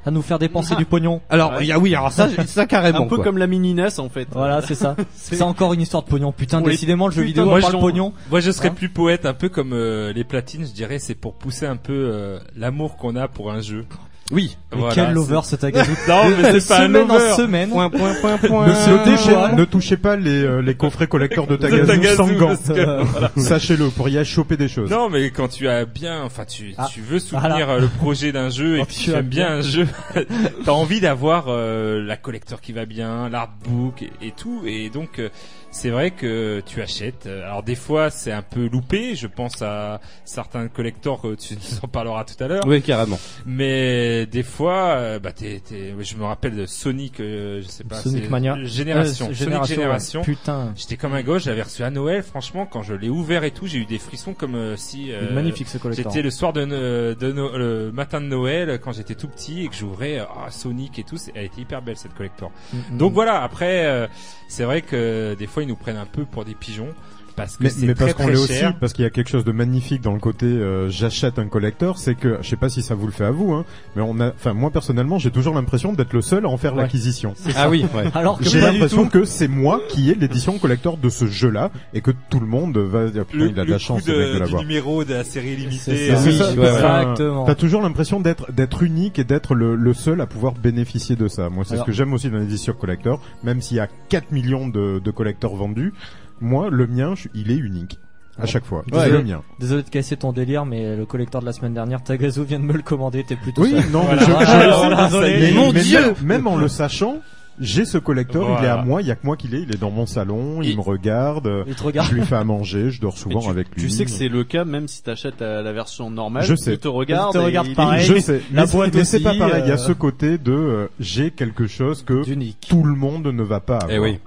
Speaker 20: à nous faire dépenser du pognon.
Speaker 8: Alors, il y a- oui, alors ça, j'ai- ça carrément,
Speaker 11: Un peu
Speaker 8: quoi.
Speaker 11: comme la mini NES en fait.
Speaker 20: Voilà, c'est ça. C'est encore une histoire de pognon. Putain,
Speaker 10: Oui.
Speaker 20: décidément, le jeu
Speaker 10: Putain,
Speaker 20: vidéo
Speaker 10: moi,
Speaker 20: parle
Speaker 10: je-
Speaker 20: pognon.
Speaker 10: Moi, je serais
Speaker 20: Hein
Speaker 10: plus poète, un peu comme euh, les platines, je dirais, c'est pour pousser un peu euh, l'amour qu'on a pour un jeu.
Speaker 8: Oui.
Speaker 20: Mais quel lover, ce
Speaker 10: c'est-
Speaker 20: Tagazu. Euh,
Speaker 10: Non, mais c'est pas un
Speaker 20: Semaine en
Speaker 10: lover.
Speaker 20: semaine. Point, point, point, point.
Speaker 14: Ne, se
Speaker 20: Le
Speaker 14: touchez,
Speaker 20: dévoile.
Speaker 14: ne touchez pas les, euh, les coffrets collecteurs de
Speaker 10: De
Speaker 14: Tagazu,
Speaker 10: Tagazu,
Speaker 14: sans gants.
Speaker 10: parce que- voilà.
Speaker 14: Sachez-le, vous pourriez choper des choses.
Speaker 10: Non, mais quand tu as bien, enfin, tu,
Speaker 14: Ah,
Speaker 10: tu veux soutenir
Speaker 14: voilà.
Speaker 10: euh, le projet d'un jeu et
Speaker 14: Quand
Speaker 10: que
Speaker 14: tu
Speaker 10: tu
Speaker 14: as
Speaker 10: aimes bien
Speaker 14: bien.
Speaker 10: un jeu, t'as envie d'avoir euh, la collector qui va bien, l'artbook et, et tout. Et donc, euh, c'est vrai que tu achètes. Euh, Alors, des fois, c'est un peu loupé. Je pense à certains collectors que tu nous en parleras tout à l'heure.
Speaker 8: Oui, carrément.
Speaker 10: Mais des fois, euh, bah, t'es- t'es- je me rappelle de Sonic, euh, je sais pas.
Speaker 20: Sonic
Speaker 10: c'est-
Speaker 20: Mania.
Speaker 10: Génération.
Speaker 20: Euh, c'est
Speaker 10: Sonic
Speaker 20: Génération,
Speaker 10: Génération.
Speaker 20: ouais. Putain.
Speaker 10: J'étais comme un gauche, j'avais reçu à Noël, franchement, quand je l'ai ouvert et tout, j'ai eu des frissons comme euh, si... euh,
Speaker 20: Magnifique, ce collector.
Speaker 10: J'étais le soir de, no- de no- le matin de Noël, quand j'étais tout petit et que j'ouvrais euh, ah, Sonic et tout, c'est- elle était hyper belle cette collector.
Speaker 14: Mm-hmm.
Speaker 20: Mm, mm,
Speaker 10: Donc
Speaker 20: mm.
Speaker 10: voilà, après, euh, c'est vrai que des fois ils nous prennent un peu pour des pigeons, parce que
Speaker 14: Mais,
Speaker 10: c'est
Speaker 14: mais
Speaker 10: très
Speaker 14: parce qu'on
Speaker 10: très
Speaker 14: l'est aussi,
Speaker 10: cher.
Speaker 14: parce qu'il y a quelque chose de magnifique dans le côté euh, j'achète un collector, c'est que je sais pas si ça vous le fait à vous, hein, mais on a, enfin moi personnellement j'ai toujours l'impression d'être le seul à en faire
Speaker 20: Ouais.
Speaker 14: l'acquisition.
Speaker 20: C'est ça. Ah oui, ouais. Alors que
Speaker 14: j'ai
Speaker 20: pas du
Speaker 14: l'impression
Speaker 20: tout.
Speaker 14: que c'est moi qui ai l'édition collector de ce jeu-là et que tout le monde va dire putain
Speaker 10: Le,
Speaker 14: il a de
Speaker 10: le
Speaker 14: la
Speaker 10: coup
Speaker 14: chance ce mec, de,
Speaker 10: de, du
Speaker 14: l'avoir.
Speaker 10: numéro de la série limitée.
Speaker 14: C'est
Speaker 10: euh,
Speaker 14: ça,
Speaker 10: oui,
Speaker 14: parce que,
Speaker 10: voilà.
Speaker 14: euh, T'as toujours l'impression d'être d'être unique et d'être le, le seul à pouvoir bénéficier de ça. Moi, c'est ce
Speaker 10: Alors-
Speaker 14: que j'aime aussi dans les éditions collector, même s'il y a 4 millions de, de collecteurs vendus. Moi, le mien, je- il est unique à chaque fois. C'est le
Speaker 20: Désolé,
Speaker 14: mien.
Speaker 20: désolé de casser ton délire, mais le collecteur de la semaine dernière, Tagazo vient de me le commander, t'es plutôt Ah,
Speaker 14: Oui, non, mais je, je- mais- mais même- Même en le sachant, j'ai ce collector, il est à
Speaker 20: Voilà.
Speaker 14: moi, il y a que moi qu'il est, il est dans mon salon, il me regarde,
Speaker 20: il te regarde.
Speaker 14: je lui fais à manger, je dors souvent avec lui.
Speaker 11: Tu sais que c'est le cas même si t'achètes la, la version normale.
Speaker 14: Je sais.
Speaker 11: Il te regarde. et il-
Speaker 14: Je sais.
Speaker 11: La
Speaker 14: mais
Speaker 11: boîte
Speaker 14: mais c'est pas
Speaker 11: aussi,
Speaker 14: pareil. Il y a
Speaker 11: euh,
Speaker 14: ce côté de euh, j'ai quelque chose que tout le monde ne va pas avoir.
Speaker 8: Eh oui.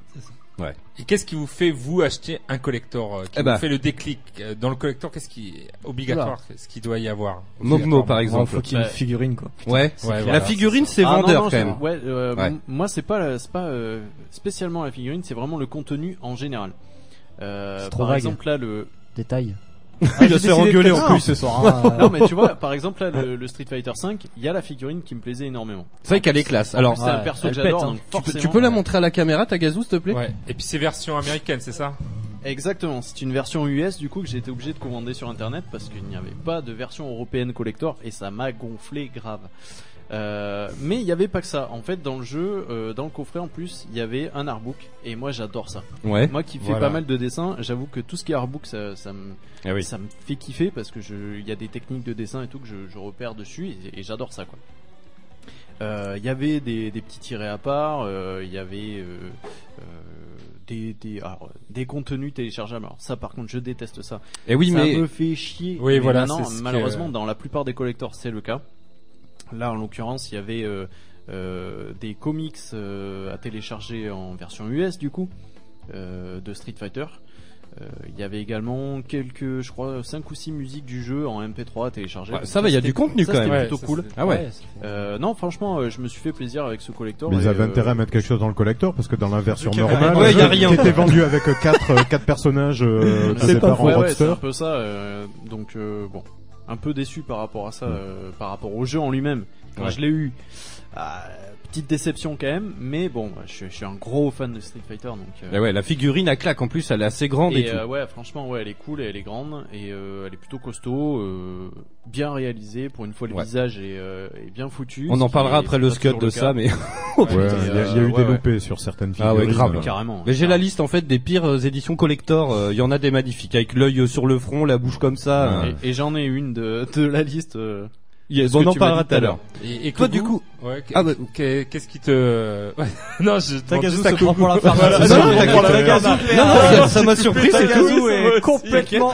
Speaker 8: Ouais.
Speaker 10: Et qu'est-ce qui vous fait vous acheter un collector euh, Qui
Speaker 8: Eh
Speaker 10: vous
Speaker 8: ben.
Speaker 10: fait le déclic euh, dans le collector Qu'est-ce qui est obligatoire Ce qui doit y avoir
Speaker 8: Mogmo, par exemple.
Speaker 10: Obligatoirement.
Speaker 20: qu'il y ait une figurine, quoi. Putain,
Speaker 8: Ouais.
Speaker 20: c'est clair.
Speaker 8: La figurine, c'est
Speaker 11: Ah, non,
Speaker 8: vendeur
Speaker 11: non,
Speaker 8: quand
Speaker 11: c'est-
Speaker 8: même.
Speaker 11: Ouais, euh,
Speaker 8: Ouais.
Speaker 11: m- moi c'est pas la- c'est pas euh, spécialement la figurine, c'est vraiment le contenu en général. Euh,
Speaker 20: C'est trop
Speaker 11: par
Speaker 20: vague.
Speaker 11: exemple là le
Speaker 20: Détail.
Speaker 11: Ah, j'ai décidé de-
Speaker 20: Non.
Speaker 11: Non.
Speaker 20: Ah,
Speaker 11: hein. non mais tu vois, par exemple là le, le Street Fighter 5, il y a la figurine qui me plaisait énormément.
Speaker 8: C'est vrai qu'elle est classe. Alors,
Speaker 11: c'est un perso que
Speaker 8: elle
Speaker 11: j'adore.
Speaker 8: pète, hein.
Speaker 11: donc
Speaker 8: tu, peux, tu
Speaker 11: forcément-
Speaker 8: peux la montrer à la caméra, ta gazou, s'il te plaît
Speaker 10: Ouais. Et puis c'est version américaine, c'est ça
Speaker 11: Exactement, c'est une version US du coup que j'ai été obligé de commander sur internet parce qu'il n'y avait pas de version européenne collector et ça m'a gonflé grave. Euh, mais il n'y avait pas que ça. En fait, dans le jeu, euh, dans le coffret en plus, il y avait un artbook et moi j'adore ça.
Speaker 8: Ouais.
Speaker 11: Moi qui fais
Speaker 8: Voilà.
Speaker 11: pas mal de dessins, j'avoue que tout ce qui est artbook, ça, ça me,
Speaker 8: Eh oui.
Speaker 11: ça me fait kiffer parce que je- il y a des techniques de dessin et tout que je, je repère dessus et, et j'adore ça quoi. Euh, Il y avait des, des petits tirés à part, euh, il y avait euh, euh, des, des, alors, euh, des contenus téléchargeables. Alors ça, par contre, je déteste ça.
Speaker 8: Eh oui,
Speaker 11: ça
Speaker 8: mais-
Speaker 11: me fait chier.
Speaker 8: Oui,
Speaker 11: Mais
Speaker 8: voilà,
Speaker 11: maintenant,
Speaker 8: c'est ce que-
Speaker 11: malheureusement, dans la plupart des collectors, c'est le cas. Là, en l'occurrence, il y avait euh, euh, des comics euh, à télécharger en version US, du coup, euh, de Street Fighter. Euh, Il y avait également quelques, je crois, 5 ou 6 musiques du jeu en MP3 à télécharger.
Speaker 8: Ouais,
Speaker 11: Donc
Speaker 8: ça va, il y a
Speaker 11: c'était-
Speaker 8: du contenu
Speaker 11: ça,
Speaker 8: quand
Speaker 11: c'était
Speaker 8: même.
Speaker 11: plutôt
Speaker 8: Ouais, ça,
Speaker 11: cool.
Speaker 8: c'est- Ah ouais. Ouais,
Speaker 11: Euh, non, franchement, euh, je me suis fait plaisir avec ce collector.
Speaker 14: Mais ils
Speaker 11: et,
Speaker 14: avaient
Speaker 11: euh,
Speaker 14: intérêt à mettre quelque chose dans le collector parce que dans la version
Speaker 11: Ok,
Speaker 14: normale,
Speaker 11: ouais, y a
Speaker 14: euh,
Speaker 11: rien.
Speaker 14: qui était vendu avec 4 quatre, quatre personnages euh,
Speaker 11: C'est pas
Speaker 14: séparés en
Speaker 11: ouais, ouais, c'est
Speaker 14: roster.
Speaker 11: un peu ça. euh, donc euh, bon, un peu déçu par rapport à ça, euh, par rapport au jeu en lui-même. Quand
Speaker 8: Mm. Ouais.
Speaker 11: je l'ai eu, ah, petite déception quand même. Mais bon, bah, je, je suis un gros fan de Street Fighter, donc. euh,
Speaker 8: Bah ouais, la figurine à claque en plus, elle est assez grande et,
Speaker 11: et
Speaker 8: tout.
Speaker 11: euh, ouais, franchement, ouais, elle est cool, et elle est grande et euh, elle est plutôt costaud, euh, bien réalisée. Pour une fois, le
Speaker 8: Ouais.
Speaker 11: visage est, euh, est bien foutu.
Speaker 8: On
Speaker 11: ce
Speaker 8: en
Speaker 11: qui
Speaker 8: parlera
Speaker 11: est-
Speaker 8: après
Speaker 11: c'est
Speaker 8: le
Speaker 11: pas
Speaker 8: scud
Speaker 11: toujours
Speaker 8: de
Speaker 11: le
Speaker 8: ça,
Speaker 11: cas.
Speaker 8: mais Oh,
Speaker 11: Ouais,
Speaker 14: Ouais, il y a- il y a eu
Speaker 11: euh,
Speaker 14: des
Speaker 11: ouais, ouais.
Speaker 14: loupés sur certaines
Speaker 8: Ah ouais,
Speaker 14: figurines,
Speaker 8: grave.
Speaker 14: euh.
Speaker 11: Carrément.
Speaker 8: Mais j'ai la liste en fait des pires euh, éditions collector. Euh, Il y en a des magnifiques avec l'œil euh, sur le front, la bouche comme ça. euh.
Speaker 11: Et, et j'en ai une de, de la liste. euh,
Speaker 8: Yes,
Speaker 11: que
Speaker 8: on en
Speaker 11: tu m'as
Speaker 8: parlera
Speaker 11: dit
Speaker 8: tout à l'heure.
Speaker 10: Et, et
Speaker 8: toi,
Speaker 10: Kogu
Speaker 8: du coup,
Speaker 10: Ouais, qu'est-
Speaker 8: Ah bah-
Speaker 10: qu'est- qu'est-ce qui te Ouais, Euh, Non, je demande
Speaker 20: Tagazu
Speaker 10: juste à
Speaker 20: se prend
Speaker 10: Kogu.
Speaker 20: pour l'infernal.
Speaker 10: Voilà,
Speaker 20: Non,
Speaker 10: je
Speaker 20: non,
Speaker 10: me
Speaker 20: t'inquiète,
Speaker 10: prends la
Speaker 20: t'inquiète.
Speaker 10: garde.
Speaker 20: Non, non,
Speaker 10: Voilà.
Speaker 20: ça m'a
Speaker 10: J'ai
Speaker 20: surpris,
Speaker 10: coupé
Speaker 20: c'est
Speaker 10: Tagazu,
Speaker 20: tout,
Speaker 10: moi
Speaker 20: et
Speaker 10: aussi.
Speaker 20: complètement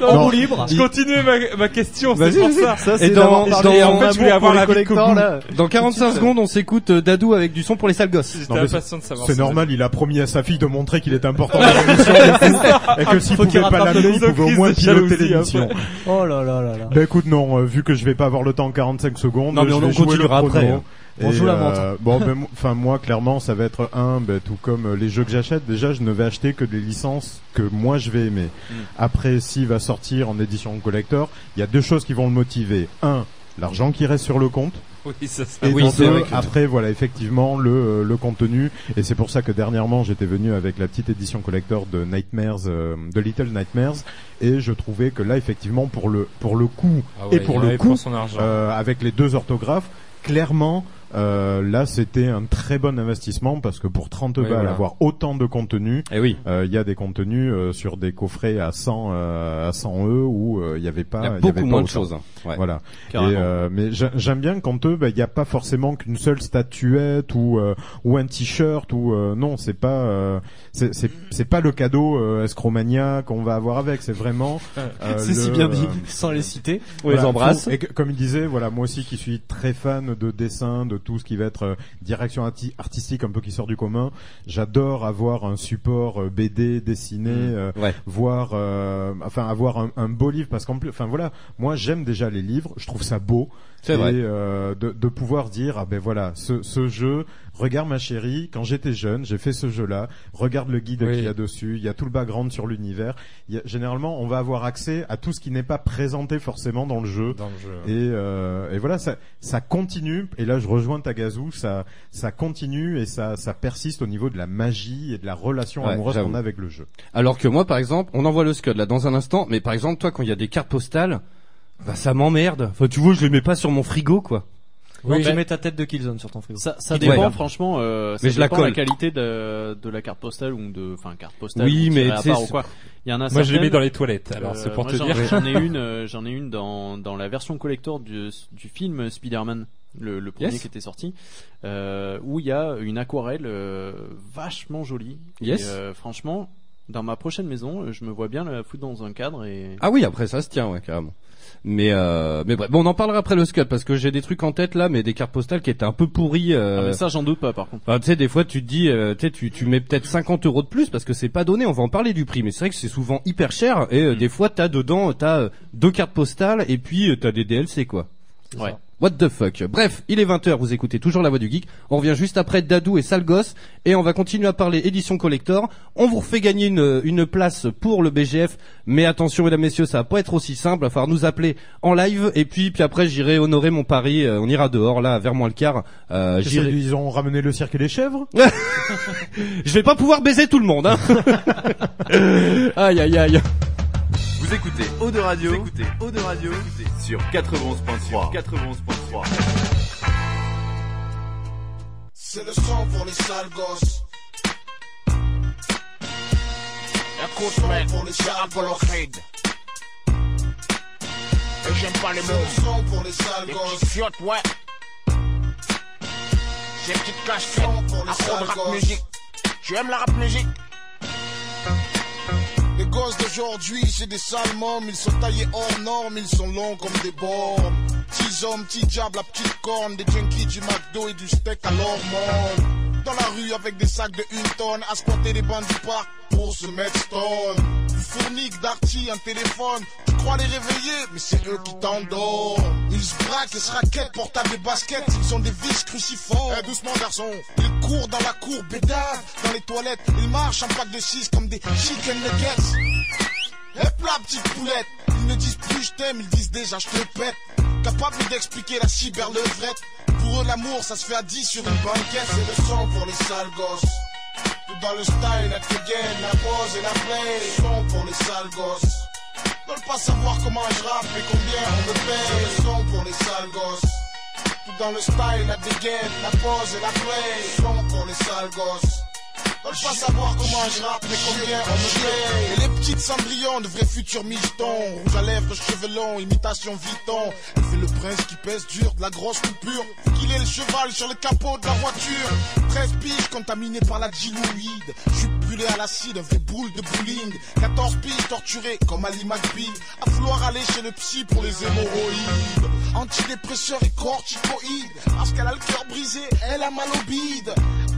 Speaker 10: Non,
Speaker 20: en roue libre.
Speaker 10: Je continue ma, ma question,
Speaker 8: Vas-y,
Speaker 10: Oh, c'est pour
Speaker 8: vas-y.
Speaker 10: ça.
Speaker 8: Ça,
Speaker 10: et
Speaker 8: c'est
Speaker 10: dans,
Speaker 8: d'avoir
Speaker 10: dans-
Speaker 8: parlé
Speaker 10: et
Speaker 8: en
Speaker 10: en fait,
Speaker 8: amour
Speaker 10: je voulais avoir
Speaker 8: pour les
Speaker 10: la vie de
Speaker 8: collecteurs,
Speaker 10: Kogu.
Speaker 8: là. Dans 45 secondes, on s'écoute euh, Dadou avec du son pour les sales gosses.
Speaker 10: J'étais impatient de savoir
Speaker 14: C'est
Speaker 10: ça.
Speaker 14: normal, il a promis à sa fille de montrer qu'il était important dans l'émission et tout, et que s'il
Speaker 20: Faut qu'il
Speaker 14: pouvait pas
Speaker 20: rattrape
Speaker 14: l'amener, il
Speaker 20: le
Speaker 14: pouvait au moins
Speaker 20: Christ de
Speaker 14: piloter
Speaker 20: jalousie,
Speaker 14: l'émission.
Speaker 20: après. Oh là là là là.
Speaker 14: Bah écoute, non, euh, vu que je vais pas avoir le temps en 45 secondes,
Speaker 20: Non, mais on
Speaker 14: je
Speaker 20: en
Speaker 14: vais jouer
Speaker 20: continuera
Speaker 14: le chrono.
Speaker 20: après, hein. On
Speaker 14: Et,
Speaker 20: joue la montre.
Speaker 14: bon, ben, mo- enfin moi, clairement, ça va être un, ben, tout comme euh, les jeux que j'achète. Déjà, je ne vais acheter que des licences que moi je vais aimer.
Speaker 20: Mm.
Speaker 14: Après, s'il va sortir en édition collector, il y a deux choses qui vont le motiver. Un, l'argent qui reste sur le compte.
Speaker 10: Oui, ça, ça.
Speaker 14: Et
Speaker 10: oui,
Speaker 14: dans
Speaker 10: c'est
Speaker 14: deux,
Speaker 10: vrai que-
Speaker 14: après, voilà, effectivement, le, euh, le contenu. Et c'est pour ça que dernièrement, j'étais venu avec la petite édition collector de Nightmares, euh, de Little Nightmares. Et je trouvais que là, effectivement, pour le, pour le coup,
Speaker 10: Ah ouais,
Speaker 14: et pour
Speaker 10: il
Speaker 14: le
Speaker 10: avait
Speaker 14: coup,
Speaker 10: pour son argent.
Speaker 14: euh, avec les deux orthographes, clairement, euh, là, c'était un très bon investissement parce que pour 30
Speaker 10: Oui,
Speaker 14: balles,
Speaker 10: voilà.
Speaker 14: avoir autant de contenu,
Speaker 8: Eh
Speaker 14: il euh, il y a des contenus euh, sur des coffrets à 100 euh, à 100 e où euh, il y avait pas,
Speaker 8: Il y a
Speaker 14: avait
Speaker 8: beaucoup
Speaker 14: pas
Speaker 8: moins de
Speaker 14: autant.
Speaker 8: choses, hein. Ouais.
Speaker 14: Voilà. Et,
Speaker 8: Carrément.
Speaker 14: euh, mais j'a- j'aime bien quand eux, bah, il n'y a pas forcément qu'une seule statuette ou euh, ou un t-shirt ou euh, non, c'est pas euh, c'est c'est c'est pas le cadeau euh, Escromania qu'on va avoir avec. C'est vraiment euh,
Speaker 20: C'est si
Speaker 14: le,
Speaker 20: bien dit,
Speaker 14: euh,
Speaker 20: sans les citer. On
Speaker 14: voilà,
Speaker 20: les embrasse.
Speaker 14: faut- Et que- comme il disait, voilà, moi aussi qui suis très fan de dessin, de tout ce qui va être euh, direction arti- artistique un peu qui sort du commun, j'adore avoir un support euh, BD
Speaker 20: Mmh.
Speaker 14: dessiné, euh, voir, euh, enfin avoir un, un beau livre parce qu'en plus, enfin voilà, moi j'aime déjà les livres, je trouve ça beau.
Speaker 8: C'est
Speaker 14: Et,
Speaker 8: vrai.
Speaker 14: euh, de, de pouvoir dire ah ben voilà ce, ce jeu regarde ma chérie quand j'étais jeune j'ai fait ce jeu là regarde le guide qu'il y a dessus il y a tout le background sur l'univers Il y a- généralement on va avoir accès à tout ce qui n'est pas présenté forcément dans le jeu
Speaker 10: Dans le jeu.
Speaker 14: et, euh, et voilà ça ça continue et là je rejoins Tagazu ça ça continue et ça ça persiste au niveau de la magie et de la relation
Speaker 8: Ouais,
Speaker 14: amoureuse qu'on
Speaker 8: j'avoue.
Speaker 14: a avec le jeu
Speaker 8: Alors que moi, par exemple, on envoie le Scud là dans un instant, mais par exemple, toi, quand il y a des cartes postales, bah ça m'emmerde. Enfin, tu vois, je les mets pas sur mon frigo, quoi. ben,
Speaker 21: Oui, tu
Speaker 11: mais-
Speaker 21: mets ta tête de Killzone sur ton frigo.
Speaker 11: Ça, ça
Speaker 21: Ouais.
Speaker 11: dépend franchement. euh, ça
Speaker 8: mais je la
Speaker 11: dépend de
Speaker 8: colle.
Speaker 11: la qualité de, de la carte postale ou de, enfin carte postale.
Speaker 10: Oui,
Speaker 11: ou
Speaker 10: mais
Speaker 11: tirée à
Speaker 10: tu sais,
Speaker 11: part ou
Speaker 10: c'est-
Speaker 11: quoi. Il y en
Speaker 10: Moi,
Speaker 11: a.
Speaker 10: je les
Speaker 11: certaines, euh,
Speaker 10: mets dans les toilettes, alors, c'est pour
Speaker 11: moi,
Speaker 10: te
Speaker 11: j'en-
Speaker 10: dire.
Speaker 11: J'en ai une, euh, j'en ai une dans dans la version collector du du film Spider-Man. Le, le premier
Speaker 8: Yes.
Speaker 11: qui était sorti, euh, où il y a une aquarelle euh, vachement jolie.
Speaker 8: Yes.
Speaker 11: Et, euh, franchement, dans ma prochaine maison, euh, je me vois bien la foutre dans un cadre et.
Speaker 8: Ah oui, après ça se tient, ouais, carrément. Mais euh, mais bref, bon, on en parlera après le Scud parce que j'ai des trucs en tête là, mais des cartes postales qui étaient un peu pourries. euh.
Speaker 11: Ah, mais ça, j'en doute pas, par contre.
Speaker 8: Enfin, tu sais, des fois, tu te dis, euh, tu sais, tu, tu mets peut-être 50 euros de plus parce que c'est pas donné. On va en parler du prix, mais c'est vrai que c'est souvent hyper cher. Et euh, des fois, t'as dedans, euh, t'as euh, deux cartes postales et puis euh, t'as des DLC, quoi.
Speaker 11: Ouais.
Speaker 8: What the fuck. Bref, il est 20h, vous écoutez toujours la voix du geek. On revient juste après Dadou et Salgos et on va continuer à parler édition collector. On vous refait gagner une, une place pour le BGF, mais attention mesdames messieurs, ça va pas être aussi simple, il va falloir nous appeler en live et puis puis après j'irai honorer mon pari, Euh, on ira dehors là vers moins le quart. Euh,
Speaker 14: Qu'est-ce
Speaker 8: j'irai-
Speaker 14: que ils ont ramené le cirque et les chèvres
Speaker 8: Je vais pas pouvoir baiser tout le monde hein. aïe aïe aïe.
Speaker 15: Vous écoutez Eau de Radio, vous écoutez Eau de Radio vous écoutez sur 91.3. 91.3.
Speaker 22: C'est le sang pour les sales gosses. Écoute-moi pour les sales bolorides. Et j'aime pas les mots. C'est le sang pour les sales gosses. Les chiottes, ouais. Ces petites cachettes. À fond de rap musique. Tu aimes la rap musique
Speaker 17: Les gosses d'aujourd'hui, c'est des sales mômes, ils sont taillés hors normes, ils sont longs comme des bornes. Petits hommes, petits diables, la petite corne, des junkies du McDo et du steak à l'hormone. Dans la rue avec des sacs de une tonne, à squatter les bandes du parc pour se mettre stone. Du fournique, d'arty, un téléphone, tu crois les réveiller, mais c'est eux qui t'endorment. Ils se braquent et se raquettent, portables et baskets, ils sont des vis cruciformes. Eh, doucement garçon, ils courent dans la cour, bédave, dans les toilettes, ils marchent en pack de 6 comme des chicken nuggets. Hep là, petite poulette. Ils ne disent plus je t'aime, ils disent déjà je te pète. Capable d'expliquer la cyberlevrette. Pour eux, l'amour, ça se fait à 10 sur une banquette. C'est le sang pour les sales gosses.
Speaker 22: Tout dans le style, la gaine, la pose et la play. Les sons pour les sales gosses.
Speaker 17: Ils veulent pas savoir comment je rappe et combien on me paye.
Speaker 22: C'est le son pour les sales gosses.
Speaker 17: Tout dans le style, la dégaine, la pose et la play. Ils sont pour les sales gosses. Ils veulent pas savoir comment je rappe et combien on me paye. Et les petites cendrillons, de vrais futurs michetons. Rouge à lèvres, cheveux longs, imitation Vuitton. Et C'est le prince qui pèse dur, de la grosse coupure. Qu'il est le cheval sur le capot de la voiture. 13 piges contaminées par la ginoïde. Je suis brûlé à l'acide, un vrai boule de bowling. 14 piges torturées comme Ali McBeal. À vouloir aller chez le psy pour les hémorroïdes. Antidépresseur et corticoïde. Parce qu'elle a le cœur brisé, elle a mal au bide.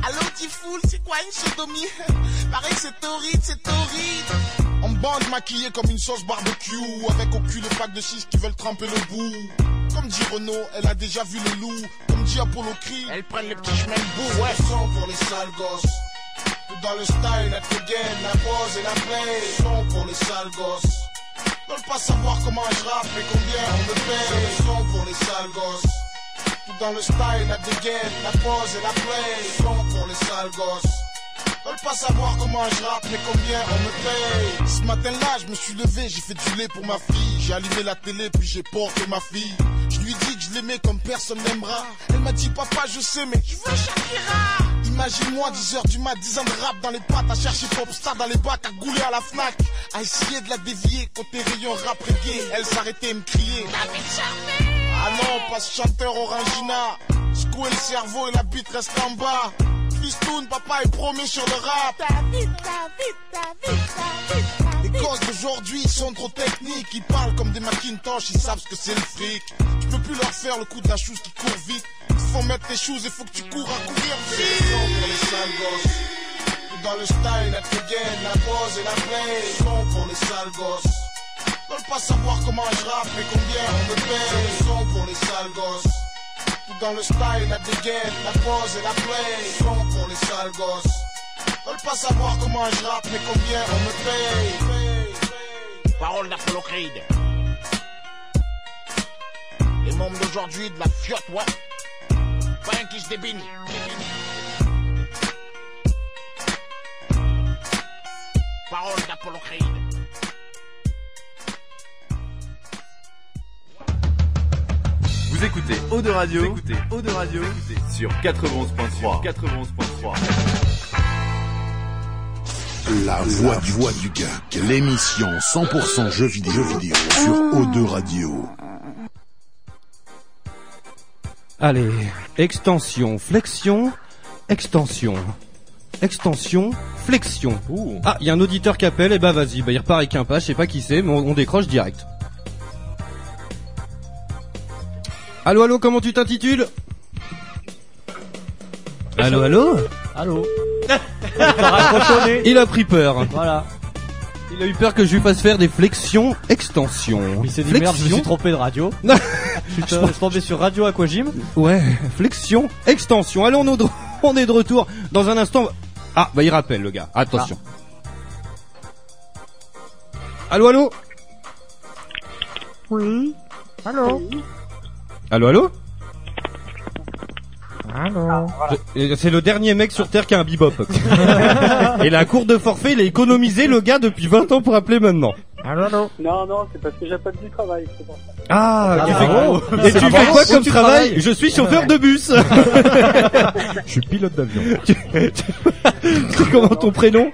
Speaker 22: Allô, Tifoul, c'est quoi une sodomie Pareil que c'est horrible, c'est horrible.
Speaker 17: En bande maquillée comme une sauce barbecue Avec au cul le pack de 6 qui veulent tremper le bout Comme dit Renaud, elle a déjà vu le loup Comme dit Apollo cri Elles prennent les petits chemins de boue
Speaker 22: Ouais. C'est le son pour les sales gosses. Tout dans le style, la gaine, la pose et la play. C'est le son pour les sales gosses.
Speaker 17: Ils veulent pas savoir comment je rappe et combien on me paye
Speaker 22: C'est le son pour les sales gosses.
Speaker 17: Tout dans le style, la dégaine, la pose et la play. Son pour les sales gosses. Veulent pas savoir comment je rappe mais combien on me paye. Ce matin-là, je me suis levé, j'ai fait du lait pour ma fille. J'ai allumé la télé, puis j'ai porté ma fille. Je lui dis que je l'aimais comme personne n'aimera. Elle m'a dit, papa, je sais, mais je veux Shakira. Imagine-moi 10h du mat, 10 ans de rap dans les pattes, à chercher Popstar dans les bacs, à gouler à la Fnac, à essayer de la dévier côté rayon rap reggae. Elle s'arrêtait et me criait. Ah non, pas ce chanteur Orangina. Secouer le cerveau et la bite reste en bas. Fistoun, papa est promis sur le rap. Les gosses d'aujourd'hui ils sont trop techniques, ils parlent comme des Macintosh, ils savent ce que c'est le fric. Tu peux plus leur faire le coup de la chose qui court vite. Faut mettre tes choses et faut que tu cours à courir vite. Son pour les sales gosses. Tout Dans le style, la gaine, la pose et la play. Son pour les sales gosses. Veulent pas savoir comment je rappe et combien on me paye. Son pour les sales gosses. Tout dans le style, la dégaine, la pose et la play. Son pour les sales gosses. Veulent pas savoir comment je rappe mais combien on me paye. Parole d'Apollo Creed. Les membres d'aujourd'hui de la fiotte, ouais. Pas un qui se débine. Parole d'Apollo Creed.
Speaker 15: Vous écoutez Eau de Radio, vous écoutez Eau de Radio vous écoutez sur 91.3. 91.3.
Speaker 9: La voix, du, voix du geek, l'émission 100% jeux vidéo, jeux vidéo sur O2 Radio.
Speaker 8: Allez, extension, flexion, extension. Extension, flexion. Ah, il y a un auditeur qui appelle, et bah vas-y, bah il repart avec un pas, je sais pas qui c'est, mais on, on décroche direct. Allô, allô, comment tu t'intitules Allô, allô
Speaker 20: Allô
Speaker 8: Il a pris peur.
Speaker 20: Voilà.
Speaker 8: Il a eu peur que je lui fasse faire des flexions, extensions.
Speaker 20: Il s'est dit merde, je me suis trompé de radio. je suis euh, tombé sur Radio Aquagym.
Speaker 8: Ouais, flexion, extension. Allez, on est de, on est de retour dans un instant. Ah, bah il rappelle le gars. Attention.
Speaker 10: Ah.
Speaker 8: Allô, allô
Speaker 1: Oui. Allô
Speaker 8: Allô, allô
Speaker 1: Allô
Speaker 8: Je- euh, C'est le dernier mec sur Terre qui a un bebop. Et la cour de forfait, il a économisé le gars depuis 20 ans pour appeler maintenant.
Speaker 1: Allô, allô Non, non, c'est parce que j'ai pas du travail, c'est pour ça.
Speaker 8: Ah,
Speaker 1: Ah,
Speaker 8: tu fais
Speaker 1: bravo.
Speaker 8: quoi Et
Speaker 1: C'est
Speaker 8: tu
Speaker 1: un
Speaker 8: fais
Speaker 1: bon
Speaker 8: quoi
Speaker 1: sens,
Speaker 8: comme
Speaker 1: tu
Speaker 8: travail
Speaker 1: travailles.
Speaker 8: Je suis chauffeur de bus.
Speaker 14: Je suis pilote d'avion.
Speaker 8: C'est comment ton prénom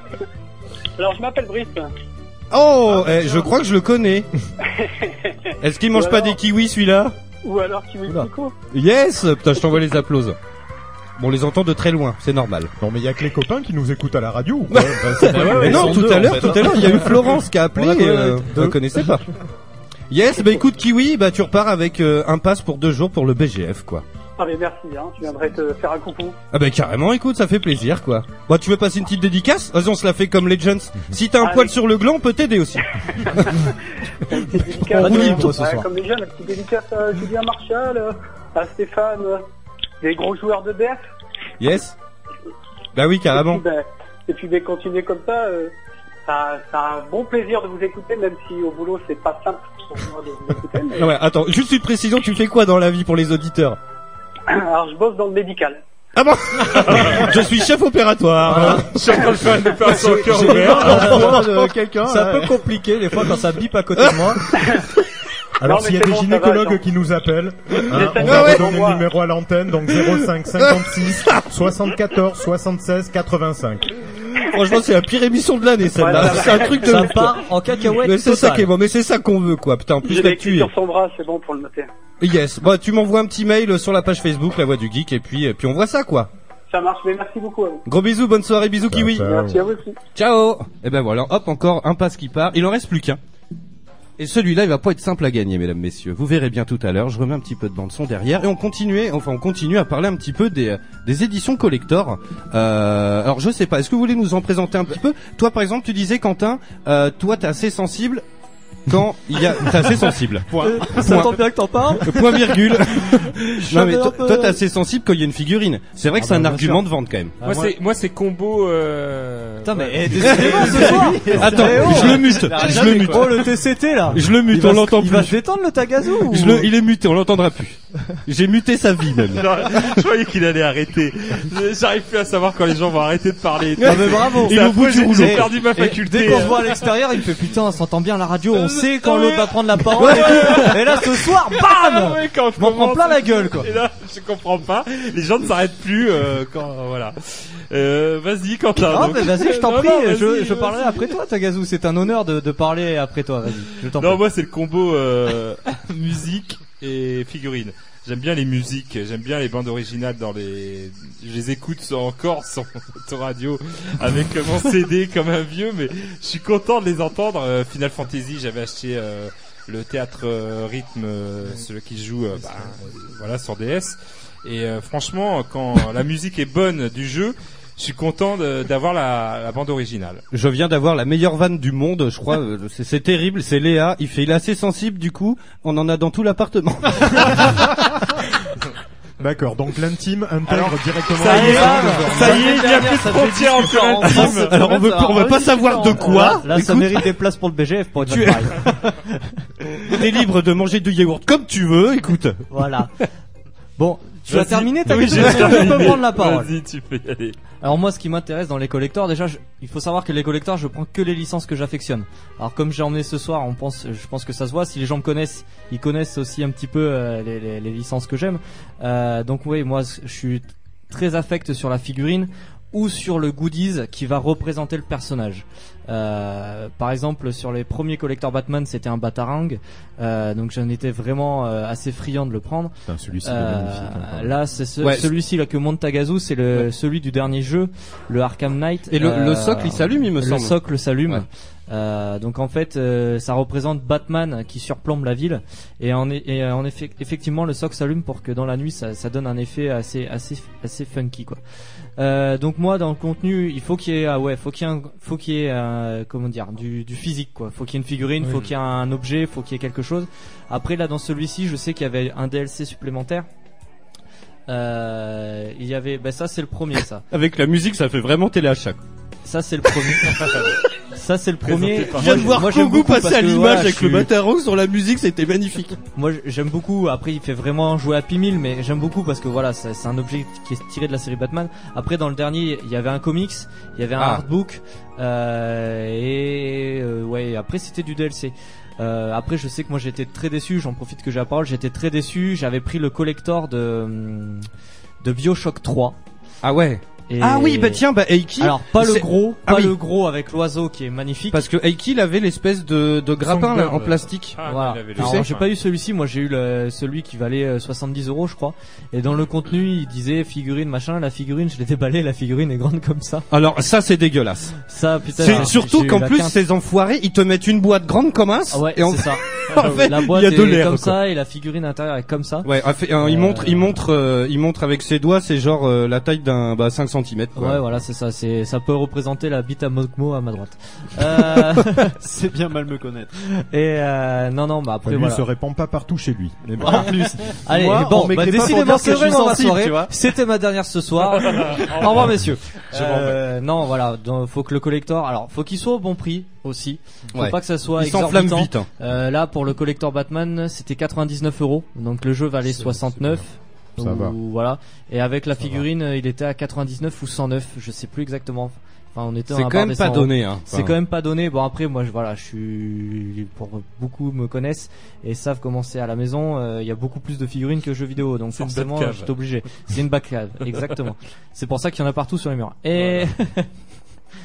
Speaker 1: Alors, je m'appelle Brice.
Speaker 8: Oh, eh, je crois que je le connais. Est-ce qu'il mange
Speaker 1: Ou
Speaker 8: pas
Speaker 1: alors-
Speaker 8: des kiwis celui-là
Speaker 1: Ou alors, tu veux
Speaker 8: Oula.
Speaker 1: le coco
Speaker 8: Yes Putain, je t'envoie les applauses. Bon, on les entend de très loin, c'est normal.
Speaker 14: Non, mais il y a que les copains qui nous écoutent à la radio. ou quoi Enfin, c'est pas-
Speaker 8: mais
Speaker 14: Ah ils
Speaker 8: non,
Speaker 14: sont
Speaker 8: tout
Speaker 14: deux,
Speaker 8: à
Speaker 14: en
Speaker 8: l'heure,
Speaker 14: fait. hein.
Speaker 8: tout à l'heure, il y a eu Florence qui a appelé.
Speaker 14: On a
Speaker 8: et,
Speaker 14: connu
Speaker 8: euh,
Speaker 14: deux.
Speaker 8: on la connaissait pas. Yes, bah écoute, Kiwi, bah tu repars avec euh, un pass pour deux jours pour le BGF, quoi.
Speaker 1: Ah, mais merci, hein, tu viendrais te faire un coucou.
Speaker 8: Ah bah carrément, écoute, ça fait plaisir, quoi. Bah tu veux passer une petite dédicace Vas-y, on se la fait comme Legends.
Speaker 14: Mhm.
Speaker 8: Si t'as un poil sur le gland, on peut t'aider aussi.
Speaker 1: Dédicace,
Speaker 8: roue
Speaker 1: euh,
Speaker 8: libre, toi, ce
Speaker 1: ouais,
Speaker 8: soir.
Speaker 1: Comme les jeunes, un petit dédicace à Julien Marchal, euh, à Stéphane, euh, les gros joueurs de DERF.
Speaker 8: Yes Bah oui, carrément.
Speaker 1: Et puis, ben, et puis, ben, continuez comme ça. euh, ça, ça a un bon plaisir de vous écouter, même si au boulot, c'est pas simple pour moi de vous écouter. mais-
Speaker 8: Ah ouais, attends, juste une précision, tu fais quoi dans la vie pour les auditeurs
Speaker 1: Alors, je bosse dans le médical.
Speaker 8: Ah bon Je suis chef opératoire. hein.
Speaker 1: Ah,
Speaker 18: C'est un peu compliqué des fois quand ça bip à côté de moi.
Speaker 14: Alors
Speaker 18: Non, mais
Speaker 14: s'il y a
Speaker 18: c'est
Speaker 14: des
Speaker 18: bon, ça va,
Speaker 14: gynécologues
Speaker 18: attends.
Speaker 14: qui nous appellent, hein,
Speaker 18: ça va,
Speaker 14: on va
Speaker 18: ouais.
Speaker 14: redonner
Speaker 18: Envoie.
Speaker 14: le numéro à l'antenne, donc 05 56 74 76 85.
Speaker 8: Franchement, c'est la pire émission de l'année, celle-là.
Speaker 14: Ouais, ça
Speaker 8: c'est un
Speaker 14: va.
Speaker 8: truc de.
Speaker 14: Ça
Speaker 8: ouf,
Speaker 14: part
Speaker 8: quoi.
Speaker 20: en cacahuète
Speaker 8: Mais c'est ça
Speaker 20: totale.
Speaker 8: qui est bon, mais c'est ça qu'on veut, quoi. Putain, en plus,
Speaker 1: J'ai
Speaker 8: là,
Speaker 1: l'écrit
Speaker 8: tu es.
Speaker 1: sur son bras, c'est bon pour le noter.
Speaker 8: Yes. Bah, tu m'envoies un petit mail sur la page Facebook, La Voix du Geek, et puis, et puis on voit ça, quoi.
Speaker 1: Ça marche, mais merci beaucoup à vous.
Speaker 8: Gros bisous, bonne soirée, bisous, kiwi.
Speaker 1: Merci à vous aussi.
Speaker 8: Ciao. Et ben voilà, hop, encore un pass qui part. Il en reste plus qu'un. Et celui-là, il va pas être simple à gagner, mesdames, messieurs. Vous verrez bien tout à l'heure. Je remets un petit peu de bande son derrière et on continue, enfin, on continue à parler un petit peu des, des éditions collector. Euh, alors, je sais pas. Est-ce que vous voulez nous en présenter un petit peu Toi, par exemple, tu disais Quentin, euh, toi, t'es assez sensible. Quand il y a, t'es assez sensible.
Speaker 18: Point.
Speaker 8: Point. Euh,
Speaker 18: Ça tombe bien que t'en parles.
Speaker 8: Point virgule. non mais
Speaker 10: un
Speaker 8: toi,
Speaker 10: peu-
Speaker 8: toi, t'es assez sensible quand il y a une figurine. C'est vrai que
Speaker 10: Ah
Speaker 8: c'est
Speaker 10: bah,
Speaker 8: un
Speaker 10: bien
Speaker 8: argument
Speaker 10: sûr. Ah,
Speaker 8: de vente quand même.
Speaker 18: Ah,
Speaker 10: moi, c'est moi c'est combo. Euh... Putain mais
Speaker 18: décidément, ce soir.
Speaker 8: Eh
Speaker 18: Eh
Speaker 8: Attends, je le mute. Je le mute.
Speaker 18: Oh le TCT là.
Speaker 8: Je le mute,
Speaker 18: Il va
Speaker 8: on
Speaker 18: se-
Speaker 8: l'entend
Speaker 18: Il va
Speaker 8: plus.
Speaker 18: se détendre le Tagazu. ou-
Speaker 8: Je le- il est muté, on l'entendra plus. J'ai muté sa vie même.
Speaker 10: je croyais qu'il allait arrêter. J'arrive plus à savoir quand les gens vont arrêter de parler.
Speaker 20: Non mais bravo
Speaker 10: C'est
Speaker 20: Et
Speaker 10: un
Speaker 20: au bout
Speaker 10: peu-
Speaker 20: du rouleau.
Speaker 10: J'ai perdu ma
Speaker 20: Et
Speaker 10: faculté. hein. Euh,
Speaker 20: Dès qu'on se voit à l'extérieur, il me fait putain, on s'entend bien à la radio, on sait quand l'autre va prendre la parole.
Speaker 10: Ouais. Ah
Speaker 20: et tout. Et là ce soir, bam
Speaker 10: Ouais, quand je
Speaker 20: Je m'en prends
Speaker 10: commence-
Speaker 20: plein la gueule quoi.
Speaker 10: Et là, je comprends pas. Les gens ne s'arrêtent plus euh, quand voilà. Euh, vas-y Quentin.
Speaker 20: Non,
Speaker 10: donc.
Speaker 20: mais vas-y, je t'en
Speaker 10: Non,
Speaker 20: prie,
Speaker 10: non, vas-y,
Speaker 20: je, je
Speaker 10: vas-y.
Speaker 20: parlerai après toi, Tagazu. C'est un honneur de, de parler après toi, vas-y. Je t'en prie.
Speaker 10: Non, moi c'est le combo euh, musique et figurine. J'aime bien les musiques, j'aime bien les bandes originales dans les. Je les écoute sur- encore sur mon autoradio avec mon CD comme un vieux, mais je suis content de les entendre. Euh, Final Fantasy, j'avais acheté euh, le théâtre euh, rythme, euh, celui qui se joue, euh, bah, euh, voilà, sur DS. Et euh, franchement, quand la musique est bonne du jeu, je suis content de- d'avoir la- la bande originale.
Speaker 8: Je viens d'avoir la meilleure vanne du monde, je crois. Euh, C'est c'est terrible, c'est Léa. Il fait, il est assez sensible, du coup, on en a dans tout l'appartement.
Speaker 14: D'accord, donc l'intime intègre
Speaker 8: Alors,
Speaker 14: directement.
Speaker 8: ça y est,
Speaker 14: le
Speaker 8: ça
Speaker 14: sang de-
Speaker 8: y est, il y a plus de frontières entre l'intime. Alors, on veut- on veut pas savoir de quoi.
Speaker 20: Là, ça
Speaker 8: Écoute.
Speaker 20: mérite des places pour le BGF pour être
Speaker 8: Tu es-
Speaker 20: pareil.
Speaker 8: T'es libre de manger du yaourt comme tu veux, écoute.
Speaker 20: Voilà. Bon, tu as
Speaker 8: Vas-y.
Speaker 20: terminé ta
Speaker 8: Oui,
Speaker 20: question
Speaker 8: j'ai
Speaker 20: Est-ce que Je peux
Speaker 8: terminé.
Speaker 20: prendre la parole.
Speaker 10: Vas-y, tu peux y aller.
Speaker 20: Alors moi, ce qui m'intéresse dans les collecteurs, déjà, je- il faut savoir que les collecteurs, je prends que les licences que j'affectionne. Alors comme j'ai emmené ce soir, on pense, je pense que ça se voit. Si les gens me connaissent, ils connaissent aussi un petit peu euh, les, les- les licences que j'aime. Euh, donc oui, moi, je suis très affect sur la figurine ou sur le goodies qui va représenter le personnage. Euh, par exemple, sur les premiers collecteurs Batman, c'était un Batarang, Euh, donc j'en étais vraiment euh, assez friand de le prendre.
Speaker 14: Putain, celui-ci, il est magnifique, hein, pardon.
Speaker 20: Euh, là, c'est ce-
Speaker 8: Ouais.
Speaker 20: celui-ci là que monte Tagazu, c'est le
Speaker 8: Ouais.
Speaker 20: celui du dernier jeu, le Arkham Knight. Euh,
Speaker 8: Et le- le socle, il s'allume, il me semble.
Speaker 20: Le socle s'allume.
Speaker 8: Ouais.
Speaker 20: Euh, donc en fait, euh, ça représente Batman qui surplombe la ville. Et en, e- et en effet, effectivement, le socle s'allume pour que dans la nuit, ça, ça donne un effet assez, assez, assez funky quoi. Euh, donc moi, dans le contenu, il faut qu'il y ait, ah ouais, faut qu'il y ait, un- faut qu'il y ait, euh, comment dire, du, du physique quoi. Faut qu'il y ait une figurine,
Speaker 8: Oui.
Speaker 20: faut qu'il y ait un objet, faut qu'il y ait quelque chose. Après là, dans celui-ci, je sais qu'il y avait un DLC supplémentaire. Euh, il y avait, ben ça c'est le premier ça.
Speaker 8: Avec la musique, ça fait vraiment téléachat.
Speaker 20: Ça c'est le premier. ça c'est le premier.
Speaker 8: Je viens de voir
Speaker 20: Moi, j'aime
Speaker 8: Kogu
Speaker 20: beaucoup
Speaker 8: passer
Speaker 20: parce
Speaker 8: à
Speaker 20: que,
Speaker 8: l'image
Speaker 20: voilà,
Speaker 8: avec
Speaker 20: je
Speaker 8: le
Speaker 20: suis-
Speaker 8: Batarang sur la musique, c'était magnifique.
Speaker 20: Moi j- j'aime beaucoup, après il fait vraiment jouer à Pimil mais j'aime beaucoup parce que voilà, c'est c'est un objet qui est tiré de la série Batman. Après dans le dernier, il y avait un comics, il y avait un
Speaker 8: Ah.
Speaker 20: artbook, euh, et euh, ouais, après c'était du DLC. Euh, après je sais que moi j'étais très déçu, j'en profite que j'ai la parole, j'étais très déçu, j'avais pris le collector de, hum, de Bioshock 3.
Speaker 8: Ah ouais
Speaker 20: Et-
Speaker 8: Ah oui, bah tiens, bah Eiki.
Speaker 20: Alors pas le
Speaker 8: c'est-
Speaker 20: gros,
Speaker 8: Ah
Speaker 20: pas
Speaker 8: oui.
Speaker 20: le gros avec l'oiseau qui est magnifique.
Speaker 8: Parce que Eiki, il avait l'espèce de, de grappin là, en plastique.
Speaker 20: Voilà.
Speaker 8: Tu
Speaker 20: Alors,
Speaker 8: sais
Speaker 20: j'ai pas eu celui-ci, moi j'ai eu le, celui qui valait euh, 70 euros, je crois. Et dans le contenu, il disait figurine machin, la figurine, je l'ai déballée, la figurine est grande comme ça.
Speaker 8: Alors ça c'est dégueulasse.
Speaker 20: Ça, putain,
Speaker 8: C'est-
Speaker 20: j'ai-
Speaker 8: surtout
Speaker 20: j'ai eu
Speaker 8: qu'en
Speaker 20: la
Speaker 8: plus
Speaker 20: quinte.
Speaker 8: ces enfoirés, ils te mettent une boîte grande comme un.
Speaker 20: Ah ouais,
Speaker 8: et en-
Speaker 20: c'est ça.
Speaker 8: en fait,
Speaker 20: la boîte
Speaker 8: il y a de
Speaker 20: est
Speaker 8: l'air.
Speaker 20: comme
Speaker 8: quoi.
Speaker 20: ça et la figurine intérieure est comme ça. Euh,
Speaker 8: Ouais, en fait, hein, il montre, il montre, euh, il montre avec ses doigts, c'est genre euh, la taille d'un bah, 5 cm. Quoi.
Speaker 20: Ouais, voilà, c'est ça. C'est, ça peut représenter la bite à Mokmo à ma droite. Euh,
Speaker 11: C'est bien mal me connaître.
Speaker 20: Et euh, non, non, bah après
Speaker 14: Lui, il
Speaker 20: voilà.
Speaker 14: se répand pas partout chez lui. Mais bon.
Speaker 20: En plus. Allez,
Speaker 14: Moi, on
Speaker 20: bon,
Speaker 14: m'écrit
Speaker 20: bah,
Speaker 14: pas pour
Speaker 20: décidément,
Speaker 14: dire
Speaker 20: c'est
Speaker 14: que je suis
Speaker 20: vraiment ma
Speaker 14: sensible,
Speaker 20: soirée.
Speaker 14: tu vois.
Speaker 20: C'était ma dernière ce soir. Au revoir, messieurs. Euh, non, voilà, donc, faut que le collector, alors, faut qu'il soit au bon prix aussi. Faut
Speaker 8: Ouais.
Speaker 20: pas que ça soit
Speaker 8: Il s'enflamme
Speaker 20: exorbitant.
Speaker 8: vite, hein.
Speaker 20: Euh, là, pour le collector Batman, c'était 99 euros. Donc, le jeu valait 69.
Speaker 14: Ça
Speaker 20: ou-
Speaker 14: va.
Speaker 20: Voilà. Et avec la figurine, euh, il était à 99 ou 109. Je sais plus exactement. Enfin, on était
Speaker 8: C'est
Speaker 20: à un
Speaker 8: quand
Speaker 20: bar
Speaker 8: même
Speaker 20: des
Speaker 8: pas
Speaker 20: 100 euros.
Speaker 8: donné, hein.
Speaker 20: C'est
Speaker 8: Enfin.
Speaker 20: quand même pas donné. Bon après moi je voilà, je suis pour beaucoup me connaissent et savent comment c'est à la maison, euh, il y a beaucoup plus de figurines que jeux vidéo donc
Speaker 8: une
Speaker 20: forcément
Speaker 8: Batcave.
Speaker 20: je suis obligé. C'est une Batcave, exactement. C'est pour ça qu'il y en a partout sur les murs. Et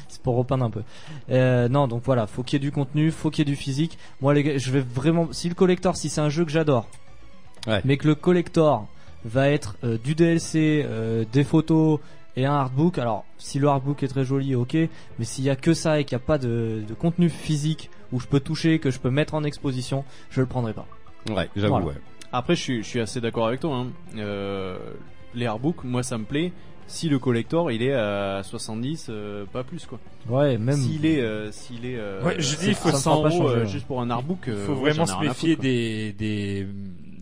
Speaker 20: c'est pour repeindre un peu. Euh, non, donc voilà, faut qu'il y ait du contenu, faut qu'il y ait du physique. Moi les gars, je vais vraiment si le collector si c'est un jeu que j'adore mais que le collector va être euh, du DLC, euh, des photos et un artbook. Alors, si le artbook est très joli, ok, mais s'il y a que ça et qu'il n'y a pas de, de contenu physique où je peux toucher, que je peux mettre en exposition, je le prendrai pas.
Speaker 8: Ouais,
Speaker 20: Voilà.
Speaker 11: Après, je suis, je suis assez d'accord avec toi. Hein. Euh, les hardbooks, moi, ça me plaît. Si le collector, il est à 70, euh, pas plus quoi.
Speaker 20: Ouais, même.
Speaker 11: S'il est, euh, s'il est. euh,
Speaker 10: Ouais, je dis, il faut
Speaker 11: ça me fera
Speaker 10: 100
Speaker 11: pas
Speaker 10: euros,
Speaker 11: changer,
Speaker 10: euh,
Speaker 11: juste pour un artbook.
Speaker 10: Il
Speaker 11: euh,
Speaker 10: faut
Speaker 11: ouais,
Speaker 10: vraiment
Speaker 11: j'en ai
Speaker 10: se
Speaker 11: rien à
Speaker 10: méfier
Speaker 11: foutre, quoi.
Speaker 10: des, des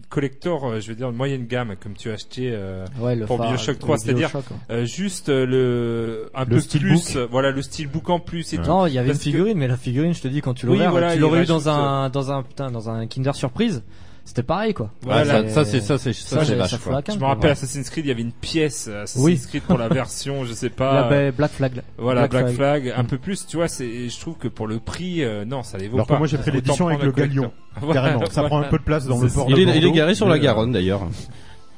Speaker 10: collecteurs, euh, je veux dire, de moyenne gamme, comme tu as acheté euh,
Speaker 20: Ouais, le
Speaker 10: pour
Speaker 20: phare-
Speaker 10: Bioshock
Speaker 20: le
Speaker 10: 3, c'est-à-dire
Speaker 20: Bioshock, hein.
Speaker 10: euh, juste euh, le un
Speaker 20: Le
Speaker 10: peu
Speaker 20: steelbook.
Speaker 10: plus, euh, voilà, le steelbook en plus. Et tout.
Speaker 20: Non, il y avait
Speaker 10: Parce
Speaker 20: une figurine, mais la figurine, je te dis, quand tu
Speaker 10: Oui,
Speaker 20: l'aurais,
Speaker 10: voilà,
Speaker 20: tu
Speaker 10: il
Speaker 20: l'aurais eu
Speaker 10: rajoute,
Speaker 20: dans un, dans un, putain, dans un Kinder Surprise. c'était pareil quoi.
Speaker 8: Ah,
Speaker 10: Voilà.
Speaker 20: Et-
Speaker 10: je-
Speaker 20: ça fout la
Speaker 10: Je
Speaker 20: quinte,
Speaker 10: me
Speaker 20: quoi.
Speaker 10: rappelle Assassin's Creed, il y avait une pièce euh, Assassin's
Speaker 20: Oui.
Speaker 10: Creed pour la version, je sais pas.
Speaker 20: La-
Speaker 10: euh,
Speaker 20: Black Flag.
Speaker 10: Voilà, Black,
Speaker 20: Black
Speaker 10: Flag.
Speaker 20: Flag. Mm.
Speaker 10: Un peu plus, tu vois, c'est, je trouve que pour le prix, euh, non, ça les vaut
Speaker 14: Alors que
Speaker 10: pas.
Speaker 14: moi, j'ai pris
Speaker 10: Autant
Speaker 14: l'édition
Speaker 10: prendre
Speaker 14: avec le
Speaker 10: collector.
Speaker 14: galion,
Speaker 10: Voilà,
Speaker 14: carrément. Ça
Speaker 10: voilà.
Speaker 14: prend un peu de place dans le port
Speaker 8: Il est- il est garé sur la Garonne, d'ailleurs.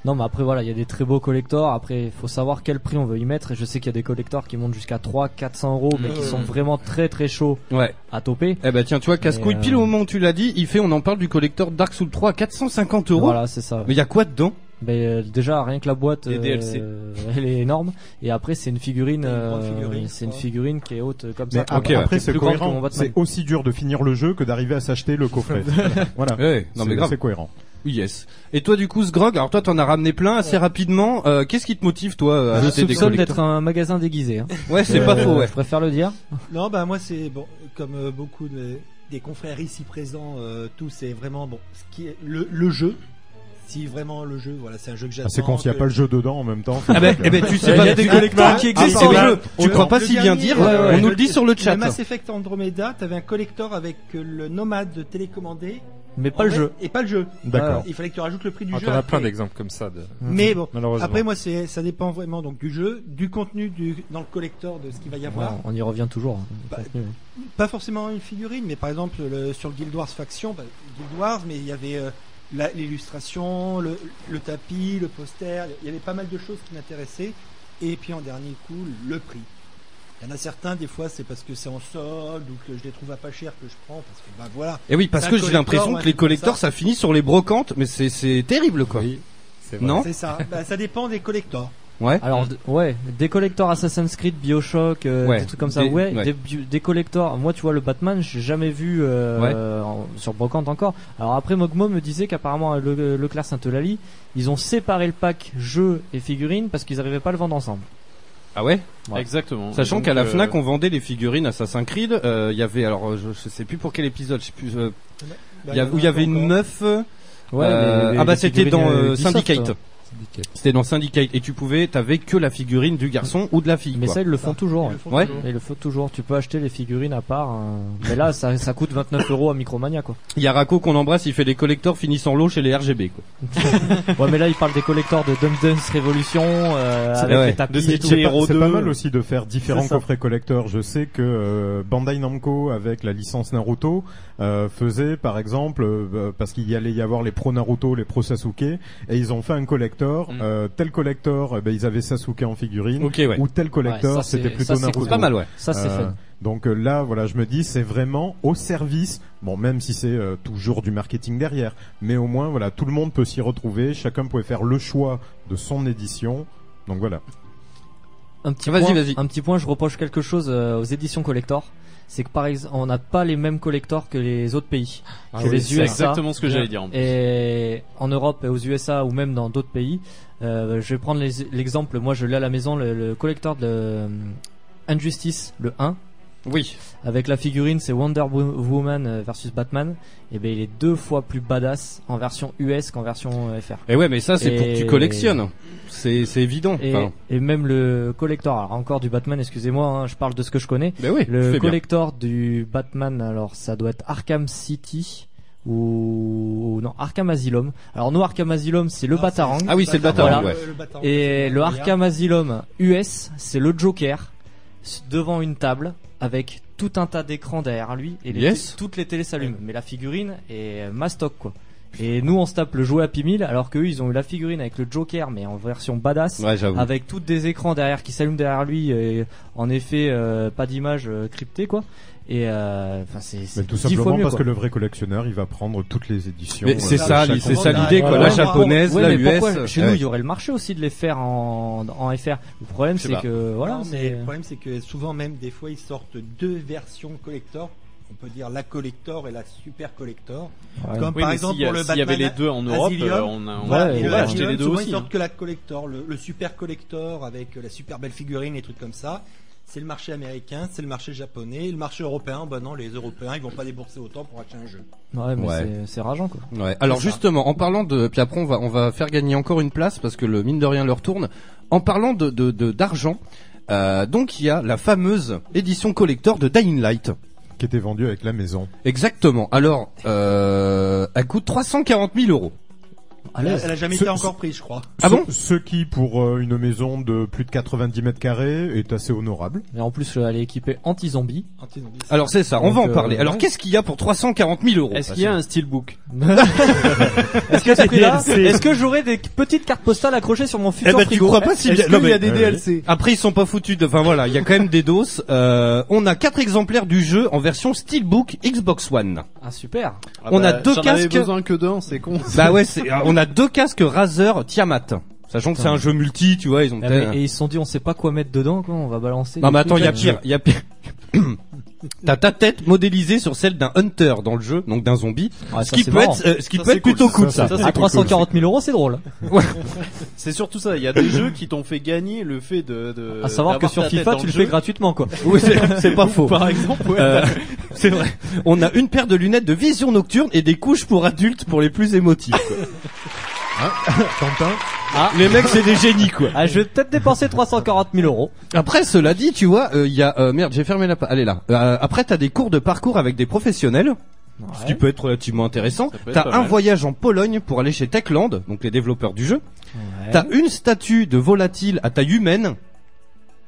Speaker 20: Non, mais après, voilà, il y a des très beaux collectors. Après, il faut savoir quel prix on veut y mettre. Et je sais qu'il y a des collectors qui montent jusqu'à 3 400 euros, mais qui
Speaker 10: Euh.
Speaker 8: Mm.
Speaker 20: sont vraiment très très chauds
Speaker 8: Ouais.
Speaker 20: à toper.
Speaker 8: Eh ben tiens, tu vois, casse-couille,
Speaker 20: Mais, euh,
Speaker 8: pile au moment où tu l'as dit, il fait, on en parle du collector Dark Souls 3 à 450 euros.
Speaker 20: Voilà, c'est ça.
Speaker 8: Mais il y a quoi dedans
Speaker 20: Ben, euh, déjà, rien que la boîte,
Speaker 8: Les
Speaker 20: euh,
Speaker 8: DLC.
Speaker 20: elle est énorme. Et après, c'est une figurine,
Speaker 8: grande
Speaker 20: euh,
Speaker 8: figurine,
Speaker 20: c'est une figurine qui est haute euh, comme
Speaker 14: Mais
Speaker 20: ça. quoi.
Speaker 14: après, après,
Speaker 20: Qui est
Speaker 14: c'est
Speaker 20: plus grande que mon
Speaker 14: cohérent.
Speaker 20: Batman.
Speaker 14: C'est aussi dur de finir le jeu que d'arriver à s'acheter le coffret. voilà.
Speaker 8: Ouais, non mais
Speaker 14: C'est-
Speaker 8: grave.
Speaker 14: C'est cohérent.
Speaker 8: Yes. Et toi, du coup, ce grog, alors toi, t'en as ramené plein assez rapidement. Euh, Qu'est-ce qui te motive, toi, à
Speaker 20: Je
Speaker 8: acheter des
Speaker 20: soupçonne
Speaker 8: collectors
Speaker 20: d'être un magasin déguisé. hein.
Speaker 8: Ouais, c'est
Speaker 20: Euh,
Speaker 8: pas faux, ouais.
Speaker 20: Je préfère le dire.
Speaker 12: Non, bah moi c'est bon, comme euh, beaucoup de- des confrères ici présents, euh, tout c'est vraiment bon. Ce qui est le, le jeu, si vraiment le jeu, voilà, c'est un jeu que
Speaker 14: Ah,
Speaker 12: j'attends.
Speaker 14: c'est con s'il n'y a
Speaker 12: que-
Speaker 14: pas le jeu dedans en même temps.
Speaker 8: Ah ben, eh ben, tu sais pas des collecteurs qui existent au jeu. Tu crois pas
Speaker 12: Le
Speaker 8: si bien
Speaker 12: dernier,
Speaker 8: dire
Speaker 12: euh,
Speaker 8: On nous
Speaker 12: le-
Speaker 8: le dit sur le chat.
Speaker 12: Le Mass Effect Andromeda, t'avais un collector avec euh, le nomade télécommandé.
Speaker 20: Mais
Speaker 10: pas le jeu.
Speaker 12: Et pas le jeu.
Speaker 10: D'accord.
Speaker 12: Il fallait que tu rajoutes le prix du
Speaker 10: Ah,
Speaker 12: jeu.
Speaker 10: t'en as
Speaker 12: après.
Speaker 10: plein d'exemples comme ça de-
Speaker 12: Mais bon,
Speaker 10: Malheureusement.
Speaker 12: après moi c'est ça dépend vraiment donc du jeu, du contenu du dans le collector de ce qu'il va y avoir.
Speaker 20: Ouais, on y revient toujours. hein. Contenu, hein.
Speaker 12: Pas forcément une figurine, mais par exemple le- sur Guild Wars Faction, bah, Guild Wars, mais il y avait euh, la- l'illustration, le, le tapis, le poster, il y avait pas mal de choses qui m'intéressaient. Et puis en dernier coup, le prix. Il y en a certains, des fois, c'est parce que c'est en solde ou que je les trouve à pas cher que je prends, parce que bah voilà.
Speaker 8: Et Eh oui, parce
Speaker 12: C'est
Speaker 8: que
Speaker 12: un
Speaker 8: j'ai
Speaker 12: collector,
Speaker 8: l'impression
Speaker 12: ou un
Speaker 8: que les
Speaker 12: truc comme
Speaker 8: collectors, ça finit sur les brocantes, mais c'est- c'est terrible, quoi.
Speaker 12: ça.
Speaker 8: Non
Speaker 12: C'est ça. Bah, ça dépend des collectors.
Speaker 8: Ouais.
Speaker 20: Alors d- ouais, des collectors Assassin's Creed, Bioshock, euh,
Speaker 8: Ouais.
Speaker 20: des trucs comme ça.
Speaker 8: Des-
Speaker 20: ouais,
Speaker 8: ouais.
Speaker 20: Des, bio- des collectors. Moi, tu vois le Batman, j'ai jamais vu euh,
Speaker 8: Ouais.
Speaker 20: euh, en- sur brocante encore. Alors après, Mogmo me disait qu'apparemment à le, Leclerc Sainte-Eulalie, ils ont séparé le pack jeux et figurines parce qu'ils arrivaient pas à le vendre ensemble.
Speaker 8: Ah ouais
Speaker 20: Ouais.
Speaker 11: Exactement.
Speaker 8: Sachant
Speaker 11: Donc,
Speaker 8: qu'à la
Speaker 11: euh,
Speaker 8: FNAC, on vendait les figurines Assassin's Creed. euh, Il y avait, alors, je, je sais plus pour quel épisode, je sais plus. euh,
Speaker 20: Bah,
Speaker 8: il y a- où il y avait une meuf. euh,
Speaker 20: Ouais,
Speaker 8: euh,
Speaker 20: les- les-
Speaker 8: ah bah
Speaker 20: les
Speaker 8: c'était
Speaker 20: figurines,
Speaker 8: dans
Speaker 20: euh,
Speaker 8: euh,
Speaker 20: Ubisoft,
Speaker 8: Syndicate.
Speaker 20: hein.
Speaker 8: C'était dans Syndicate et tu pouvais, t'avais que la figurine du garçon ou de la fille.
Speaker 20: Mais
Speaker 8: quoi.
Speaker 20: ça, ils le
Speaker 14: Ah,
Speaker 20: font toujours.
Speaker 8: Ils le
Speaker 20: ouais.
Speaker 8: font Ouais. toujours.
Speaker 20: Ils le font toujours. Tu peux acheter les figurines à part. hein. Mais là, ça, ça coûte 29 euros à Micromania, quoi.
Speaker 8: Il y a Rako qu'on embrasse, il fait les collecteurs finissant l'eau chez les RGB. Quoi.
Speaker 20: Ouais, mais là, ils parlent des collecteurs de Dum Dums Revolution, euh,
Speaker 14: C'est
Speaker 20: avec
Speaker 14: ouais.
Speaker 20: les tapis et
Speaker 14: C'est
Speaker 20: tout.
Speaker 14: c'est pas, c'est pas mal aussi de faire différents
Speaker 20: C'est ça.
Speaker 14: coffrets collecteurs. Je sais que euh, Bandai Namco avec la licence Naruto euh, faisait par exemple euh, parce qu'il y allait y avoir les pro Naruto, les pro Sasuke et ils ont fait un collector. Euh, tel collector, eh ben, ils avaient Sasuke en figurine
Speaker 8: Mm. Ok, ouais.
Speaker 14: ou tel collector,
Speaker 8: Ouais, ça, c'est-
Speaker 14: c'était plutôt
Speaker 8: ça, c'est
Speaker 14: Naruto.
Speaker 8: cool. Pas mal, ouais. Ça, c'est
Speaker 14: Euh,
Speaker 8: fun.
Speaker 14: donc euh, là, voilà, je me dis, c'est vraiment au service. Bon, même si c'est euh, toujours du marketing derrière, mais au moins, voilà, tout le monde peut s'y retrouver. Chacun pouvait faire le choix de son édition. Donc voilà.
Speaker 20: Un petit,
Speaker 14: Vas-y,
Speaker 20: point,
Speaker 14: vas-y.
Speaker 20: un petit point, je reproche quelque chose euh, aux éditions collector. C'est que par exemple, on n'a pas les mêmes collectors que les autres pays.
Speaker 11: Ah
Speaker 20: que
Speaker 11: oui,
Speaker 20: les
Speaker 11: c'est
Speaker 20: USA,
Speaker 11: exactement ce que j'allais dire, en plus.
Speaker 20: Et en Europe et aux USA ou même dans d'autres pays, euh, je vais prendre les- l'exemple. Moi, je l'ai à la maison, le, le collector de euh, Injustice, le 1.
Speaker 8: Oui.
Speaker 20: Avec la figurine, c'est Wonder Wo- Woman euh, versus Batman. Et ben, il est deux fois plus badass en version US qu'en version euh, FR.
Speaker 8: Et Eh ouais, mais ça c'est pour que
Speaker 20: Et-
Speaker 8: tu collectionnes. C'est c'est évident.
Speaker 20: et,
Speaker 8: Enfin,
Speaker 20: et même le collector, alors encore du Batman, excusez-moi, hein, je parle de ce que je connais.
Speaker 8: Ben oui, tu fais
Speaker 20: le
Speaker 8: bien.
Speaker 20: collector du Batman, alors ça doit être Arkham City ou ou non Arkham Asylum. Alors nous Arkham Asylum, c'est le Batarang.
Speaker 8: Ah oui, c'est le Batarang, ouais.
Speaker 20: Et le Arkham Asylum US, c'est le Joker s- devant une table avec tout un tas d'écrans derrière lui et les
Speaker 8: Yes.
Speaker 20: t- toutes les télés s'allument. Mais la figurine est mastoc quoi. Et nous on se tape le jouet Happy Meal alors qu'eux ils ont eu la figurine avec le Joker mais en version badass
Speaker 8: Ouais, j'avoue.
Speaker 20: avec toutes des écrans derrière qui s'allument derrière lui et en effet euh, pas d'image euh, cryptée quoi. Et euh, enfin c'est
Speaker 14: Mais
Speaker 20: c'est
Speaker 14: tout
Speaker 20: dix fois
Speaker 14: simplement
Speaker 20: mieux,
Speaker 14: parce
Speaker 20: quoi.
Speaker 14: que le vrai collectionneur, il va prendre toutes les éditions. euh,
Speaker 8: Mais c'est
Speaker 14: de
Speaker 8: ça,
Speaker 14: chaque
Speaker 8: c'est ça
Speaker 14: endroit.
Speaker 8: l'idée, quoi. La
Speaker 20: Ouais, mais
Speaker 8: japonaise,
Speaker 20: pourquoi-
Speaker 8: la
Speaker 20: ouais, mais
Speaker 8: US.
Speaker 20: pourquoi Chez
Speaker 8: Ouais.
Speaker 20: nous, il y aurait le marché aussi de les faire en, en FR. Le problème,
Speaker 12: Je sais
Speaker 20: c'est
Speaker 12: pas.
Speaker 20: que voilà.
Speaker 12: Non,
Speaker 20: c'est-
Speaker 12: mais le problème c'est que souvent même des fois ils sortent deux versions collector. On peut dire la collector et la super collector.
Speaker 11: Ouais.
Speaker 12: Comme
Speaker 11: Oui,
Speaker 12: par
Speaker 11: mais
Speaker 12: exemple
Speaker 11: s'il y a-
Speaker 12: pour le
Speaker 11: s'il y avait
Speaker 12: Batman
Speaker 11: les deux en Europe,
Speaker 12: Asylum,
Speaker 11: euh, on a- on
Speaker 12: voilà,
Speaker 11: va-
Speaker 12: et
Speaker 11: on
Speaker 12: le
Speaker 11: va acheter
Speaker 12: Asylum,
Speaker 11: les deux
Speaker 12: souvent,
Speaker 11: aussi,
Speaker 12: Ils sortent
Speaker 11: hein.
Speaker 12: que la collector, le, le super collector avec euh, la super belle figurine et trucs comme ça. C'est le marché américain, c'est le marché japonais, et le marché européen. Bah non, les Européens ils vont pas débourser autant pour acheter un jeu.
Speaker 20: Ouais, mais
Speaker 8: Ouais.
Speaker 20: c'est- c'est rageant quoi.
Speaker 8: Ouais. Alors
Speaker 12: C'est ça.
Speaker 8: justement, en parlant de, puis après on va on va faire gagner encore une place parce que le mine de rien leur tourne. En parlant de de de- d'argent, euh, donc il y a la fameuse édition collector de Dying Light.
Speaker 14: qui était vendu avec la maison.
Speaker 8: Exactement. Alors, euh, elle coûte 340 000 euros. Ah
Speaker 12: Elle, elle a jamais
Speaker 14: Ce-
Speaker 12: été
Speaker 14: ce-
Speaker 12: encore prise, je crois.
Speaker 14: Ce- Ce qui, pour euh, une maison de plus de 90 mètres carrés, est assez honorable.
Speaker 18: Et en plus, euh, elle est équipée euh, anti-zombie.
Speaker 8: Alors c'est ça, on va en parler.
Speaker 20: euh,
Speaker 8: Alors qu'est-ce qu'il y a pour 340 000 euros
Speaker 11: Est-ce qu'il y a un steelbook
Speaker 18: Est-ce que à ce
Speaker 8: Des
Speaker 18: prix-là,
Speaker 8: DLC.
Speaker 18: est-ce que j'aurais des petites cartes postales accrochées sur mon
Speaker 8: Eh
Speaker 18: futur
Speaker 8: ben tu
Speaker 18: frigo
Speaker 8: crois pas si
Speaker 18: Est-ce
Speaker 8: bien.
Speaker 18: qu'il
Speaker 8: Non,
Speaker 18: y a
Speaker 8: mais- euh,
Speaker 14: euh,
Speaker 18: des DLC
Speaker 8: Après ils sont pas foutus. De... Enfin voilà, il y a quand même des doses. Euh, on a quatre exemplaires du jeu en version Steelbook Xbox One.
Speaker 18: Ah super.
Speaker 8: on a deux
Speaker 11: bah, J'en avais
Speaker 8: casques.
Speaker 11: besoin que d'un, c'est con.
Speaker 8: Bah ouais, c'est- on a deux casques Razer Tiamat. Sachant que c'est
Speaker 18: Putain.
Speaker 8: un jeu multi, tu
Speaker 20: Eh,
Speaker 8: vois, ils ont.
Speaker 18: Ah,
Speaker 8: peut-être-
Speaker 18: mais- et ils se sont dit, on sait pas quoi mettre dedans, quoi. On va balancer.
Speaker 8: Non
Speaker 18: des
Speaker 8: mais attends,
Speaker 18: trucs
Speaker 8: il y a
Speaker 18: là.
Speaker 8: pire, il y a pire. T'as ta tête modélisée sur celle d'un hunter dans le jeu, donc d'un zombie.
Speaker 18: Ah,
Speaker 8: ce
Speaker 18: ça,
Speaker 8: qui
Speaker 18: c'est
Speaker 8: peut
Speaker 18: marrant.
Speaker 8: être, euh, ce qui
Speaker 18: Ça,
Speaker 8: peut
Speaker 18: c'est
Speaker 8: être plutôt
Speaker 18: cool,
Speaker 8: cool ça.
Speaker 18: Ça, c'est 340 000 euros, c'est drôle.
Speaker 11: C'est surtout ça. Il y a des jeux qui t'ont fait gagner le fait de. de
Speaker 18: À savoir que
Speaker 11: d'avoir
Speaker 18: sur
Speaker 11: ta tête
Speaker 18: FIFA,
Speaker 11: dans
Speaker 18: tu
Speaker 11: le
Speaker 18: le fais
Speaker 11: jeu.
Speaker 18: gratuitement, quoi.
Speaker 8: Oui, c'est- c'est pas
Speaker 11: Ou
Speaker 8: faux.
Speaker 11: Par exemple, ouais.
Speaker 8: Euh, c'est vrai. On a une paire de lunettes de vision nocturne et des couches pour adultes pour les plus émotifs. quoi. Ah,
Speaker 14: Quentin
Speaker 8: Les mecs, c'est des génies, quoi.
Speaker 18: Ah, je vais peut-être dépenser 340 000 euros.
Speaker 8: Après, cela dit, tu vois, euh, il y a euh, merde, j'ai fermé la. pa- Allez là. Euh, après, t'as des cours de parcours avec des professionnels. Ce qui peut être relativement intéressant.
Speaker 11: peut être
Speaker 8: T'as
Speaker 11: pas
Speaker 8: un
Speaker 11: mal.
Speaker 8: voyage en Pologne pour aller chez Techland, donc les développeurs du jeu.
Speaker 18: Ouais.
Speaker 8: T'as une statue de volatile à taille humaine.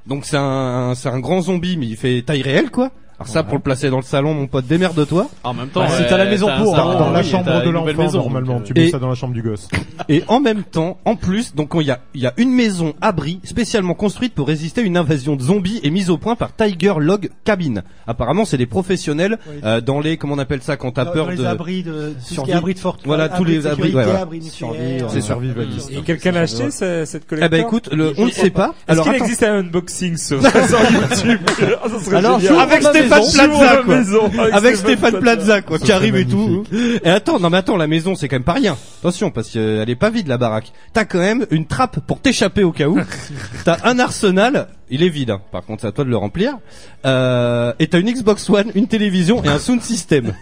Speaker 8: Donc c'est un, c'est un grand zombie, mais il fait taille réelle, quoi. Alors ça, pour le placer dans le salon, mon pote, démerde-toi.
Speaker 11: En même temps,
Speaker 8: Bah, si
Speaker 11: euh,
Speaker 8: t'as la maison
Speaker 11: t'as un
Speaker 8: pour,
Speaker 11: salon,
Speaker 8: dans- dans la
Speaker 11: oui, et
Speaker 8: chambre
Speaker 11: t'as
Speaker 8: de
Speaker 11: une
Speaker 8: l'enfant,
Speaker 11: nouvelle maison,
Speaker 14: normalement,
Speaker 11: donc,
Speaker 14: tu
Speaker 11: euh,
Speaker 14: mets
Speaker 8: Et-
Speaker 14: ça dans la chambre du gosse.
Speaker 8: Et en même temps, en plus, donc il y a, il y a une maison abri spécialement construite pour résister à une invasion de zombies et mise au point par Tiger Log Cabin. Apparemment, c'est des professionnels
Speaker 12: Oui.
Speaker 8: euh, dans les comment on appelle ça quand t'as
Speaker 12: Dans-
Speaker 8: peur
Speaker 12: dans les
Speaker 8: de
Speaker 12: abris de- tout ce qui est
Speaker 8: Survie.
Speaker 12: abri de fortune,
Speaker 8: Voilà tous
Speaker 12: abri de
Speaker 8: les abris.
Speaker 12: sécurité,
Speaker 8: ouais, voilà.
Speaker 12: abri nucléaire.
Speaker 8: C'est
Speaker 12: euh,
Speaker 8: survivaliste.
Speaker 12: Et
Speaker 10: quelqu'un l'a acheté, ce- cette
Speaker 8: Eh ben
Speaker 10: collector
Speaker 8: écoute, le, on ne sait pas.
Speaker 10: Est-ce qu'il
Speaker 8: attends.
Speaker 10: existe un unboxing sur, sur YouTube Ah, ça serait
Speaker 8: Alors,
Speaker 10: génial.
Speaker 8: j'ouvre avec
Speaker 10: ma
Speaker 8: Stéphane
Speaker 10: maison,
Speaker 8: Plaza,
Speaker 10: j'ouvre ma
Speaker 8: quoi.
Speaker 10: maison,
Speaker 8: avec, Stéphane Plaza, quoi, qui arrive et tout. Et attends, non mais attends, la maison c'est quand même pas rien. Attention, parce qu'elle est pas vide la baraque. T'as quand même une trappe pour t'échapper au cas où. t'as un arsenal, il est vide. hein. Par contre, c'est à toi de le remplir. Euh, et t'as une Xbox One, une télévision et un sound system.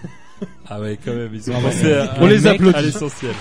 Speaker 10: Ah ouais, quand même, ils ont
Speaker 8: Ah
Speaker 10: pensé
Speaker 8: ouais.
Speaker 10: à-
Speaker 8: On les
Speaker 10: à
Speaker 8: applaudit.
Speaker 10: l'essentiel.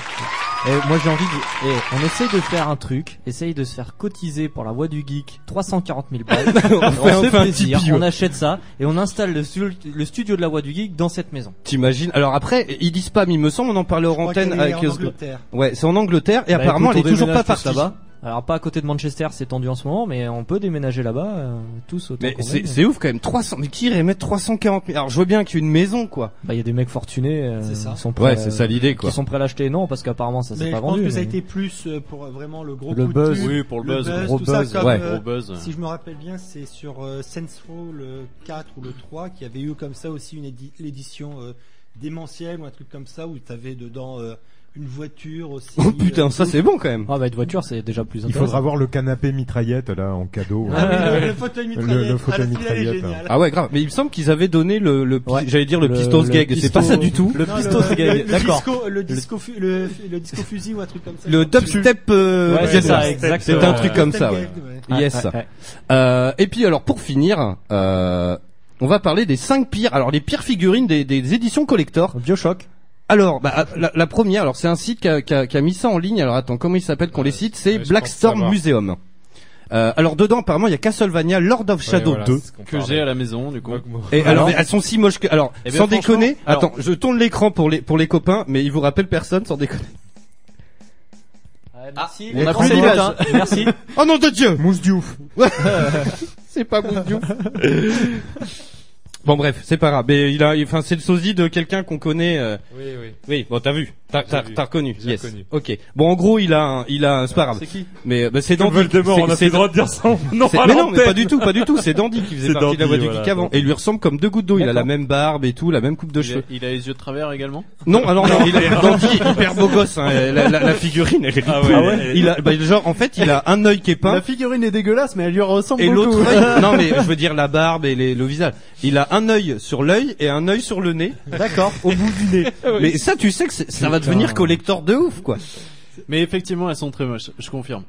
Speaker 18: Et moi j'ai envie de... eh, on essaye de faire un truc, essaye de se faire cotiser pour la voix du geek 340 000 balles. on,
Speaker 8: fait- on
Speaker 18: se
Speaker 8: fait un
Speaker 18: plaisir,
Speaker 8: Tipeee, ouais.
Speaker 18: on achète ça et on installe le, stu- le studio de la voix du geek dans cette maison.
Speaker 8: T'imagines Alors après, ils disent pas, mais il me semble, on en parlait hors
Speaker 18: crois
Speaker 8: antenne
Speaker 18: qu'elle est
Speaker 8: avec
Speaker 18: en
Speaker 8: Osgo.
Speaker 18: Angleterre.
Speaker 8: Ouais, c'est en Angleterre et
Speaker 18: Bah,
Speaker 8: apparemment
Speaker 18: écoute,
Speaker 8: elle
Speaker 18: on
Speaker 8: est toujours pas
Speaker 18: déménage tous
Speaker 8: partie.
Speaker 18: là-bas. Alors pas à côté de Manchester, c'est tendu en ce moment, mais on peut déménager là-bas euh, tous autant
Speaker 8: Mais
Speaker 18: qu'on
Speaker 8: c'est
Speaker 18: veut.
Speaker 8: c'est ouf quand même 300 mais qui irait mettre 340 000 alors je vois bien qu'il y a une maison quoi
Speaker 18: Bah il y a des mecs fortunés euh,
Speaker 12: ça.
Speaker 18: qui sont prêts
Speaker 8: Ouais, c'est ça l'idée, quoi.
Speaker 18: Qui sont prêts à l'acheter non parce qu'apparemment ça s'est
Speaker 12: Mais je
Speaker 18: pas
Speaker 12: pense
Speaker 18: vendu.
Speaker 12: que ça a
Speaker 18: mais-
Speaker 12: été plus euh, pour euh, vraiment le gros
Speaker 18: Le
Speaker 12: coup de
Speaker 18: buzz.
Speaker 12: pub,
Speaker 11: Oui, pour le buzz, le
Speaker 18: gros
Speaker 12: tout
Speaker 18: buzz,
Speaker 12: ça, comme,
Speaker 18: ouais.
Speaker 12: euh,
Speaker 11: Gros buzz.
Speaker 12: Si je me rappelle bien, c'est sur euh, Saints Row le 4 ou le 3 qui avait eu comme ça aussi une édi- l'édition euh, démentielle ou un truc comme ça où t'avais dedans euh, une voiture aussi. euh,
Speaker 8: Oh putain, ça c'est bon quand même.
Speaker 18: Ah bah une voiture c'est déjà plus
Speaker 14: Il
Speaker 18: intéressant.
Speaker 14: faudra voir le canapé mitraillette là en cadeau.
Speaker 18: Ah oui,
Speaker 12: le- le fauteuil mitraillette.
Speaker 14: Le- le
Speaker 12: Ah,
Speaker 14: fauteuil
Speaker 12: celui-là, il est
Speaker 14: mitraillette. hein.
Speaker 12: génial.
Speaker 8: Ah ouais grave, mais il me semble qu'ils avaient donné le, le pi-
Speaker 18: Ouais.
Speaker 8: j'allais dire le,
Speaker 18: Le-
Speaker 8: pistos
Speaker 18: le
Speaker 8: gag, c'est
Speaker 18: pisto-
Speaker 8: pas ça du tout.
Speaker 18: le
Speaker 12: Non,
Speaker 18: pistos
Speaker 12: le-
Speaker 18: gag,
Speaker 12: le- le
Speaker 18: d'accord.
Speaker 12: disco- Le disco, fu- le, le disco fusil ou un truc comme ça.
Speaker 8: Le dubstep euh,
Speaker 18: Ouais, c'est ça,
Speaker 8: vietnamien.
Speaker 18: exactement.
Speaker 8: C'est un truc
Speaker 18: Ouais.
Speaker 8: comme ça, ouais.
Speaker 18: Dubstep gag, ouais.
Speaker 8: Yes.
Speaker 18: Ouais, ouais, ouais.
Speaker 8: Euh, et puis alors pour finir, euh, on va parler des cinq pires, alors les pires figurines des, des éditions collector.
Speaker 18: Bioshock.
Speaker 8: Alors, bah, la, la première, alors c'est un site qui a, qui a- qui a mis ça en ligne. Alors attends, comment il s'appelle qu'on les cite C'est
Speaker 10: pense
Speaker 8: Black Storm
Speaker 10: savoir.
Speaker 8: Museum. Euh, alors dedans, apparemment, il y a Castlevania, Lord of
Speaker 11: Ouais,
Speaker 8: Shadow
Speaker 11: voilà,
Speaker 8: 2.
Speaker 11: c'est ce qu'on Que j'ai à la maison, du coup.
Speaker 8: Et alors, mais elles sont si moches que. Alors,
Speaker 11: Eh bien,
Speaker 8: sans
Speaker 11: franchement,
Speaker 8: déconner.
Speaker 11: alors-
Speaker 8: Attends, je tourne l'écran pour les pour les copains, mais il vous rappelle personne, sans déconner.
Speaker 18: merci.
Speaker 8: on a
Speaker 18: L'écran
Speaker 8: plus
Speaker 18: est
Speaker 8: d'image.
Speaker 18: lointain. Merci.
Speaker 8: Oh non de Dieu
Speaker 14: Mousse diouf.
Speaker 8: Ouais. c'est pas Mousse Diouf. Bon bref, c'est pas grave. Mais il a, enfin, c'est le sosie de quelqu'un qu'on connaît. euh,
Speaker 10: Oui, oui.
Speaker 8: Oui, bon, t'as vu, t'as, t'as,
Speaker 10: vu.
Speaker 8: t'as reconnu.
Speaker 10: J'ai
Speaker 8: yes.
Speaker 10: reconnu.
Speaker 8: Ok. Bon, en gros, il a, un, il a, un- c'est pas grave.
Speaker 10: C'est qui
Speaker 8: Mais bah, c'est
Speaker 10: Comme
Speaker 8: Dandy.
Speaker 10: Voldemort,
Speaker 8: C'est-
Speaker 10: on a
Speaker 8: c'est
Speaker 10: plus le droit
Speaker 8: Dan-
Speaker 10: de dire ça en- non,
Speaker 8: C'est-
Speaker 10: à
Speaker 8: mais non, mais
Speaker 10: l'antenne.
Speaker 8: pas du tout, pas du tout. C'est Dandy qui faisait
Speaker 10: C'est
Speaker 8: partie de la
Speaker 10: Dandy,
Speaker 8: voix du
Speaker 10: voilà,
Speaker 8: geek avant.
Speaker 10: Dandy.
Speaker 8: Et il lui ressemble comme deux gouttes d'eau. Il a la
Speaker 11: D'accord.
Speaker 8: même barbe et tout, la même coupe de
Speaker 11: Il a,
Speaker 8: cheveux.
Speaker 11: il a les yeux de travers également.
Speaker 8: Non, alors non, il est Dandy est hyper beau gosse. hein. La, la- la figurine, elle est.
Speaker 11: Ah ouais,
Speaker 8: Ah ouais
Speaker 11: elle-
Speaker 8: il a, bah, genre, en fait, il a un œil qui est peint.
Speaker 11: La figurine est dégueulasse, mais elle lui ressemble
Speaker 8: Et
Speaker 11: beaucoup.
Speaker 8: l'autre œil, non mais je veux dire la barbe et les- le visage. Il a un œil sur l'œil et un œil sur le nez.
Speaker 18: D'accord.
Speaker 8: Au bout du nez. Mais ça, tu sais que c'est- ça va
Speaker 11: Putain.
Speaker 8: devenir collector de ouf, quoi.
Speaker 11: Mais effectivement, elles sont très moches, je confirme.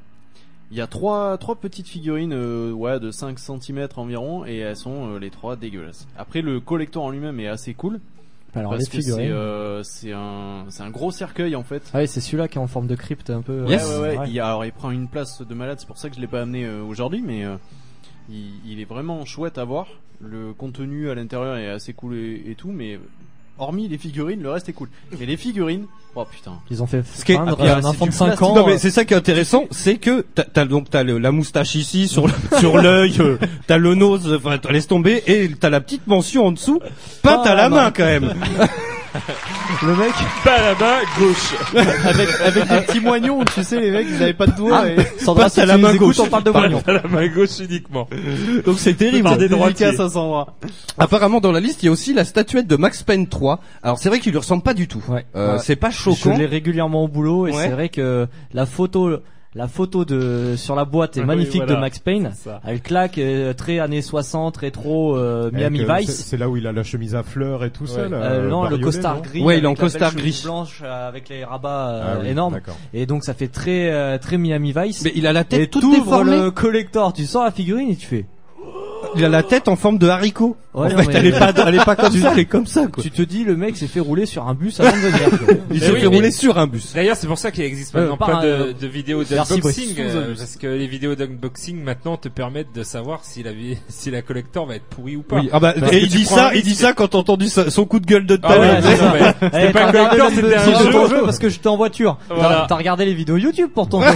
Speaker 11: Il y a trois, trois petites figurines euh, ouais, de 5 cm environ et elles sont euh, les trois dégueulasses. Après, le collector en lui-même est assez cool.
Speaker 18: Alors,
Speaker 11: parce
Speaker 18: les
Speaker 11: que c'est
Speaker 18: figurines.
Speaker 11: euh, c'est un, c'est un gros cercueil en fait.
Speaker 18: Ah oui, c'est celui-là qui est en forme de crypte un peu.
Speaker 11: Ouais, ouais, ouais. Il, alors, il prend une place de malade, c'est pour ça que je l'ai pas amené euh, aujourd'hui, mais euh, Il, il est vraiment chouette à voir. Le contenu à l'intérieur est assez cool et, et tout, mais hormis les figurines, le reste est cool. Mais les figurines, oh putain.
Speaker 20: Ils ont fait
Speaker 8: Ce qui est-
Speaker 20: peindre
Speaker 8: Ah,
Speaker 20: un
Speaker 8: c'est
Speaker 20: enfant de
Speaker 8: du
Speaker 20: 5
Speaker 8: plastique.
Speaker 20: ans. euh.
Speaker 8: Non mais c'est ça qui est intéressant, c'est que t'as t'as donc t'as le- la moustache ici sur le- sur l'œil, euh, t'as le nose, enfin t'as laisse tomber et t'as la petite mention en dessous, peinte
Speaker 11: Pas
Speaker 8: à
Speaker 20: Ah,
Speaker 11: à la
Speaker 8: Ah, la main
Speaker 11: main.
Speaker 8: quand même.
Speaker 11: Le mec. Pas la main gauche. avec, avec des petits moignons, tu sais, les mecs, ils avaient pas de doigts.
Speaker 8: Ah,
Speaker 11: et...
Speaker 8: Sandra, Passe si à tu la nous main écoutes, gauche. on parle de
Speaker 11: Passe
Speaker 8: moignons.
Speaker 11: à la main gauche uniquement.
Speaker 8: Donc c'est terrible.
Speaker 11: Par des
Speaker 8: droitiers.
Speaker 11: dédicaces à Sandra.
Speaker 8: Apparemment dans la liste il y a aussi la statuette de Max Payne 3. Alors c'est vrai qu'il lui ressemble pas du tout. Euh,
Speaker 20: Ouais.
Speaker 8: C'est pas choquant.
Speaker 20: Je l'ai régulièrement au boulot et
Speaker 8: Ouais.
Speaker 20: c'est vrai que la photo, la photo de sur la boîte est
Speaker 11: Oui,
Speaker 20: magnifique
Speaker 11: voilà,
Speaker 20: de Max Payne.
Speaker 11: c'est ça.
Speaker 20: Elle claque euh, très années 60, rétro euh,
Speaker 14: Avec,
Speaker 20: Miami
Speaker 14: euh, c'est-
Speaker 20: Vice.
Speaker 14: C'est là où il a la chemise à fleurs et tout ça. là,
Speaker 20: Euh, non, le
Speaker 14: bariolé,
Speaker 20: costard
Speaker 14: non
Speaker 20: gris. avec la belle chemise Blanche euh, avec les rabats euh,
Speaker 14: Ah oui,
Speaker 20: énormes.
Speaker 14: d'accord.
Speaker 20: Et donc ça fait très euh, très Miami Vice.
Speaker 8: Mais il a la tête
Speaker 20: et
Speaker 8: toute
Speaker 20: t'ouvres
Speaker 8: déformée.
Speaker 20: le collector, tu sors la figurine et tu fais.
Speaker 8: Il a la tête en forme de haricot.
Speaker 20: Ouais,
Speaker 8: en
Speaker 20: non,
Speaker 8: fait,
Speaker 20: mais-
Speaker 8: elle est pas, elle est pas comme
Speaker 20: Tu-
Speaker 8: ça, elle est comme ça quoi.
Speaker 20: Tu te dis le mec s'est fait rouler sur un bus avant de venir. quoi.
Speaker 8: Il
Speaker 10: Mais
Speaker 8: s'est
Speaker 10: oui,
Speaker 8: fait
Speaker 10: mais-
Speaker 8: rouler sur un bus.
Speaker 10: D'ailleurs, c'est pour ça qu'il existe
Speaker 20: Euh,
Speaker 10: maintenant
Speaker 20: par
Speaker 10: pas
Speaker 20: un,
Speaker 10: de,
Speaker 20: euh,
Speaker 10: de vidéos
Speaker 20: merci,
Speaker 10: d'unboxing,
Speaker 20: boss.
Speaker 10: euh, parce que les vidéos d'unboxing maintenant te permettent de savoir si la, vi- si la collector va être pourrie ou pas.
Speaker 8: Oui. Ah bah,
Speaker 10: Parce
Speaker 8: et
Speaker 10: que
Speaker 8: il
Speaker 10: tu
Speaker 8: dit
Speaker 10: prends
Speaker 8: ça,
Speaker 10: un
Speaker 8: il dit
Speaker 10: risque.
Speaker 8: ça quand t'as entendu sa- son coup de gueule de tout à
Speaker 10: Ah ouais,
Speaker 8: l'heure.
Speaker 10: c'est ça, mais c'était
Speaker 20: Eh,
Speaker 10: pas
Speaker 20: t'as
Speaker 10: un
Speaker 20: regardé
Speaker 10: collector,
Speaker 20: le-
Speaker 10: c'était un
Speaker 20: si,
Speaker 10: jeu.
Speaker 20: ton parce que j'étais en voiture. T'as-
Speaker 10: Voilà.
Speaker 20: T'as regardé les vidéos YouTube pour ton.
Speaker 10: Non,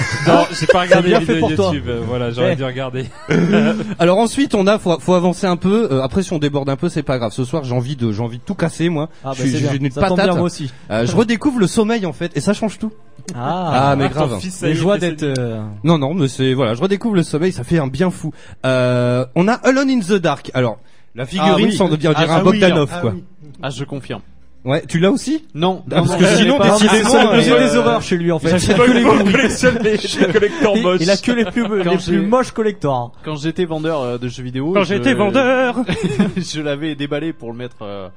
Speaker 10: j'ai pas regardé
Speaker 20: bien
Speaker 10: les
Speaker 20: fait
Speaker 10: vidéos
Speaker 20: pour toi.
Speaker 10: YouTube. euh, Voilà, j'aurais
Speaker 20: Eh.
Speaker 10: dû regarder.
Speaker 8: Alors ensuite, on a, faut, faut avancer un peu. Euh, après, si on déborde un peu, c'est pas grave. Ce soir, j'ai envie de, j'ai envie de tout casser, moi.
Speaker 20: Ah, bah,
Speaker 8: je suis
Speaker 20: c'est
Speaker 8: je
Speaker 20: bien.
Speaker 8: suis une
Speaker 20: Ça tombe
Speaker 8: patate.
Speaker 20: bien, moi aussi.
Speaker 8: Euh, je redécouvre le sommeil en fait, et ça change tout.
Speaker 20: Ah.
Speaker 8: mais
Speaker 20: Ah, ton
Speaker 8: grave.
Speaker 20: fils, ça y Les est, joies c'est- d'être, euh,
Speaker 8: Non, non, mais c'est voilà, je redécouvre le sommeil, ça fait un bien fou. Euh, on a Alone in the Dark. Alors, la figurine, sans dire
Speaker 11: Ah,
Speaker 8: un
Speaker 11: ah oui,
Speaker 8: Bogdanov,
Speaker 11: ah
Speaker 8: quoi.
Speaker 11: oui. Ah, je confirme.
Speaker 8: Ouais, tu l'as aussi
Speaker 11: Non,
Speaker 8: Ah, parce
Speaker 11: non,
Speaker 8: que
Speaker 11: non,
Speaker 8: sinon,
Speaker 11: je l'ai pas. Ah,
Speaker 8: décidément,
Speaker 11: c'est ça,
Speaker 8: euh,
Speaker 11: mais j'ai des horreurs chez lui, en fait.
Speaker 20: J'achète
Speaker 11: que les
Speaker 20: gros.
Speaker 11: collectionne les- les collectors
Speaker 20: Il-
Speaker 11: moches.
Speaker 20: Il a que les plus,
Speaker 11: Quand
Speaker 20: les
Speaker 11: j'ai-
Speaker 20: plus moches collectors.
Speaker 11: Quand j'étais vendeur euh, de jeux vidéo.
Speaker 20: Quand
Speaker 11: je-
Speaker 20: j'étais vendeur.
Speaker 11: Je l'avais déballé pour le mettre euh,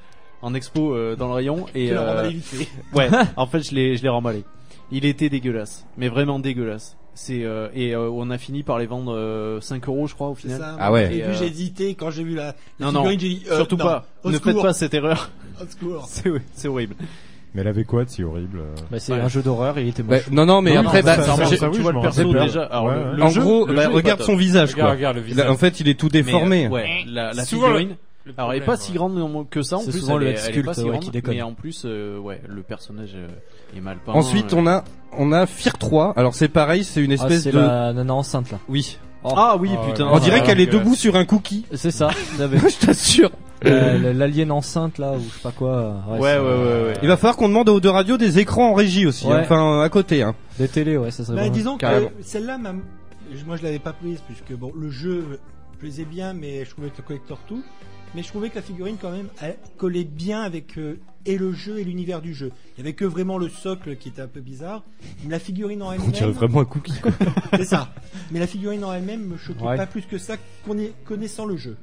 Speaker 11: en expo euh, dans le rayon et.
Speaker 12: Tu l'as
Speaker 11: euh,
Speaker 12: remballé vite fait.
Speaker 11: Ouais. En fait, je l'ai, je l'ai remballé. Il était dégueulasse, mais vraiment dégueulasse. C'est euh, et euh, on a fini par les vendre euh, 5 euros, je crois, au
Speaker 12: C'est
Speaker 11: final.
Speaker 12: ça,
Speaker 11: Et,
Speaker 8: Ah
Speaker 20: Ah
Speaker 12: moi, au
Speaker 11: euh,
Speaker 12: début, j'ai hésité quand j'ai vu la, la
Speaker 11: non, non,
Speaker 12: figurine, j'ai dit, euh,
Speaker 11: surtout
Speaker 12: non,
Speaker 11: pas.
Speaker 12: au
Speaker 11: ne faites
Speaker 12: secours.
Speaker 11: pas cette erreur.
Speaker 12: Au secours.
Speaker 11: C'est, c'est horrible.
Speaker 14: Mais elle avait quoi de si horrible euh
Speaker 20: Bah,
Speaker 11: Ouais.
Speaker 20: d'horreur, il était
Speaker 8: Bah, non, non, mais après, bah,
Speaker 11: ça,
Speaker 8: j'ai-
Speaker 11: ça, oui, tu vois le perso déjà. Alors, le- le
Speaker 8: en
Speaker 11: jeu-
Speaker 8: gros,
Speaker 11: le
Speaker 8: bah,
Speaker 11: jeu est
Speaker 8: regarde
Speaker 11: pas
Speaker 8: son
Speaker 11: top.
Speaker 8: visage,
Speaker 11: Regarde,
Speaker 8: quoi.
Speaker 11: regarde le
Speaker 8: Il a-
Speaker 11: visage.
Speaker 8: En fait, il est tout déformé.
Speaker 11: Mais, euh, ouais,
Speaker 20: Eh,
Speaker 11: la, la
Speaker 10: Souvent,
Speaker 11: figurine.
Speaker 10: le- le
Speaker 11: alors, elle est pas
Speaker 10: problème,
Speaker 11: si grande non- que ça en
Speaker 20: hein. C'est
Speaker 11: plus.
Speaker 20: souvent
Speaker 11: elle,
Speaker 20: le
Speaker 11: est- elle est pas
Speaker 20: sculpte,
Speaker 11: si
Speaker 20: ouais,
Speaker 11: grande,
Speaker 20: qui déconne.
Speaker 11: Mais en plus, euh, ouais, le personnage euh, est mal peint. euh.
Speaker 8: Ensuite, on a, on a Fear 3. Alors, c'est pareil, c'est une espèce
Speaker 20: Ah, c'est
Speaker 8: de...
Speaker 20: la nana enceinte là.
Speaker 8: Oui.
Speaker 11: Ah oui,
Speaker 20: Oh,
Speaker 11: putain.
Speaker 8: On dirait qu'elle est
Speaker 20: dégueulasse.
Speaker 8: debout sur un cookie.
Speaker 20: C'est ça.
Speaker 8: Je t'assure.
Speaker 20: Euh, L'alien enceinte là ou je sais pas quoi. euh, c'est-
Speaker 8: Il va falloir qu'on demande aux deux radios des écrans en régie aussi,
Speaker 20: Ouais.
Speaker 8: hein. enfin euh, à côté. Hein.
Speaker 20: Des télés, ouais, ça serait.
Speaker 14: Bah,
Speaker 12: Ben,
Speaker 20: bon.
Speaker 12: disons que celle-là, m'a- moi je l'avais pas prise puisque bon, le jeu plaisait bien, mais je trouvais que le collector tout. Mais je trouvais que la figurine quand même elle collait bien avec euh, et le jeu et l'univers du jeu. Il y avait que vraiment le socle qui était un peu bizarre. Mais la figurine en elle-même.
Speaker 8: dirait vraiment un cookie, quoi.
Speaker 12: C'est ça. Mais la figurine en elle-même me choquait
Speaker 10: Ouais.
Speaker 12: pas plus que ça conna- connaissant le jeu.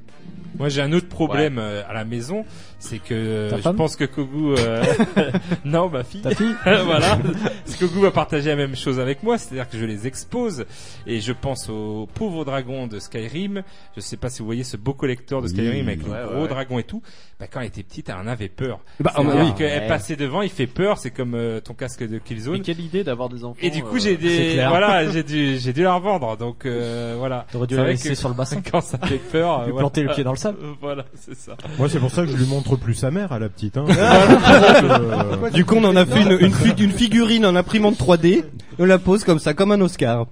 Speaker 10: Moi, j'ai un autre problème euh, à la maison, c'est que euh,
Speaker 12: Ta
Speaker 10: je
Speaker 12: femme
Speaker 10: pense que Kogu, euh, non, ma fille,
Speaker 12: Ta fille
Speaker 10: voilà, Parce que Kogu va partager la même chose avec moi, c'est-à-dire que je les expose et je pense au pauvre dragon de Skyrim. Je sais pas si vous voyez ce beau collector de
Speaker 8: Oui.
Speaker 10: Skyrim avec le
Speaker 8: Ouais, ouais,
Speaker 10: gros
Speaker 8: ouais.
Speaker 10: dragon et tout. Bah, quand elle était petite, elle en avait peur.
Speaker 12: Eh
Speaker 8: Bah, ah, bah
Speaker 12: oh
Speaker 10: C'est-à-dire
Speaker 8: oui.
Speaker 10: qu'elle
Speaker 8: Ouais.
Speaker 10: passait devant, il fait peur, c'est comme euh, ton casque de Killzone.
Speaker 11: Mais quelle idée d'avoir des enfants.
Speaker 10: Et du coup,
Speaker 11: euh,
Speaker 10: j'ai
Speaker 11: c'est
Speaker 10: des,
Speaker 11: clair.
Speaker 10: voilà, j'ai dû, j'ai dû la revendre. Donc euh, voilà.
Speaker 20: T'aurais dû
Speaker 10: C'est
Speaker 20: la
Speaker 10: vrai
Speaker 20: laisser
Speaker 10: que
Speaker 20: sur le bassin.
Speaker 10: quand ça fait peur.
Speaker 20: Lui
Speaker 10: euh,
Speaker 20: planter
Speaker 10: voilà.
Speaker 20: le pied dans le sable.
Speaker 10: Voilà, c'est ça.
Speaker 14: Moi, c'est pour ça que je lui montre plus sa mère à la petite. Hein.
Speaker 8: Euh, Du coup, on en a fait une, une, fi- une figurine en imprimante 3D. On la pose comme ça, comme un Oscar.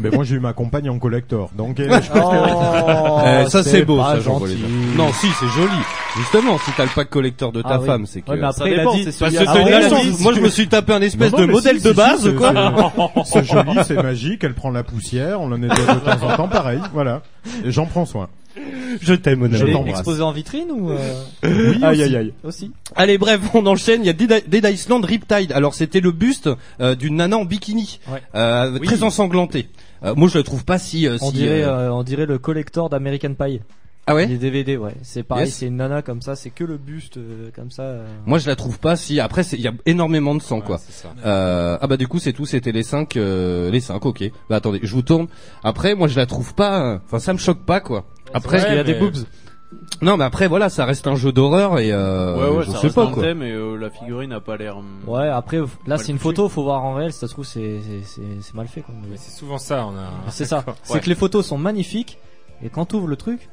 Speaker 14: Mais moi, j'ai eu ma compagne en collector. Donc, elle, je pense
Speaker 20: Oh,
Speaker 8: Euh, ça c'est beau,
Speaker 14: pas
Speaker 8: ça j'en vois les
Speaker 14: gentil.
Speaker 8: gens. Non, si c'est joli. Justement, si t'as le pack collector de ta
Speaker 20: Ah oui.
Speaker 8: femme, c'est que.
Speaker 20: Ouais, mais après, il a dit-
Speaker 8: Parce que
Speaker 20: Ah,
Speaker 8: t'as une
Speaker 20: ouais,
Speaker 8: la
Speaker 20: il a
Speaker 8: chance.
Speaker 20: dit-
Speaker 8: Moi, je me suis tapé un espèce
Speaker 14: Non,
Speaker 8: de
Speaker 14: mais
Speaker 8: modèle
Speaker 14: si,
Speaker 8: de
Speaker 14: si,
Speaker 8: base,
Speaker 14: si, c'est-
Speaker 8: quoi.
Speaker 14: c'est- C'est joli, c'est magique, elle prend la poussière, on en est de temps en temps pareil, voilà. Et j'en prends soin.
Speaker 8: Je t'aime, mon
Speaker 14: Je
Speaker 8: ami.
Speaker 14: t'embrasse.
Speaker 20: Exposé en vitrine ou euh,
Speaker 14: Oui, aussi.
Speaker 8: Aïe, aïe, aïe.
Speaker 20: aussi.
Speaker 8: Allez, bref, on enchaîne. Il y a Dead Dead Island Riptide. Alors, c'était le buste euh, d'une nana en bikini,
Speaker 20: Ouais.
Speaker 8: euh, très ensanglantée. Euh, moi, je la trouve pas si. euh,
Speaker 20: On
Speaker 8: si,
Speaker 20: dirait, euh,
Speaker 8: euh,
Speaker 20: on dirait le collector d'American Pie.
Speaker 8: Ah ouais
Speaker 20: Les DVD, ouais. C'est pareil,
Speaker 8: Yes.
Speaker 20: c'est une nana comme ça, c'est que le buste euh, comme ça. euh.
Speaker 8: Moi, je la trouve pas si. Après, c'est- il y a énormément de sang, quoi. Euh, ah bah du coup, c'est tout. C'était les cinq, euh, les cinq. Ok. Bah attendez, je vous tourne. Après, moi, je la trouve pas. euh, Enfin, ça me choque pas, quoi. Après,
Speaker 11: parce qu'il y a Ouais, des mais- boobs.
Speaker 8: Non, mais après, voilà, ça reste un jeu d'horreur et euh,
Speaker 11: ouais, ouais,
Speaker 8: je
Speaker 11: ça
Speaker 8: sais
Speaker 11: reste
Speaker 8: pas
Speaker 11: un
Speaker 8: quoi.
Speaker 11: thème et euh, la figurine a pas l'air.
Speaker 10: Mm.
Speaker 11: hum,
Speaker 20: Ouais, après, là,
Speaker 11: mal
Speaker 20: c'est une
Speaker 11: foutue.
Speaker 20: photo, faut voir en réel, si ça se trouve, c'est, c'est, c'est, c'est mal fait, quoi. Mais-
Speaker 10: C'est souvent ça, on a.
Speaker 20: C'est ça.
Speaker 10: D'accord.
Speaker 20: C'est
Speaker 10: Ouais.
Speaker 20: que les photos sont magnifiques. Et quand t'ouvres le truc,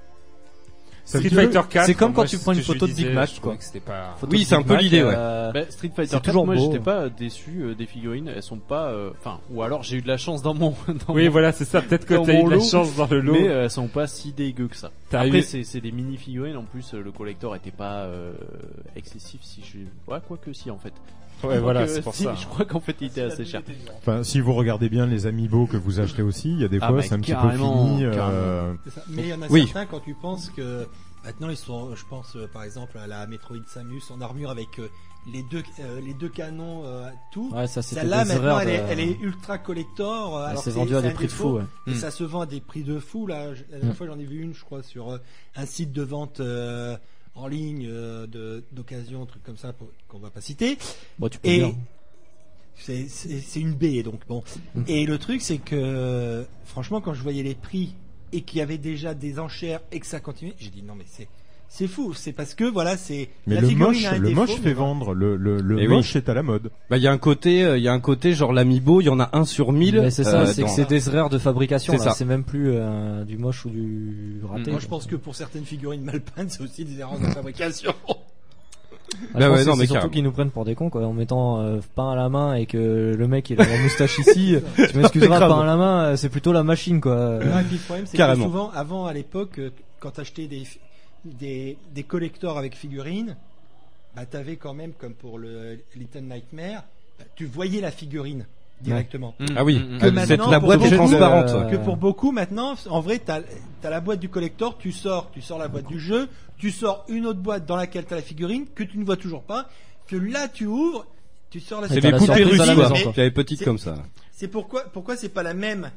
Speaker 10: Street
Speaker 20: c'est que-
Speaker 10: Fighter 4,
Speaker 20: C'est comme
Speaker 10: moi,
Speaker 20: quand tu
Speaker 10: c'est
Speaker 20: prends
Speaker 10: ce
Speaker 20: une
Speaker 10: que je
Speaker 20: photo de
Speaker 10: disais,
Speaker 20: Big
Speaker 10: je
Speaker 20: Match,
Speaker 10: trouvais
Speaker 20: quoi.
Speaker 10: que c'était pas-
Speaker 20: Photo
Speaker 10: Oui,
Speaker 20: de
Speaker 10: c'est un
Speaker 20: Big
Speaker 10: peu
Speaker 20: Match,
Speaker 10: l'idée, ouais.
Speaker 20: euh,
Speaker 11: Bah, Street Fighter
Speaker 20: c'est
Speaker 11: 4,
Speaker 20: toujours
Speaker 11: moi
Speaker 20: beau.
Speaker 11: j'étais pas déçu euh, des figurines, elles sont pas euh, enfin ou alors j'ai eu de la chance dans mon dans
Speaker 10: Oui,
Speaker 11: mon-
Speaker 10: voilà, c'est ça, peut-être que
Speaker 11: dans
Speaker 10: t'as eu
Speaker 11: mon
Speaker 10: de la
Speaker 11: lot,
Speaker 10: chance dans le lot.
Speaker 11: Mais euh, elles sont pas si dégueu que ça.
Speaker 10: T'as
Speaker 11: Après
Speaker 10: eu-
Speaker 11: c'est c'est des mini figurines en plus euh, le collector était pas euh, excessif si je ouais quoi que si en fait. Je
Speaker 10: Ouais,
Speaker 11: crois
Speaker 10: voilà,
Speaker 11: que
Speaker 10: c'est pour
Speaker 11: si,
Speaker 10: ça.
Speaker 11: Je crois qu'en fait il était assez cher.
Speaker 14: Enfin, si vous regardez bien les amiibo que vous achetez aussi, il y a des
Speaker 11: Ah,
Speaker 14: fois
Speaker 11: bah,
Speaker 14: c'est un petit peu
Speaker 11: carrément,
Speaker 14: fini. euh,
Speaker 11: carrément.
Speaker 12: C'est ça. Mais il y en a
Speaker 14: oui.
Speaker 12: certains quand tu penses que maintenant ils sont, je pense euh, par exemple à la Metroid Samus en armure avec euh, les deux euh, les deux canons euh, tout.
Speaker 20: Ouais, ça, c'était
Speaker 12: Celle-là
Speaker 20: des
Speaker 12: maintenant
Speaker 20: erreurs
Speaker 12: elle, est,
Speaker 20: de-
Speaker 12: elle est ultra collector. euh,
Speaker 20: Elle
Speaker 12: alors
Speaker 20: s'est
Speaker 12: c'est-
Speaker 20: vendue à
Speaker 12: c'est
Speaker 20: des
Speaker 12: un
Speaker 20: prix de
Speaker 12: défaut,
Speaker 20: fou, ouais.
Speaker 12: et
Speaker 20: Mm.
Speaker 12: ça se vend à des prix de fou là. Je- La dernière
Speaker 20: Mm.
Speaker 12: fois j'en ai vu une je crois sur euh, un site de vente euh, en ligne euh, de- d'occasion, un truc comme ça pour- qu'on va pas citer.
Speaker 20: Bon, tu peux
Speaker 12: Et-
Speaker 20: dire.
Speaker 12: c'est- C'est c'est une baie, donc bon.
Speaker 14: Mm.
Speaker 12: Et le truc, c'est que, franchement, quand je voyais les prix et qu'il y avait déjà des enchères et que ça continuait, j'ai dit non, mais c'est. C'est fou, c'est parce que voilà, c'est.
Speaker 14: Mais
Speaker 12: la
Speaker 14: le
Speaker 12: figurine
Speaker 14: moche,
Speaker 12: a un
Speaker 14: le
Speaker 12: défaut,
Speaker 14: moche
Speaker 12: mais
Speaker 14: fait vendre. Le, le, le
Speaker 8: Eh oui.
Speaker 14: moche est à la mode.
Speaker 8: Bah il y a un côté, euh, il y a un côté genre l'amiibo, il y en a un sur mille.
Speaker 20: Mais c'est ça,
Speaker 8: euh,
Speaker 20: c'est que
Speaker 8: dans-
Speaker 20: c'est des erreurs de fabrication.
Speaker 8: C'est
Speaker 20: là.
Speaker 8: ça.
Speaker 20: C'est même plus euh, du moche ou du raté.
Speaker 12: Moi, je pense que pour certaines figurines mal peintes, c'est aussi des erreurs de fabrication.
Speaker 20: Ah,
Speaker 8: Bah
Speaker 20: je pense
Speaker 8: ouais,
Speaker 20: que
Speaker 8: non,
Speaker 20: c'est
Speaker 8: mais
Speaker 20: surtout
Speaker 8: carrément.
Speaker 20: qu'ils nous prennent pour des cons quoi, en mettant euh, pain à la main et que le mec il a la moustache ici. tu m'excuseras,
Speaker 12: C'est grave.
Speaker 20: pain à la main, euh, c'est plutôt la machine quoi.
Speaker 8: Euh,
Speaker 12: Non, et puis le problème, c'est que souvent, avant, à l'époque, euh, quand t'achetais des, fi- des, des collectors avec figurines, bah, t'avais quand même, comme pour le Little Nightmare, bah, tu voyais la figurine directement.
Speaker 8: Ouais. Mm. Ah oui.
Speaker 12: Que
Speaker 8: Ah, c'est-
Speaker 12: maintenant,
Speaker 8: la
Speaker 12: pour
Speaker 8: boîte est
Speaker 12: beaucoup,
Speaker 8: transparente.
Speaker 12: euh, Que pour beaucoup, maintenant, en vrai, t'as as la boîte du collector, tu sors, tu sors la boîte du jeu, tu sors une autre boîte dans laquelle t'as la figurine, que tu ne vois toujours pas, que là, tu ouvres, tu sors la
Speaker 8: C'est les
Speaker 12: figurine.
Speaker 8: poupées russes, quoi.
Speaker 12: Mais
Speaker 8: Il y avait petites
Speaker 12: c'est-
Speaker 8: comme ça.
Speaker 12: c'est pourquoi, pourquoi c'est pas la même,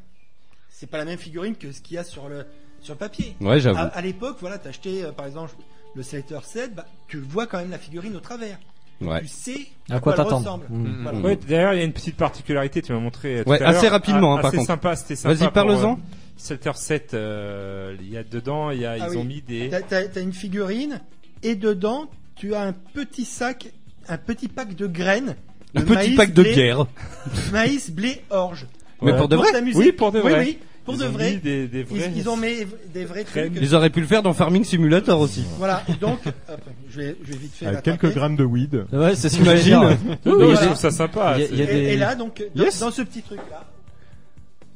Speaker 12: c'est pas la même figurine que ce qu'il y a sur le, sur le papier.
Speaker 8: Ouais, j'avoue.
Speaker 12: À, à l'époque, voilà, t'achetais, euh, par exemple, le Selector 7, bah, tu vois quand même la figurine au travers.
Speaker 8: Ouais.
Speaker 12: Tu sais
Speaker 8: À quoi
Speaker 12: elle
Speaker 8: t'attendre.
Speaker 12: ressemble.
Speaker 8: Mm.
Speaker 12: Voilà.
Speaker 8: Mm.
Speaker 10: Ouais, d'ailleurs, il y a une petite particularité, tu m'as montré. euh, tout
Speaker 8: Ouais,
Speaker 10: à l'heure.
Speaker 8: assez rapidement,
Speaker 10: Ah,
Speaker 8: hein, par
Speaker 10: assez
Speaker 8: contre.
Speaker 10: sympa, c'était sympa.
Speaker 8: Vas-y,
Speaker 10: pour,
Speaker 8: parle-en.
Speaker 10: euh, 7h7, euh, il y a dedans, il y a,
Speaker 12: Ah
Speaker 10: ils
Speaker 12: oui.
Speaker 10: ont mis des.
Speaker 12: T'as- T'as t'as une figurine et dedans, tu as un petit sac, un petit pack de graines.
Speaker 8: Un
Speaker 12: de
Speaker 8: petit
Speaker 12: maïs,
Speaker 8: pack de
Speaker 12: blé-
Speaker 8: bière.
Speaker 12: Maïs, blé, orge.
Speaker 8: Mais pour de vrai
Speaker 12: s'amuser.
Speaker 8: Oui, pour de vrai.
Speaker 12: Oui, oui, pour
Speaker 10: Ils
Speaker 12: de
Speaker 10: ont
Speaker 12: vrai.
Speaker 10: mis des- des
Speaker 12: Ils-
Speaker 10: vrais-
Speaker 12: Ils, ont mis des vrais trucs.
Speaker 8: Ils auraient pu le faire dans Farming Simulator aussi.
Speaker 12: Voilà, et donc, hop, je, vais, je vais vite fait.
Speaker 14: Avec
Speaker 12: rattraper.
Speaker 14: quelques grammes de weed.
Speaker 20: Ouais, c'est ce que j'allais dire.
Speaker 14: T'imagines
Speaker 20: Non, mais il y a des- il y a-
Speaker 12: Et,
Speaker 20: il y a des-
Speaker 12: et là, donc, dans,
Speaker 20: Yes.
Speaker 12: dans ce petit truc-là,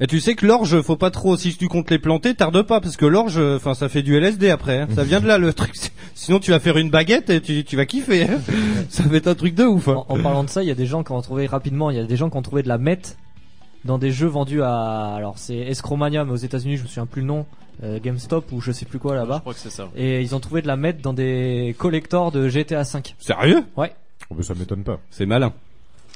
Speaker 8: Et tu sais que l'orge, faut pas trop, si tu comptes les planter, tarde pas, parce que l'orge, enfin, ça fait du LSD après, hein. Ça vient de là, le truc. Sinon, tu vas faire une baguette et tu, tu vas kiffer, hein. Ça va être un truc de ouf, hein.
Speaker 20: En parlant de ça, il y a des gens qui ont trouvé rapidement, il y a des gens qui ont trouvé de la meth dans des jeux vendus à alors c'est Escromania mais aux États-Unis, je me souviens plus le nom, euh, GameStop ou je sais plus quoi là-bas. Je
Speaker 11: crois que c'est ça.
Speaker 20: Et ils ont trouvé de la meth dans des collectors de GTA V.
Speaker 8: Sérieux
Speaker 20: Ouais.
Speaker 14: Oh, ça m'étonne pas.
Speaker 8: C'est malin.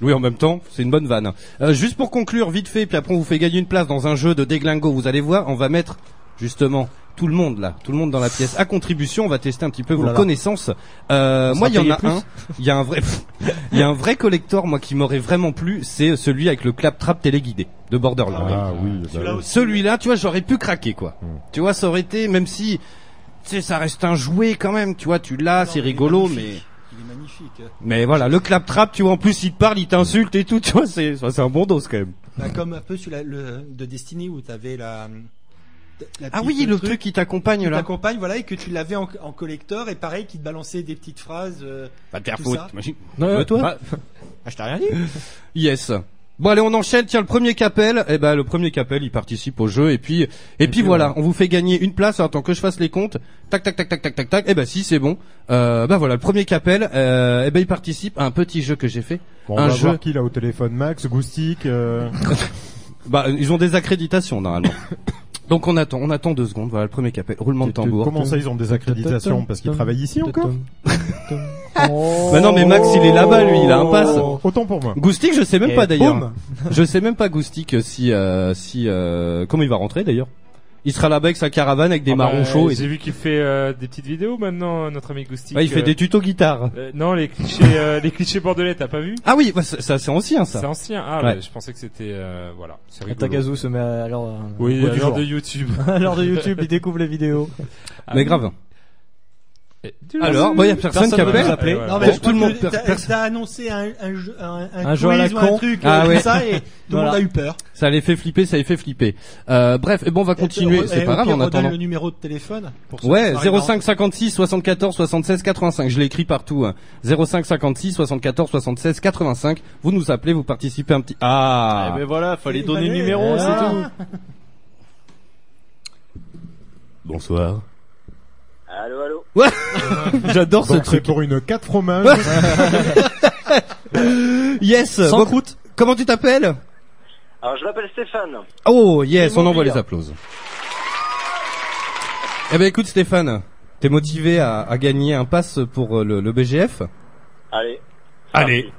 Speaker 8: Oui, en même temps, c'est une bonne vanne. Euh, juste pour conclure, vite fait, puis après on vous fait gagner une place dans un jeu de déglingo. Vous allez voir, on va mettre justement tout le monde là, tout le monde dans la pièce à contribution. On va tester un petit peu
Speaker 14: Oh
Speaker 20: Ouh
Speaker 8: vos
Speaker 20: là là.
Speaker 8: connaissances. Euh,
Speaker 20: On
Speaker 8: moi, il y
Speaker 20: sera
Speaker 8: en a
Speaker 20: payé
Speaker 8: un. Il y a un vrai, il y a un vrai collector, moi, qui m'aurait vraiment plu. C'est celui avec le claptrap téléguidé de Borderlands.
Speaker 14: Ah oui. bah oui. Hmm.
Speaker 8: Celui-là, tu vois, j'aurais pu craquer, quoi. Tu vois, ça aurait été, même si, tu sais, ça reste un jouet quand même. Tu vois, tu l'as, c'est rigolo, mais.
Speaker 12: il est magnifique.
Speaker 8: Mais voilà, le claptrap, tu vois, en plus, il te parle, il t'insulte et tout, tu vois, c'est, ça, c'est un bon dos, quand même.
Speaker 12: Bah, comme un peu sur la, le, de Destiny où t'avais la, la
Speaker 8: Ah
Speaker 12: petite
Speaker 8: oui, le truc qui t'accompagne,
Speaker 12: qui
Speaker 8: là.
Speaker 12: t'accompagne, voilà, et que tu l'avais en, en collector et pareil, qui te balançait des petites phrases. euh,
Speaker 8: Pas de faire
Speaker 12: tout
Speaker 8: faute,
Speaker 12: ça.
Speaker 8: t'imagines Bah, toi
Speaker 12: Ah, je t'ai rien dit.
Speaker 8: Yes. Bon, allez, on enchaîne, tiens, le premier qu'appelle, eh ben, le premier qu'appelle, il participe au jeu, et puis, et, puis, voilà, on vous fait gagner une place, attends que je fasse les comptes, tac, tac, tac, tac, tac, tac, tac, eh ben, si, c'est bon, euh, ben voilà, le premier qu'appelle, euh, eh ben, il participe à un petit jeu que j'ai fait,
Speaker 14: Bon, on
Speaker 8: un
Speaker 14: va
Speaker 8: jeu,
Speaker 14: voir qui là au téléphone, Max, Goustic. euh,
Speaker 8: bah, ils ont des accréditations, normalement. Donc on attend, on attend deux secondes. Voilà le premier qu'appelle. Roulement de tambour.
Speaker 14: Comment ça, ils ont des accréditations parce qu'ils travaillent ici encore
Speaker 11: Oh.
Speaker 8: Bah non, mais Max, il est là-bas, lui, il a un pass.
Speaker 14: Oh. Autant pour moi.
Speaker 8: Goustic, je sais même
Speaker 14: Et
Speaker 8: pas d'ailleurs.
Speaker 14: boum.
Speaker 8: Je sais même pas Goustic si euh, si euh, comment il va rentrer d'ailleurs. Il sera là-bas avec sa caravane avec des
Speaker 10: Ah bah,
Speaker 8: marrons chauds. Et...
Speaker 10: J'ai vu qu'il fait euh, des petites vidéos maintenant, notre ami Goustic.
Speaker 8: Ouais, il fait
Speaker 10: euh,
Speaker 8: des tutos guitare.
Speaker 10: euh, non, les clichés, euh, les clichés bordelais, t'as pas vu
Speaker 8: Ah oui, bah, c'est- ça c'est ancien ça.
Speaker 10: C'est ancien. Ah,
Speaker 8: Ouais.
Speaker 10: ouais, je pensais que c'était euh, voilà. C'est rigolo.
Speaker 20: Tagazu se met à l'heure euh,
Speaker 10: Oui,
Speaker 20: au bout
Speaker 10: à
Speaker 20: du
Speaker 10: l'heure
Speaker 20: jour.
Speaker 10: de YouTube.
Speaker 20: à l'heure de YouTube, il découvre les vidéos.
Speaker 10: Ah
Speaker 8: Mais
Speaker 10: oui.
Speaker 8: grave. Alors, il y a personne, qui appelle.
Speaker 12: Non, mais
Speaker 8: Pour
Speaker 12: je
Speaker 8: tout le
Speaker 12: crois
Speaker 8: monde,
Speaker 12: que
Speaker 8: per-
Speaker 12: t'as-
Speaker 8: personne.
Speaker 12: T'as annoncé un, un, jeu- un, un
Speaker 8: Un jeu à la
Speaker 12: quiz ou un
Speaker 8: con.
Speaker 12: truc
Speaker 8: Ah
Speaker 12: euh,
Speaker 8: ouais.
Speaker 12: comme ça et tout le
Speaker 8: Voilà.
Speaker 12: monde a eu peur.
Speaker 8: Ça les fait flipper, ça les fait flipper. Euh, bref, et bon, on va
Speaker 12: Et-
Speaker 8: continuer.
Speaker 12: et
Speaker 8: C'est
Speaker 12: au
Speaker 8: pas grave
Speaker 12: pire,
Speaker 8: en
Speaker 12: redonne
Speaker 8: attendant.
Speaker 12: le numéro de téléphone. pour ceux
Speaker 8: Ouais,
Speaker 12: qui sont
Speaker 8: 05 56 74 76 85. Je l'ai écrit partout. Hein. 05 56 74 76 85. Vous nous appelez, vous participez un petit. Ah.
Speaker 11: Eh ben voilà, fallait
Speaker 12: Il
Speaker 11: donner le
Speaker 12: fallait,
Speaker 11: numéro, c'est
Speaker 10: Ah.
Speaker 12: voilà.
Speaker 11: tout.
Speaker 8: Bonsoir.
Speaker 5: Allô, allô
Speaker 8: Ouais. J'adore ce
Speaker 14: Donc, c'est
Speaker 8: truc.
Speaker 14: pour une 4 fromages.
Speaker 8: yes.
Speaker 14: Sans
Speaker 8: Bon, Comment tu t'appelles
Speaker 5: Alors, je m'appelle Stéphane.
Speaker 8: Oh yes,
Speaker 5: C'est
Speaker 8: on
Speaker 5: mon
Speaker 8: envoie les
Speaker 5: pire.
Speaker 8: applauses. Eh ben écoute Stéphane, t'es motivé à, à gagner un pass pour euh, le, le BGF
Speaker 5: Allez.
Speaker 8: Allez.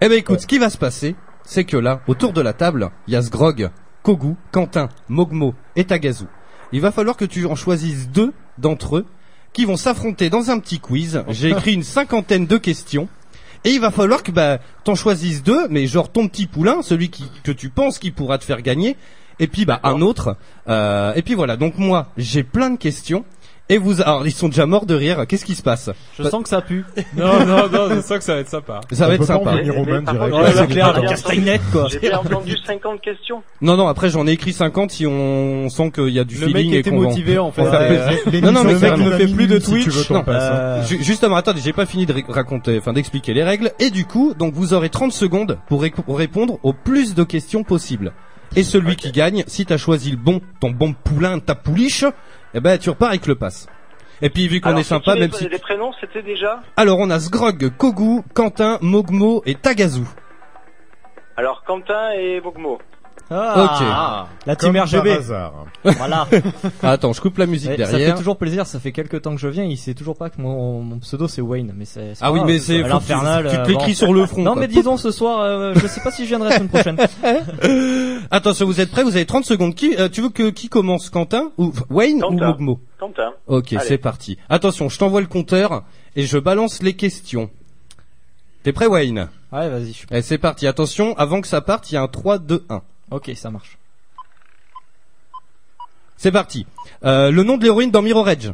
Speaker 8: Eh ben écoute, ce qui va se passer, c'est que là, autour de la table, il y a Sgrog, Kogu, Quentin, Mogmo et Tagazu. Il va falloir que tu en choisisses deux d'entre eux qui vont s'affronter dans un petit quiz. J'ai écrit une cinquantaine de questions. Et il va falloir que bah, t'en choisisses deux, mais genre ton petit poulain, celui qui, que tu penses qui pourra te faire gagner, et puis bah un autre. Euh, et puis voilà, donc moi j'ai plein de questions. Et vous, alors ils sont déjà morts de rire. Qu'est-ce qui se passe
Speaker 11: Je sens que ça pue.
Speaker 10: Non, non, non, je sens que ça va être sympa.
Speaker 8: Ça va être sympa.
Speaker 10: Ouais, c'est clair,
Speaker 8: Attends, castagnette, quoi.
Speaker 5: J'ai bien entendu 50 questions.
Speaker 8: Non, non, après j'en ai écrit 50 si on sent qu'il y a du
Speaker 11: Le
Speaker 8: feeling.
Speaker 11: mec
Speaker 8: et
Speaker 11: était
Speaker 8: qu'on va-
Speaker 11: motivé, en fait.
Speaker 8: on va
Speaker 11: Ouais,
Speaker 8: faire
Speaker 11: ouais.
Speaker 8: plaisir.
Speaker 11: Les
Speaker 8: Non, non, mais
Speaker 11: missions, le mec
Speaker 8: carrément.
Speaker 11: ne fait plus de
Speaker 8: Si tu
Speaker 11: Twitch.
Speaker 8: veux, t'en
Speaker 11: Non.
Speaker 8: passes, hein.
Speaker 11: Euh.
Speaker 8: Ju- Justement, attendez, j'ai pas fini de ré- raconter, enfin d'expliquer les règles. Et du coup, donc vous aurez 30 secondes pour ré- répondre au plus de questions possibles. Et celui qui gagne, si t'as choisi le bon, ton bon poulain, ta pouliche, eh ben tu repars avec le pass. Et puis vu qu'on
Speaker 5: Alors,
Speaker 8: est sympa,
Speaker 5: qui
Speaker 8: même
Speaker 5: les-
Speaker 8: si...
Speaker 5: Les prénoms, c'était déjà
Speaker 8: Alors on a Sgrog, Kogu, Quentin, Mogmo et Tagazu.
Speaker 5: Alors, Quentin et Bogmo.
Speaker 11: Ah,
Speaker 19: Ah.
Speaker 8: Ok.
Speaker 20: La team RGB. Voilà.
Speaker 8: Ah, Attends, je coupe la musique
Speaker 20: Ouais, Ça
Speaker 8: derrière.
Speaker 20: fait toujours plaisir, ça fait quelques temps que je viens, il sait toujours pas que mon, mon pseudo c'est Wayne, mais c'est. c'est
Speaker 8: Ah
Speaker 20: pas
Speaker 8: oui,
Speaker 20: grave,
Speaker 8: mais
Speaker 20: à
Speaker 8: c'est- faut que tu-
Speaker 20: l'infernal.
Speaker 8: tu te
Speaker 20: euh,
Speaker 8: l'écris
Speaker 20: bon.
Speaker 8: sur le front,
Speaker 20: Non,
Speaker 8: quoi.
Speaker 20: mais disons ce soir, euh, je sais pas si je viendrai la semaine prochaine.
Speaker 8: Attention, Hein vous êtes prêts Vous avez 30 secondes. Qui, euh, tu veux que qui commence Quentin ou enfin, Wayne
Speaker 5: Quentin.
Speaker 8: ou Mogmo
Speaker 5: Quentin.
Speaker 8: Ok,
Speaker 5: Allez.
Speaker 8: c'est parti. Attention, je t'envoie le compteur et je balance les questions. T'es prêt, Wayne
Speaker 20: Ouais, vas-y, je suis
Speaker 8: Et c'est parti. Attention, avant que ça parte, il y a un 3, 2, 1.
Speaker 20: Ok, ça marche.
Speaker 8: C'est parti. Euh, le nom de l'héroïne dans Mirror Edge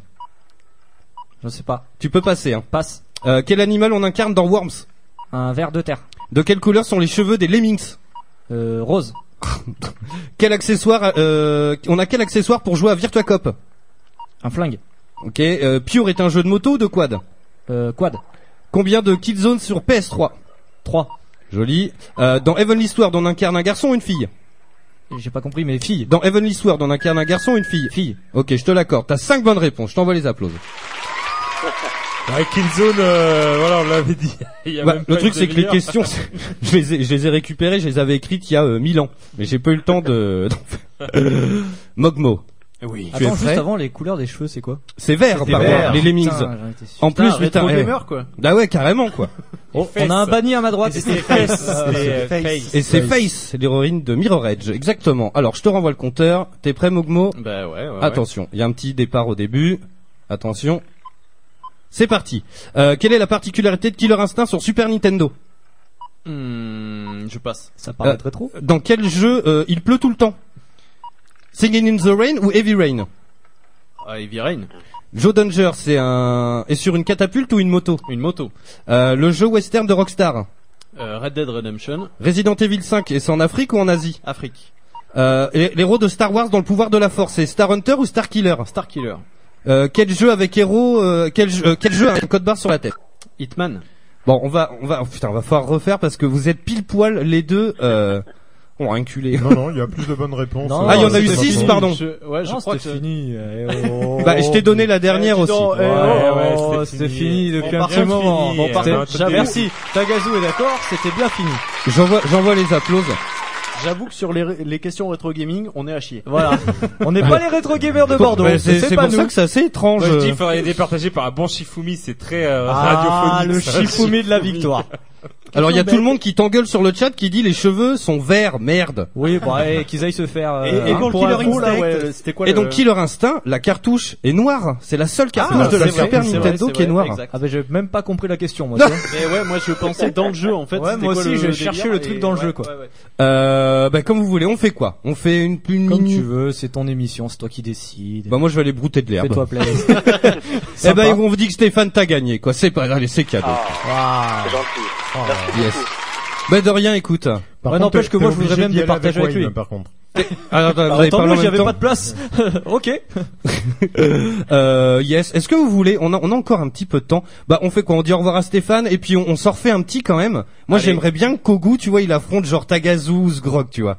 Speaker 20: Je sais pas.
Speaker 8: Tu peux passer. Hein.
Speaker 20: Passe.
Speaker 8: Euh, quel animal on incarne dans Worms
Speaker 20: Un ver de terre.
Speaker 8: De quelle couleur sont les cheveux des Lemmings
Speaker 20: Euh, rose.
Speaker 8: quel accessoire euh, On a quel accessoire pour jouer à Virtua Cop
Speaker 20: Un flingue.
Speaker 8: Ok. Euh, Pure est un jeu de moto ou de quad
Speaker 20: Euh, quad.
Speaker 8: Combien de Killzone sur PS3
Speaker 20: 3.
Speaker 8: Joli. Euh, dans Heavenly Sword, on incarne un garçon ou une fille
Speaker 20: J'ai pas compris, mais fille.
Speaker 8: Dans Heavenly Sword, on incarne un garçon ou une fille
Speaker 20: Fille.
Speaker 8: Ok, je te l'accorde. T'as 5 bonnes réponses. Je t'envoie les applaudissements.
Speaker 10: Ouais, Killzone, euh, voilà, on l'avait dit. Il y a
Speaker 8: Bah,
Speaker 10: même pas
Speaker 8: le
Speaker 10: une
Speaker 8: truc, c'est que les
Speaker 10: demi-heure.
Speaker 8: questions, c'est- je les, ai, je les ai récupérées, je les avais écrites il y a euh, 1000 ans. Mais j'ai pas eu le temps de... Mogmo.
Speaker 10: Eh
Speaker 20: Oui.
Speaker 8: Tu es
Speaker 20: Attends, juste
Speaker 8: prêt
Speaker 20: avant, les couleurs des cheveux, c'est quoi
Speaker 8: C'est vert,
Speaker 20: C'était
Speaker 8: par
Speaker 20: vert.
Speaker 8: contre, les
Speaker 20: Putain,
Speaker 8: Lemmings.
Speaker 20: j'en étais sûr.
Speaker 8: en plus,
Speaker 20: Putain,
Speaker 8: putain,
Speaker 20: rétro
Speaker 8: eh.
Speaker 20: gamer, quoi.
Speaker 8: Bah ouais, carrément, quoi.
Speaker 20: Oh, on a un banni à ma droite.
Speaker 11: Et c'est Face.
Speaker 20: Ah,
Speaker 11: Et, euh,
Speaker 20: Face.
Speaker 11: Face.
Speaker 8: oh. Et c'est Face, l'héroïne de Mirror Edge, exactement. Alors, je te renvoie le compteur. T'es prêt, Mogmo
Speaker 11: Bah ouais, ouais, ouais.
Speaker 8: Attention, il y a un petit départ au début. Attention. C'est parti. Euh, quelle est la particularité de Killer Instinct sur Super Nintendo
Speaker 11: Hmm, je passe.
Speaker 20: Ça
Speaker 8: Euh, Dans quel jeu euh, il pleut tout le temps Singing in the Rain ou Heavy Rain
Speaker 11: Ah, Heavy Rain.
Speaker 8: Joe Danger, c'est un... est sur une catapulte ou une moto
Speaker 11: Une moto.
Speaker 8: Euh, le jeu western de Rockstar
Speaker 11: Euh, Red Dead Redemption.
Speaker 8: Resident Evil 5, et c'est en Afrique ou en Asie
Speaker 11: Afrique.
Speaker 8: Euh, et L'héros de Star Wars dans le pouvoir de la force, c'est Star Hunter ou Star Killer
Speaker 11: Star Killer.
Speaker 8: Euh, quel jeu avec héros euh, quel, jeu, euh, quel jeu a un code barre sur la tête
Speaker 11: Hitman.
Speaker 8: Bon, on va, on va, oh, putain, on va falloir refaire parce que vous êtes pile poil les deux. Euh, on enculé.
Speaker 14: Non, non, il y a plus de bonnes réponses.
Speaker 8: ah, il y en a eu 6 pardon.
Speaker 11: Je- ouais, je
Speaker 20: Non,
Speaker 11: crois
Speaker 20: c'était
Speaker 11: que-
Speaker 20: fini.
Speaker 14: Eh,
Speaker 8: Bah, je t'ai donné la dernière
Speaker 11: Eh,
Speaker 8: aussi.
Speaker 11: dis donc, eh,
Speaker 8: Ouais,
Speaker 11: oh,
Speaker 8: ouais,
Speaker 11: oh,
Speaker 8: c'était
Speaker 11: c'était
Speaker 8: fini.
Speaker 11: fini
Speaker 8: Bon,
Speaker 11: depuis
Speaker 8: par
Speaker 11: un petit
Speaker 8: contre,
Speaker 11: moment.
Speaker 8: fini.
Speaker 11: Bon, par
Speaker 8: Eh,
Speaker 11: contre,
Speaker 8: t'as-
Speaker 11: j'avoue-
Speaker 8: t'as-
Speaker 11: merci. Tagazu est d'accord, c'était bien fini.
Speaker 8: J'envoie, j'envoie les applaudissements.
Speaker 11: J'avoue que sur les, les questions rétro gaming, on est à chier. Voilà. on n'est
Speaker 10: Ouais.
Speaker 11: pas les rétro gamers de Bordeaux.
Speaker 8: Ouais, c'est-
Speaker 11: c'est
Speaker 8: c'est
Speaker 11: pas
Speaker 8: pour
Speaker 11: nous.
Speaker 8: ça que c'est assez étrange.
Speaker 10: Moi, je dis,
Speaker 8: euh.
Speaker 10: il faudrait les départager par un bon Shifumi, c'est très euh,
Speaker 11: Ah,
Speaker 10: radiophonique.
Speaker 11: le
Speaker 10: ça.
Speaker 11: Shifumi de la victoire.
Speaker 8: Alors il y a
Speaker 20: Non,
Speaker 8: tout
Speaker 20: mais-
Speaker 8: le monde qui t'engueule sur le chat qui dit les cheveux sont verts, merde.
Speaker 20: Oui, bon,
Speaker 11: bah,
Speaker 20: et qu'ils aillent se faire. euh,
Speaker 8: Et- et
Speaker 20: un
Speaker 8: pour
Speaker 20: pot à
Speaker 8: Killer
Speaker 20: pot, là,
Speaker 8: Instinct,
Speaker 20: ouais, c'était quoi
Speaker 8: et
Speaker 20: le-
Speaker 8: donc Killer Instinct, la cartouche est noire. C'est la seule cartouche
Speaker 20: Ah,
Speaker 8: de la
Speaker 20: c'est vrai,
Speaker 8: Super
Speaker 20: c'est vrai,
Speaker 8: Nintendo
Speaker 20: c'est
Speaker 8: qui est
Speaker 20: vrai,
Speaker 8: noire.
Speaker 20: exact. Ah ben j'ai même pas compris la question moi.
Speaker 8: Non.
Speaker 20: tu vois.
Speaker 11: Mais ouais, moi je pensais dans le jeu en fait.
Speaker 20: Ouais,
Speaker 11: c'était
Speaker 20: moi
Speaker 11: quoi
Speaker 20: aussi
Speaker 11: le
Speaker 20: je
Speaker 11: délire
Speaker 20: cherchais le
Speaker 11: et-
Speaker 20: truc dans le
Speaker 11: ouais,
Speaker 20: jeu quoi.
Speaker 11: ouais, ouais.
Speaker 8: Euh, bah, comme vous voulez, on fait quoi On fait une une
Speaker 20: Comme
Speaker 8: mini-
Speaker 20: tu veux, c'est ton émission, c'est toi qui décides.
Speaker 8: Bah moi je vais aller brouter de l'herbe.
Speaker 20: Fais-toi plaisir.
Speaker 8: Eh
Speaker 20: Sympa. Ah.
Speaker 8: ben on vous dit que Stéphane t'a gagné quoi. C'est pas allez c'est cadeau. Ah.
Speaker 20: Waouh.
Speaker 8: Yes. Bah de rien écoute.
Speaker 20: Par Ouais, contre, n'empêche que t'es moi, je voudrais obligé même d'y aller départager avec avec lui. Wayne, par contre.
Speaker 8: Alors, Ah, attends,
Speaker 20: Bah,
Speaker 8: vous avez
Speaker 20: tant mieux,
Speaker 8: parlé en même
Speaker 20: j'avais
Speaker 8: temps
Speaker 20: pas de place. ok.
Speaker 8: euh, yes. Est-ce que vous voulez on a, on a encore un petit peu de temps. Bah on fait quoi On dit au revoir à Stéphane et puis on, on s'en refait un petit quand même. Moi
Speaker 14: Allez.
Speaker 8: j'aimerais bien que Kogu, tu vois, il affronte genre Tagazu ou Grog, tu vois.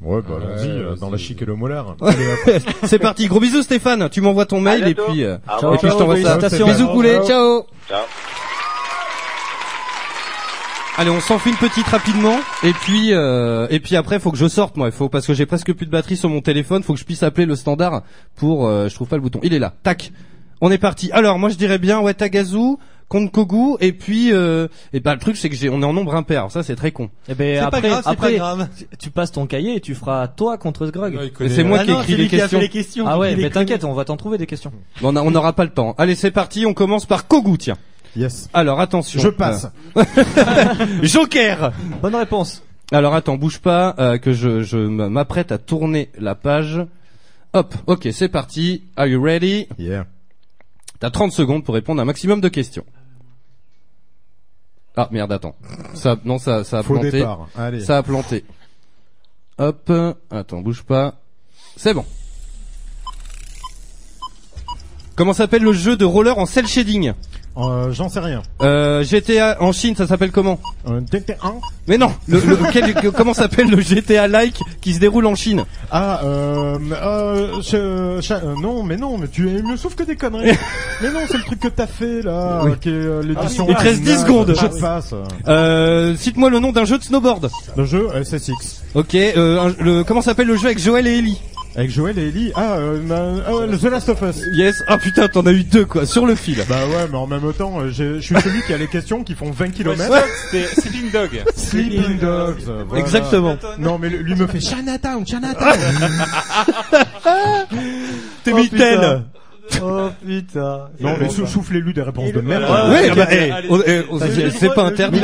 Speaker 14: Ouais, bah allons-y,
Speaker 8: Ouais,
Speaker 14: euh, dans la chic et le molar.
Speaker 8: C'est parti. Gros bisous Stéphane. Tu m'envoies ton mail et puis euh,
Speaker 14: Au revoir.
Speaker 8: et puis je t'envoie ça.
Speaker 14: Ah Félicitations.
Speaker 8: Bisous poulet.
Speaker 14: Ciao.
Speaker 8: Ciao.
Speaker 5: Ciao.
Speaker 8: Allez, on s'en fait une petite rapidement et puis euh, et puis après faut que je sorte moi, il faut parce que j'ai presque plus de batterie sur mon téléphone, faut que je puisse appeler le standard pour euh, je trouve pas le bouton. Il est là. Tac. On est parti. Alors moi je dirais bien ouais Tagazu, Kogu et puis euh, et bah le truc c'est que j'ai on est en nombre impair. Ça c'est très con.
Speaker 20: Eh ben,
Speaker 8: C'est pas
Speaker 20: après,
Speaker 8: grave, c'est
Speaker 20: après,
Speaker 8: pas
Speaker 20: tu- tu passes ton cahier et tu feras toi contre ce Grog.
Speaker 8: connaît- c'est moi Ah qui ai non, écrit c'est les lui qui a questions. fait les questions,
Speaker 20: Ah
Speaker 8: donc
Speaker 20: ouais,
Speaker 8: il les
Speaker 20: mais t'inquiète, on va t'en trouver des questions.
Speaker 8: Bon, on a- on n'aura pas le temps. Allez, c'est parti, on commence par Kogu, tiens.
Speaker 14: Yes.
Speaker 8: Alors attention.
Speaker 14: Je passe.
Speaker 8: Euh, Joker.
Speaker 20: Bonne réponse.
Speaker 8: Alors attends, bouge pas, euh, que je, je m- m'apprête à tourner la page. Hop, ok, c'est parti. Are you ready?
Speaker 14: Yeah.
Speaker 8: T'as 30 secondes pour répondre à un maximum de questions. Ah merde, attends. Ça, non, ça, ça a
Speaker 14: Faux
Speaker 8: planté.
Speaker 14: départ. Allez.
Speaker 8: Ça a planté. Hop, euh, attends, bouge pas. C'est bon. Comment s'appelle le jeu de roller en cel shading
Speaker 14: Euh, J'en sais rien.
Speaker 8: euh, GTA en Chine, ça s'appelle comment
Speaker 14: Euh, GTA
Speaker 8: Mais non, le, le- quel- que- comment s'appelle le GTA like qui se déroule en Chine
Speaker 14: Ah, euh, euh, je- je- euh, non, mais non, mais tu me souffles que des conneries. mais non, c'est le truc que t'as fait là,
Speaker 8: Oui. Ah
Speaker 14: euh, qui est euh, l'édition.
Speaker 8: Il te reste 10
Speaker 14: originale.
Speaker 8: secondes.
Speaker 14: Je passe.
Speaker 8: Euh, Cite-moi le nom d'un jeu de snowboard.
Speaker 14: Le jeu SSX.
Speaker 8: Ok, euh, un- le, comment s'appelle le jeu avec Joël et Ellie
Speaker 14: Avec Joël et Ellie. Ah, euh, euh, euh, The Last of Us.
Speaker 8: Yes. Ah putain, t'en as eu deux quoi, sur le fil.
Speaker 14: Bah ouais, mais en même temps, euh, j'ai- je suis celui qui a les questions qui font 20 km.
Speaker 10: C'était Sleeping Dog.
Speaker 14: Sleeping Dogs. euh, voilà.
Speaker 8: Exactement.
Speaker 14: Non, mais lui me fait Chinatown, Chinatown.
Speaker 8: T'es
Speaker 14: Oh,
Speaker 8: mitaine.
Speaker 14: putain.
Speaker 20: Oh putain.
Speaker 14: Non, mais sou- soufflez-lui des réponses de merde.
Speaker 8: Ouais, bah, eh, on- eh, on- c'est- c'est pas interdit.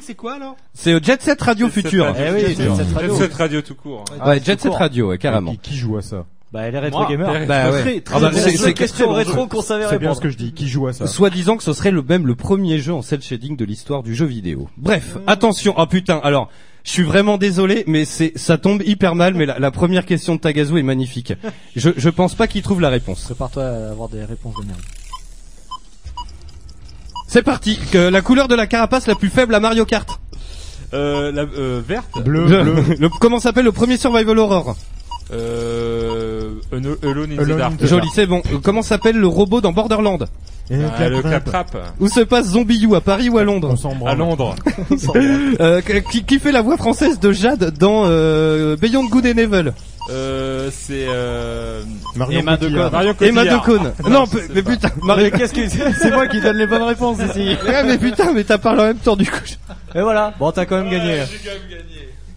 Speaker 12: c'est quoi alors
Speaker 8: C'est euh, Jet Set Radio
Speaker 12: Jet Set
Speaker 8: Futur.
Speaker 12: Radio. Eh oui, Jet Set
Speaker 10: Cette radio. Cette radio tout court. hein.
Speaker 8: Ouais, Jet Set Radio, ouais, carrément.
Speaker 14: Qui, qui joue à ça
Speaker 20: Bah, elle est
Speaker 10: rétro Moi, gamer.
Speaker 8: Bah ouais.
Speaker 20: Très, très
Speaker 8: Ah bah,
Speaker 20: bon
Speaker 8: c'est-
Speaker 20: jeu.
Speaker 8: c'est-
Speaker 20: Question rétro qu'on savait
Speaker 14: C'est bien
Speaker 20: répondre.
Speaker 14: ce que je dis. Qui joue à ça
Speaker 8: Soit disant que ce serait le même le premier jeu en cel shading de l'histoire du jeu vidéo.
Speaker 20: Mm.
Speaker 8: Bref, attention. Oh putain. Alors, je suis vraiment désolé, mais c'est ça tombe hyper mal. Mais la, la première question de Tagazu est magnifique. Je je pense pas qu'il trouve la réponse.
Speaker 20: Prépare-toi à avoir des réponses de merde.
Speaker 8: C'est parti. Que la couleur de la carapace la plus faible à Mario Kart.
Speaker 10: Euh, la euh, verte.
Speaker 8: Le- le- comment s'appelle le premier survival horror
Speaker 10: Euh, Alone Alone in the
Speaker 8: Alone in
Speaker 10: Dark.
Speaker 8: the Joli, c'est bon. Euh, Comment s'appelle le robot dans Borderland
Speaker 10: Ah, le clap-trap.
Speaker 8: Où se passe Zombie U à Paris ou à Londres
Speaker 10: À Londres.
Speaker 8: Euh, qui, qui fait la voix française de Jade dans euh, Beyond Good and Evil
Speaker 10: Euh, c'est euh...
Speaker 14: Marion
Speaker 10: Emma de
Speaker 14: Cotillard.
Speaker 10: Cône. Marion
Speaker 8: Emma
Speaker 10: Cotillard.
Speaker 8: Decaune.
Speaker 10: Ah,
Speaker 8: non,
Speaker 10: je
Speaker 8: mais,
Speaker 10: sais
Speaker 8: mais
Speaker 10: pas.
Speaker 8: putain,
Speaker 20: Mais qu'est-ce que c'est moi qui donne les bonnes réponses ici.
Speaker 8: Ouais, mais putain, mais t'as parlé en même temps du coup.
Speaker 20: Et voilà. Bon, t'as quand même gagné.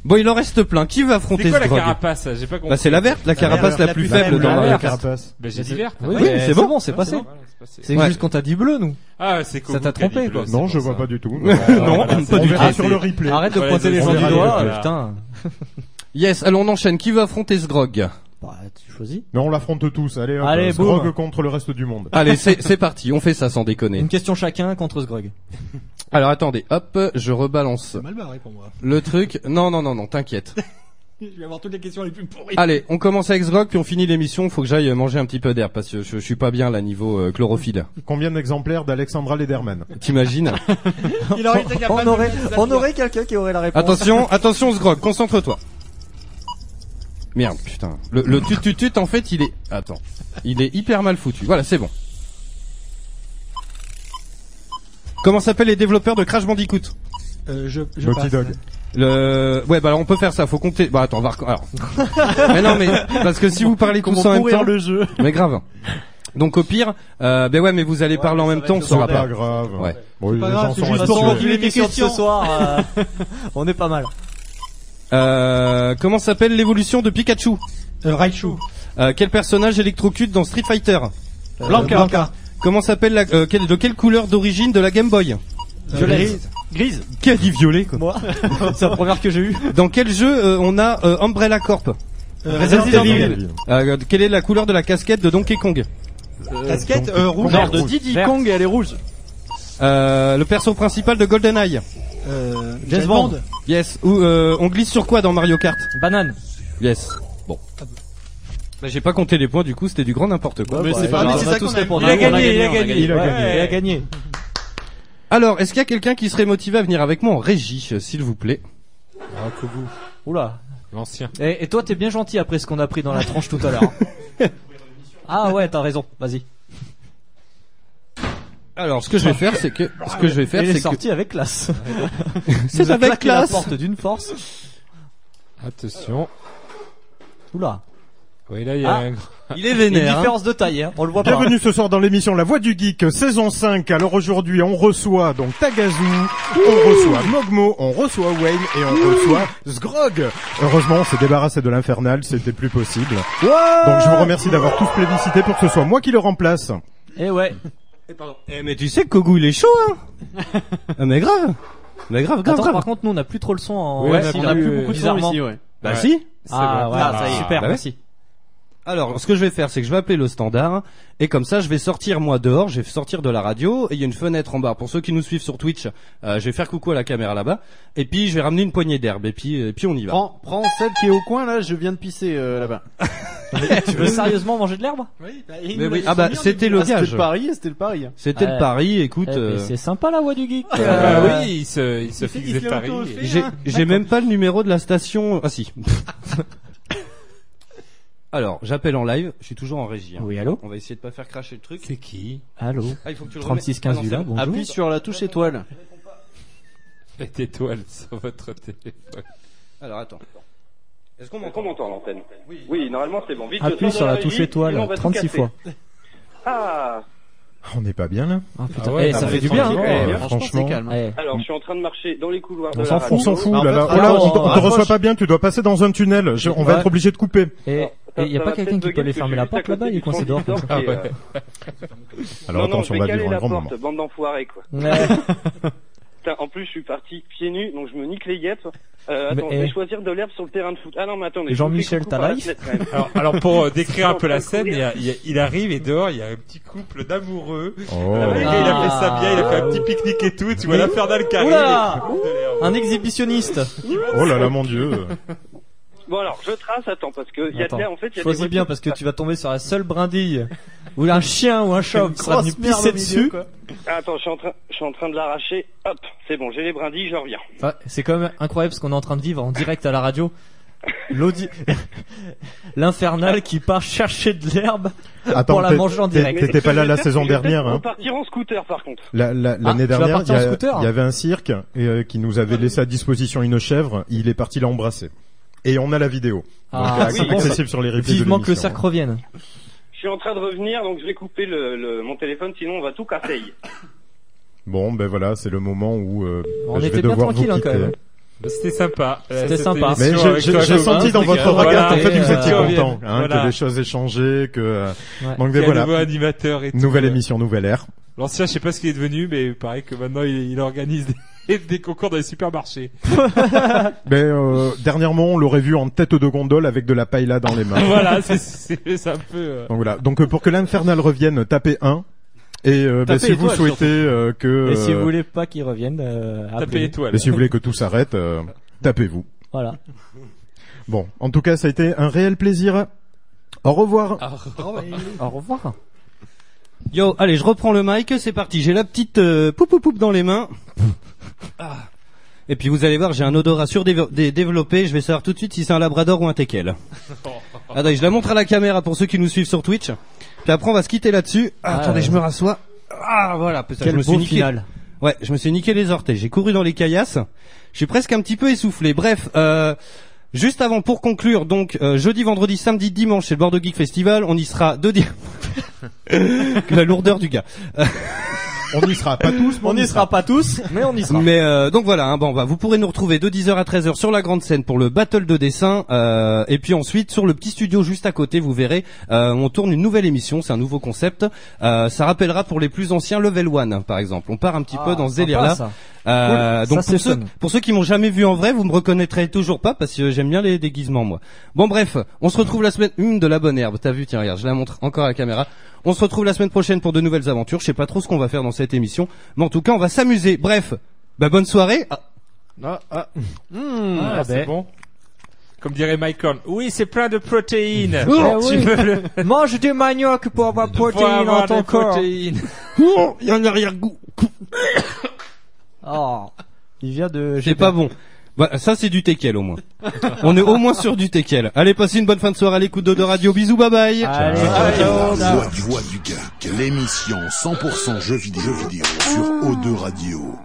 Speaker 8: Bon, il en reste plein. Qui va affronter
Speaker 10: C'est quoi
Speaker 8: ce
Speaker 10: la
Speaker 8: grog
Speaker 10: carapace J'ai pas compris.
Speaker 8: Bah, c'est la verte, la
Speaker 10: La
Speaker 8: carapace
Speaker 10: verte,
Speaker 8: la,
Speaker 10: la
Speaker 8: plus
Speaker 10: plus
Speaker 8: faible
Speaker 10: faible,
Speaker 8: dans
Speaker 10: la
Speaker 8: Mario
Speaker 10: verte.
Speaker 8: Kart.
Speaker 10: Bah, j'ai dit verte.
Speaker 20: Oui,
Speaker 10: Oui,
Speaker 20: mais
Speaker 10: c'est
Speaker 20: c'est
Speaker 10: bon,
Speaker 20: bon, c'est
Speaker 10: c'est
Speaker 20: passé.
Speaker 10: bon, voilà, c'est passé.
Speaker 20: C'est
Speaker 10: Ouais.
Speaker 20: juste qu'on t'a dit bleu, nous.
Speaker 10: Ah, c'est cool.
Speaker 20: Ça t'a trompé, quoi. Ah,
Speaker 14: Non, je vois pas du tout.
Speaker 8: Non,
Speaker 14: Voilà,
Speaker 8: pas
Speaker 14: on
Speaker 8: du
Speaker 14: verra
Speaker 8: tout.
Speaker 14: sur le replay.
Speaker 20: Arrête de
Speaker 14: Voilà,
Speaker 20: pointer les
Speaker 14: on
Speaker 20: gens du
Speaker 14: verra le
Speaker 20: doigt,
Speaker 14: replay.
Speaker 20: putain.
Speaker 8: Yes, alors on enchaîne. Qui va affronter ce grog
Speaker 20: Bah, tu choisis.
Speaker 14: Mais on l'affronte tous. Allez, hop,
Speaker 20: Allez,
Speaker 14: se
Speaker 20: boum.
Speaker 14: drogue contre le reste du monde.
Speaker 8: Allez, c'est c'est parti. On fait ça sans déconner.
Speaker 20: Une question chacun contre ce Grog.
Speaker 8: Alors attendez, hop, je rebalance
Speaker 12: Mal barré pour moi.
Speaker 8: le truc. Non, non, non, non, t'inquiète.
Speaker 12: Je vais avoir toutes les questions les plus pourries.
Speaker 8: Allez, on commence avec Xbox, puis on finit l'émission. Faut que j'aille manger un petit peu d'air parce que je, je suis pas bien là niveau euh, chlorophylle.
Speaker 14: Combien d'exemplaires d'Alexandra Lederman
Speaker 8: T'imagines
Speaker 12: Il aurait été capable
Speaker 20: On aurait, on aurait quelqu'un qui aurait la réponse.
Speaker 8: Attention, attention Zgrog, concentre-toi. Merde, putain. Le, le tut tut tut, en fait, il est... Attends. Il est hyper mal foutu. Voilà, c'est bon. Comment s'appellent les développeurs de Crash Bandicoot
Speaker 12: Euh, je, je
Speaker 14: Naughty
Speaker 12: passe.
Speaker 14: Dog.
Speaker 8: le... Ouais, bah alors on peut faire ça, faut compter... Bah attends, on va... rec- Alors. mais non, mais... Parce que si vous parlez
Speaker 11: Comment
Speaker 8: tous en même
Speaker 11: pourrir
Speaker 8: temps...
Speaker 11: le jeu
Speaker 8: Mais grave. Donc au pire, euh, ben ouais, mais vous allez parler en même temps, ça
Speaker 14: C'est
Speaker 8: aura
Speaker 14: pas grave.
Speaker 8: Ouais.
Speaker 14: Bon, les gens sont
Speaker 20: juste
Speaker 14: habitués.
Speaker 20: pour motiver les questions de ce soir. euh, on est pas mal.
Speaker 8: Euh, comment s'appelle l'évolution de Pikachu Raichu. quel personnage électrocute dans Street Fighter
Speaker 12: Euh, Blanca. Blanca.
Speaker 8: Comment s'appelle la euh, quelle- de quelle couleur d'origine de la Game Boy
Speaker 20: Violette. Grise.
Speaker 8: Qui a dit violet quoi Moi.
Speaker 20: C'est la première que j'ai eue.
Speaker 8: Dans quel jeu euh, on a euh, Umbrella Corp
Speaker 20: Resident Resident Evil. Evil.
Speaker 8: Euh, quelle est la couleur de la casquette de Donkey Kong
Speaker 12: Casquette euh, rouge.
Speaker 8: Nord de Diddy Kong,
Speaker 12: elle est rouge.
Speaker 8: Euh, le perso principal de GoldenEye
Speaker 12: Euh,
Speaker 8: James
Speaker 12: James Bond.
Speaker 8: Yes. Ou euh, on glisse sur quoi dans Mario Kart
Speaker 20: Banane.
Speaker 8: Yes. Bon. Bah, j'ai pas compté les points du coup, c'était du grand n'importe quoi.
Speaker 20: Mais c'est pas grave, bah, on a tous répondu.
Speaker 8: Il a gagné,
Speaker 20: il a gagné, il a gagné. Il a gagné.
Speaker 8: Alors, est-ce qu'il y a quelqu'un qui serait motivé à venir avec moi en régie, euh, s'il vous plaît
Speaker 20: Ah, Kogu. Oula.
Speaker 10: L'ancien.
Speaker 20: Et, et toi, t'es bien gentil après ce qu'on a pris dans la tranche tout à l'heure. hein. ah ouais, t'as raison. Vas-y.
Speaker 8: Alors, ce que je vais faire, c'est que ce que je vais faire,
Speaker 20: Il est
Speaker 8: c'est que-
Speaker 20: sorti avec classe.
Speaker 8: C'est
Speaker 20: Il nous a
Speaker 8: avec
Speaker 20: claqué la
Speaker 8: classe.
Speaker 20: porte d'une force.
Speaker 10: Attention.
Speaker 20: Oula.
Speaker 10: Oui, là, il y a
Speaker 20: Ah,
Speaker 10: un-
Speaker 20: il est vénère, Une différence hein. de taille, hein, on le voit pas,
Speaker 14: Bienvenue
Speaker 20: hein.
Speaker 14: ce soir dans l'émission La Voix du Geek, saison 5. Alors aujourd'hui, on reçoit donc Tagazu, on reçoit Mogmo, on reçoit Wayne et on reçoit Sgrog. Heureusement, on s'est débarrassé de l'infernal, c'était plus possible. donc je vous remercie d'avoir tous plébiscité pour que ce soit moi qui le remplace.
Speaker 20: Eh ouais.
Speaker 8: Eh, mais tu sais que Kogu il est chaud, hein Ah, Mais grave. Mais grave, grave,
Speaker 20: Attends,
Speaker 8: grave.
Speaker 20: par contre, nous on a plus trop le son en.
Speaker 8: Ouais, si, on a plus beaucoup de son
Speaker 20: bizarrement.
Speaker 8: ici, ouais. Bah si.
Speaker 20: Ah,
Speaker 8: C'est bon.
Speaker 20: voilà,
Speaker 8: Ah,
Speaker 20: ça y est.
Speaker 8: bah
Speaker 20: Super,
Speaker 8: ouais.
Speaker 20: merci.
Speaker 8: Alors, ce que je vais faire, c'est que je vais appeler le standard, et comme ça, je vais sortir moi dehors, je vais sortir de la radio, et il y a une fenêtre en bas. Pour ceux qui nous suivent sur Twitch, euh, je vais faire coucou à la caméra là-bas, et puis je vais ramener une poignée d'herbe, et puis, euh, et puis on y va.
Speaker 11: Prends, prends celle qui est au coin là, je viens de pisser euh, là-bas.
Speaker 20: tu veux sérieusement manger de l'herbe
Speaker 11: Oui,
Speaker 8: il Mais nous oui, l'a ah bah, souvenir c'était du- le
Speaker 11: C'était
Speaker 8: gage.
Speaker 11: le pari, c'était le pari.
Speaker 8: C'était le pari, écoute,
Speaker 11: Eh,
Speaker 8: euh,
Speaker 20: Eh, C'est sympa la voix du geek.
Speaker 8: Ah,
Speaker 10: bah
Speaker 20: Euh,
Speaker 10: oui, il se, il se fixe
Speaker 20: il
Speaker 10: des
Speaker 20: fait
Speaker 10: paris.
Speaker 20: l'auto,
Speaker 8: J'ai, j'ai même pas le numéro de la station. Ah si. Alors, j'appelle en live. Je suis toujours en régie. hein.
Speaker 20: Oui, allô
Speaker 8: On va essayer de pas faire cracher le truc.
Speaker 10: C'est qui
Speaker 20: Allô
Speaker 8: Ah, il faut que tu le
Speaker 20: 36
Speaker 8: remettes.
Speaker 20: 15 du là,
Speaker 8: Ah, non,
Speaker 20: bonjour.
Speaker 8: c'est-
Speaker 11: Appuie sur la touche étoile.
Speaker 10: Faites étoile sur votre téléphone.
Speaker 8: Alors attends. Est-ce qu'on
Speaker 19: Est-ce qu'on m'entend à l'antenne oui. normalement c'est bon. Vite, le
Speaker 20: Appuie
Speaker 19: son
Speaker 20: sur
Speaker 19: de
Speaker 20: la
Speaker 19: régie,
Speaker 20: touche étoile
Speaker 19: sinon on va tout
Speaker 20: 36
Speaker 19: casser.
Speaker 20: fois.
Speaker 19: Ah
Speaker 14: On n'est pas bien là
Speaker 20: putain.
Speaker 8: Ah
Speaker 20: Eh, ça fait du bien. hein. Eh.
Speaker 14: Eh,
Speaker 20: Ouais,
Speaker 14: franchement.
Speaker 20: Ouais.
Speaker 19: Alors, je suis en train de marcher dans les couloirs de
Speaker 14: On
Speaker 19: la
Speaker 14: s'en fout, on s'en
Speaker 19: radio.
Speaker 14: fout.
Speaker 19: Ah,
Speaker 14: Là, là.
Speaker 19: en fait,
Speaker 14: Oh là,
Speaker 19: attends,
Speaker 14: on te- on te
Speaker 19: rapproche.
Speaker 14: reçoit pas bien. Tu dois passer dans un tunnel. Je- on va
Speaker 19: Ouais. Eh.
Speaker 14: être obligé de couper.
Speaker 20: Et il n'y a
Speaker 19: Ça
Speaker 20: pas
Speaker 19: va
Speaker 20: quelqu'un
Speaker 19: peut-être
Speaker 20: qui peut
Speaker 19: bugger
Speaker 20: aller
Speaker 19: parce que
Speaker 20: fermer
Speaker 19: je
Speaker 20: la
Speaker 19: suis
Speaker 20: porte
Speaker 19: juste à
Speaker 20: là-bas
Speaker 19: côté
Speaker 20: et qu'on
Speaker 19: du
Speaker 20: s'est dehors comme ça.
Speaker 19: transitor qui est, euh,
Speaker 14: Alors,
Speaker 19: non, non,
Speaker 14: attention,
Speaker 19: je
Speaker 14: on va
Speaker 19: vais
Speaker 14: vivre
Speaker 19: caler
Speaker 14: un
Speaker 19: la
Speaker 14: grand
Speaker 19: porte,
Speaker 14: moment.
Speaker 19: Bande d'enfoirés, quoi.
Speaker 20: Ouais.
Speaker 19: Putain, en plus, je suis parti pieds nus, donc je me nique les guêpes. Euh,
Speaker 10: Mais,
Speaker 19: attends, je vais
Speaker 10: eh.
Speaker 19: choisir de l'herbe sur le terrain de foot. Ah non, mais attendez. je
Speaker 10: Jean-Michel
Speaker 19: vous fais coucou par la
Speaker 10: Talaï
Speaker 19: fenêtre, quand même.
Speaker 10: alors, alors, pour euh, décrire un peu la
Speaker 19: Je suis en train
Speaker 10: scène,
Speaker 19: de
Speaker 10: il, y a-
Speaker 19: courir.
Speaker 10: il y a- il arrive et dehors, il y a un petit couple d'amoureux.
Speaker 14: Oh.
Speaker 10: Le mec, il a fait ça bien, il a fait un petit
Speaker 20: Ah.
Speaker 10: pique-nique et tout. Tu vois l'infernal qui arrive.
Speaker 20: Oula Un exhibitionniste.
Speaker 14: Oh là là, mon dieu.
Speaker 19: Bon, alors, je trace, attends, parce que il y a
Speaker 20: Attends,
Speaker 19: de l'air, en fait, il y a
Speaker 20: choisis
Speaker 19: des
Speaker 20: bien
Speaker 19: voitures
Speaker 20: parce que tu vas tomber sur la seule brindille ou un chien ou un chat qui sera venu
Speaker 19: Grosse merde
Speaker 20: pisser
Speaker 19: au
Speaker 20: dessus.
Speaker 19: milieu, quoi. Ah, Attends, je suis en train, je suis en train de l'arracher. Hop, c'est bon, j'ai les brindilles, je reviens.
Speaker 20: Enfin, c'est quand même incroyable ce qu'on est en train de vivre en direct à la radio. L'audi... L'infernal qui part chercher de l'herbe
Speaker 14: Attends,
Speaker 20: pour la
Speaker 14: t'es-
Speaker 20: manger en
Speaker 14: t'es-
Speaker 20: direct.
Speaker 14: t'étais pas là la saison dernière, hein.
Speaker 19: On partira en scooter, par contre.
Speaker 14: La- la- L'année
Speaker 20: Ah, tu vas
Speaker 14: dernière, il y,
Speaker 20: partir en
Speaker 14: a-
Speaker 20: scooter Ah.
Speaker 14: il y avait un cirque euh, qui nous avait laissé à disposition une chèvre. Il est parti l'embrasser. Et on a la vidéo.
Speaker 20: Ah,
Speaker 14: Donc,
Speaker 20: c'est bon,
Speaker 14: accessible
Speaker 20: ça.
Speaker 14: sur les replays de
Speaker 20: Vivement que le
Speaker 14: l'émission. hein.
Speaker 20: cirque revienne.
Speaker 19: Je suis en train de revenir, donc je vais couper le, le- mon téléphone, sinon on va tout casser.
Speaker 14: Bon, ben voilà, c'est le moment où euh,
Speaker 19: On
Speaker 14: ben, je
Speaker 19: était
Speaker 14: vais
Speaker 19: bien
Speaker 14: devoir vous
Speaker 19: tranquille, hein,
Speaker 14: quitter.
Speaker 19: quand même.
Speaker 10: C'était sympa. Euh,
Speaker 20: C'était
Speaker 10: cette
Speaker 20: sympa.
Speaker 10: émission
Speaker 14: Mais j'ai-
Speaker 10: avec
Speaker 14: j'ai
Speaker 10: toi,
Speaker 14: j'ai
Speaker 10: Robin,
Speaker 14: senti dans
Speaker 10: c'est
Speaker 14: votre
Speaker 10: que-
Speaker 14: regard qu'en
Speaker 10: voilà,
Speaker 14: fait vous
Speaker 10: euh,
Speaker 14: étiez content, hein,
Speaker 10: voilà.
Speaker 14: que les choses échangées, que euh,
Speaker 10: Ouais.
Speaker 14: donc
Speaker 10: Qu'il y a
Speaker 14: voilà.
Speaker 10: un nouveau animateur et tout,
Speaker 14: Nouvelle
Speaker 10: ouais.
Speaker 14: émission, nouvelle ère.
Speaker 10: L'ancien, je sais pas ce qu'il est devenu, mais pareil que maintenant, il, il organise des, des concours dans les supermarchés.
Speaker 14: Mais euh, dernièrement, on l'aurait vu en tête de gondole avec de la paella dans les mains.
Speaker 10: voilà, c'est- c'est c'est un peu. euh,
Speaker 14: Donc voilà. Donc euh, pour que l'infernal revienne, tapez 1 et euh, ben,
Speaker 20: Tapez
Speaker 14: si vous
Speaker 20: étoile,
Speaker 14: souhaitez euh, que
Speaker 20: Et si
Speaker 14: euh,
Speaker 20: vous voulez pas qu'il revienne, euh, appelez.
Speaker 14: Mais si vous voulez que tout s'arrête, euh, tapez-vous.
Speaker 20: Voilà.
Speaker 14: Bon, en tout cas, ça a été un réel plaisir. Au revoir.
Speaker 20: Ah, Au revoir.
Speaker 8: Yo, allez, je reprends le mic, c'est parti. J'ai la petite euh, poup poup poup dans les mains. Ah. Et puis vous allez voir, j'ai un odorat surdéveloppé. Je vais savoir tout de suite si c'est un labrador ou un teckel. Attendez, je la montre à la caméra pour ceux qui nous suivent sur Twitch. Puis après, on va se quitter là-dessus.
Speaker 20: Ah,
Speaker 8: Ah, attendez,
Speaker 20: ouais.
Speaker 8: je me rassois. Ah, voilà. parce que
Speaker 20: Quel
Speaker 8: je me suis
Speaker 20: beau
Speaker 8: niqué-
Speaker 20: final.
Speaker 8: Ouais, je me suis niqué les orteils. J'ai couru dans les caillasses. Je suis presque un petit peu essoufflé. Bref, euh, Juste avant, pour conclure, donc euh, jeudi, vendredi, samedi, dimanche, c'est le Bordeaux Geek Festival. On y sera deux di- que la lourdeur du gars. Euh,
Speaker 14: On n'y sera pas tous, mais
Speaker 8: on n'y sera
Speaker 11: pas tous, mais on y
Speaker 8: sera. Mais euh, donc voilà, hein, bon, bah, vous pourrez nous retrouver de 10h à 13h sur la grande scène pour le battle de dessin, euh, et puis ensuite sur le petit studio juste à côté, vous verrez, euh, on tourne une nouvelle émission, c'est un nouveau concept. Euh, ça rappellera pour les plus anciens Level One, par exemple. On part un petit
Speaker 20: Ah,
Speaker 8: peu dans ce
Speaker 20: sympa,
Speaker 8: délire-là.
Speaker 20: ça.
Speaker 8: Euh,
Speaker 20: Cool.
Speaker 8: donc
Speaker 20: Ça,
Speaker 8: pour
Speaker 20: c'est
Speaker 8: ceux
Speaker 20: fun.
Speaker 8: pour ceux qui m'ont jamais vu en vrai, vous me reconnaîtrez toujours pas parce que j'aime bien les déguisements moi. Bon bref, on se retrouve la semaine une de la bonne herbe. T'as vu tiens regarde, je la montre encore à la caméra. On se retrouve la semaine prochaine pour de nouvelles aventures. Je sais pas trop ce qu'on va faire dans cette émission, mais en tout cas on va s'amuser. Bref, bah bonne soirée. Ah,
Speaker 10: Ah, ah.
Speaker 8: Ah,
Speaker 10: c'est
Speaker 8: ben.
Speaker 10: bon. Comme dirait Michael. Oui, c'est plein de protéines.
Speaker 8: Oh,
Speaker 10: tu
Speaker 8: oui.
Speaker 10: veux le...
Speaker 20: Mange du manioc pour avoir protéines
Speaker 10: avoir
Speaker 20: dans ton
Speaker 10: des
Speaker 20: corps.
Speaker 10: protéines.
Speaker 8: Oh, il y a un arrière-goût.
Speaker 20: Oh, il vient de.
Speaker 8: C'est pas bon. Bah, ça c'est du tequel au moins. on est au moins sur du tequel. Allez passez une bonne fin de soirée à l'écoute de Radio. Bisous bye bye.
Speaker 9: La voix du, voix du geek, l'émission 100% jeux vidéo, jeux vidéo sur O2 Radio.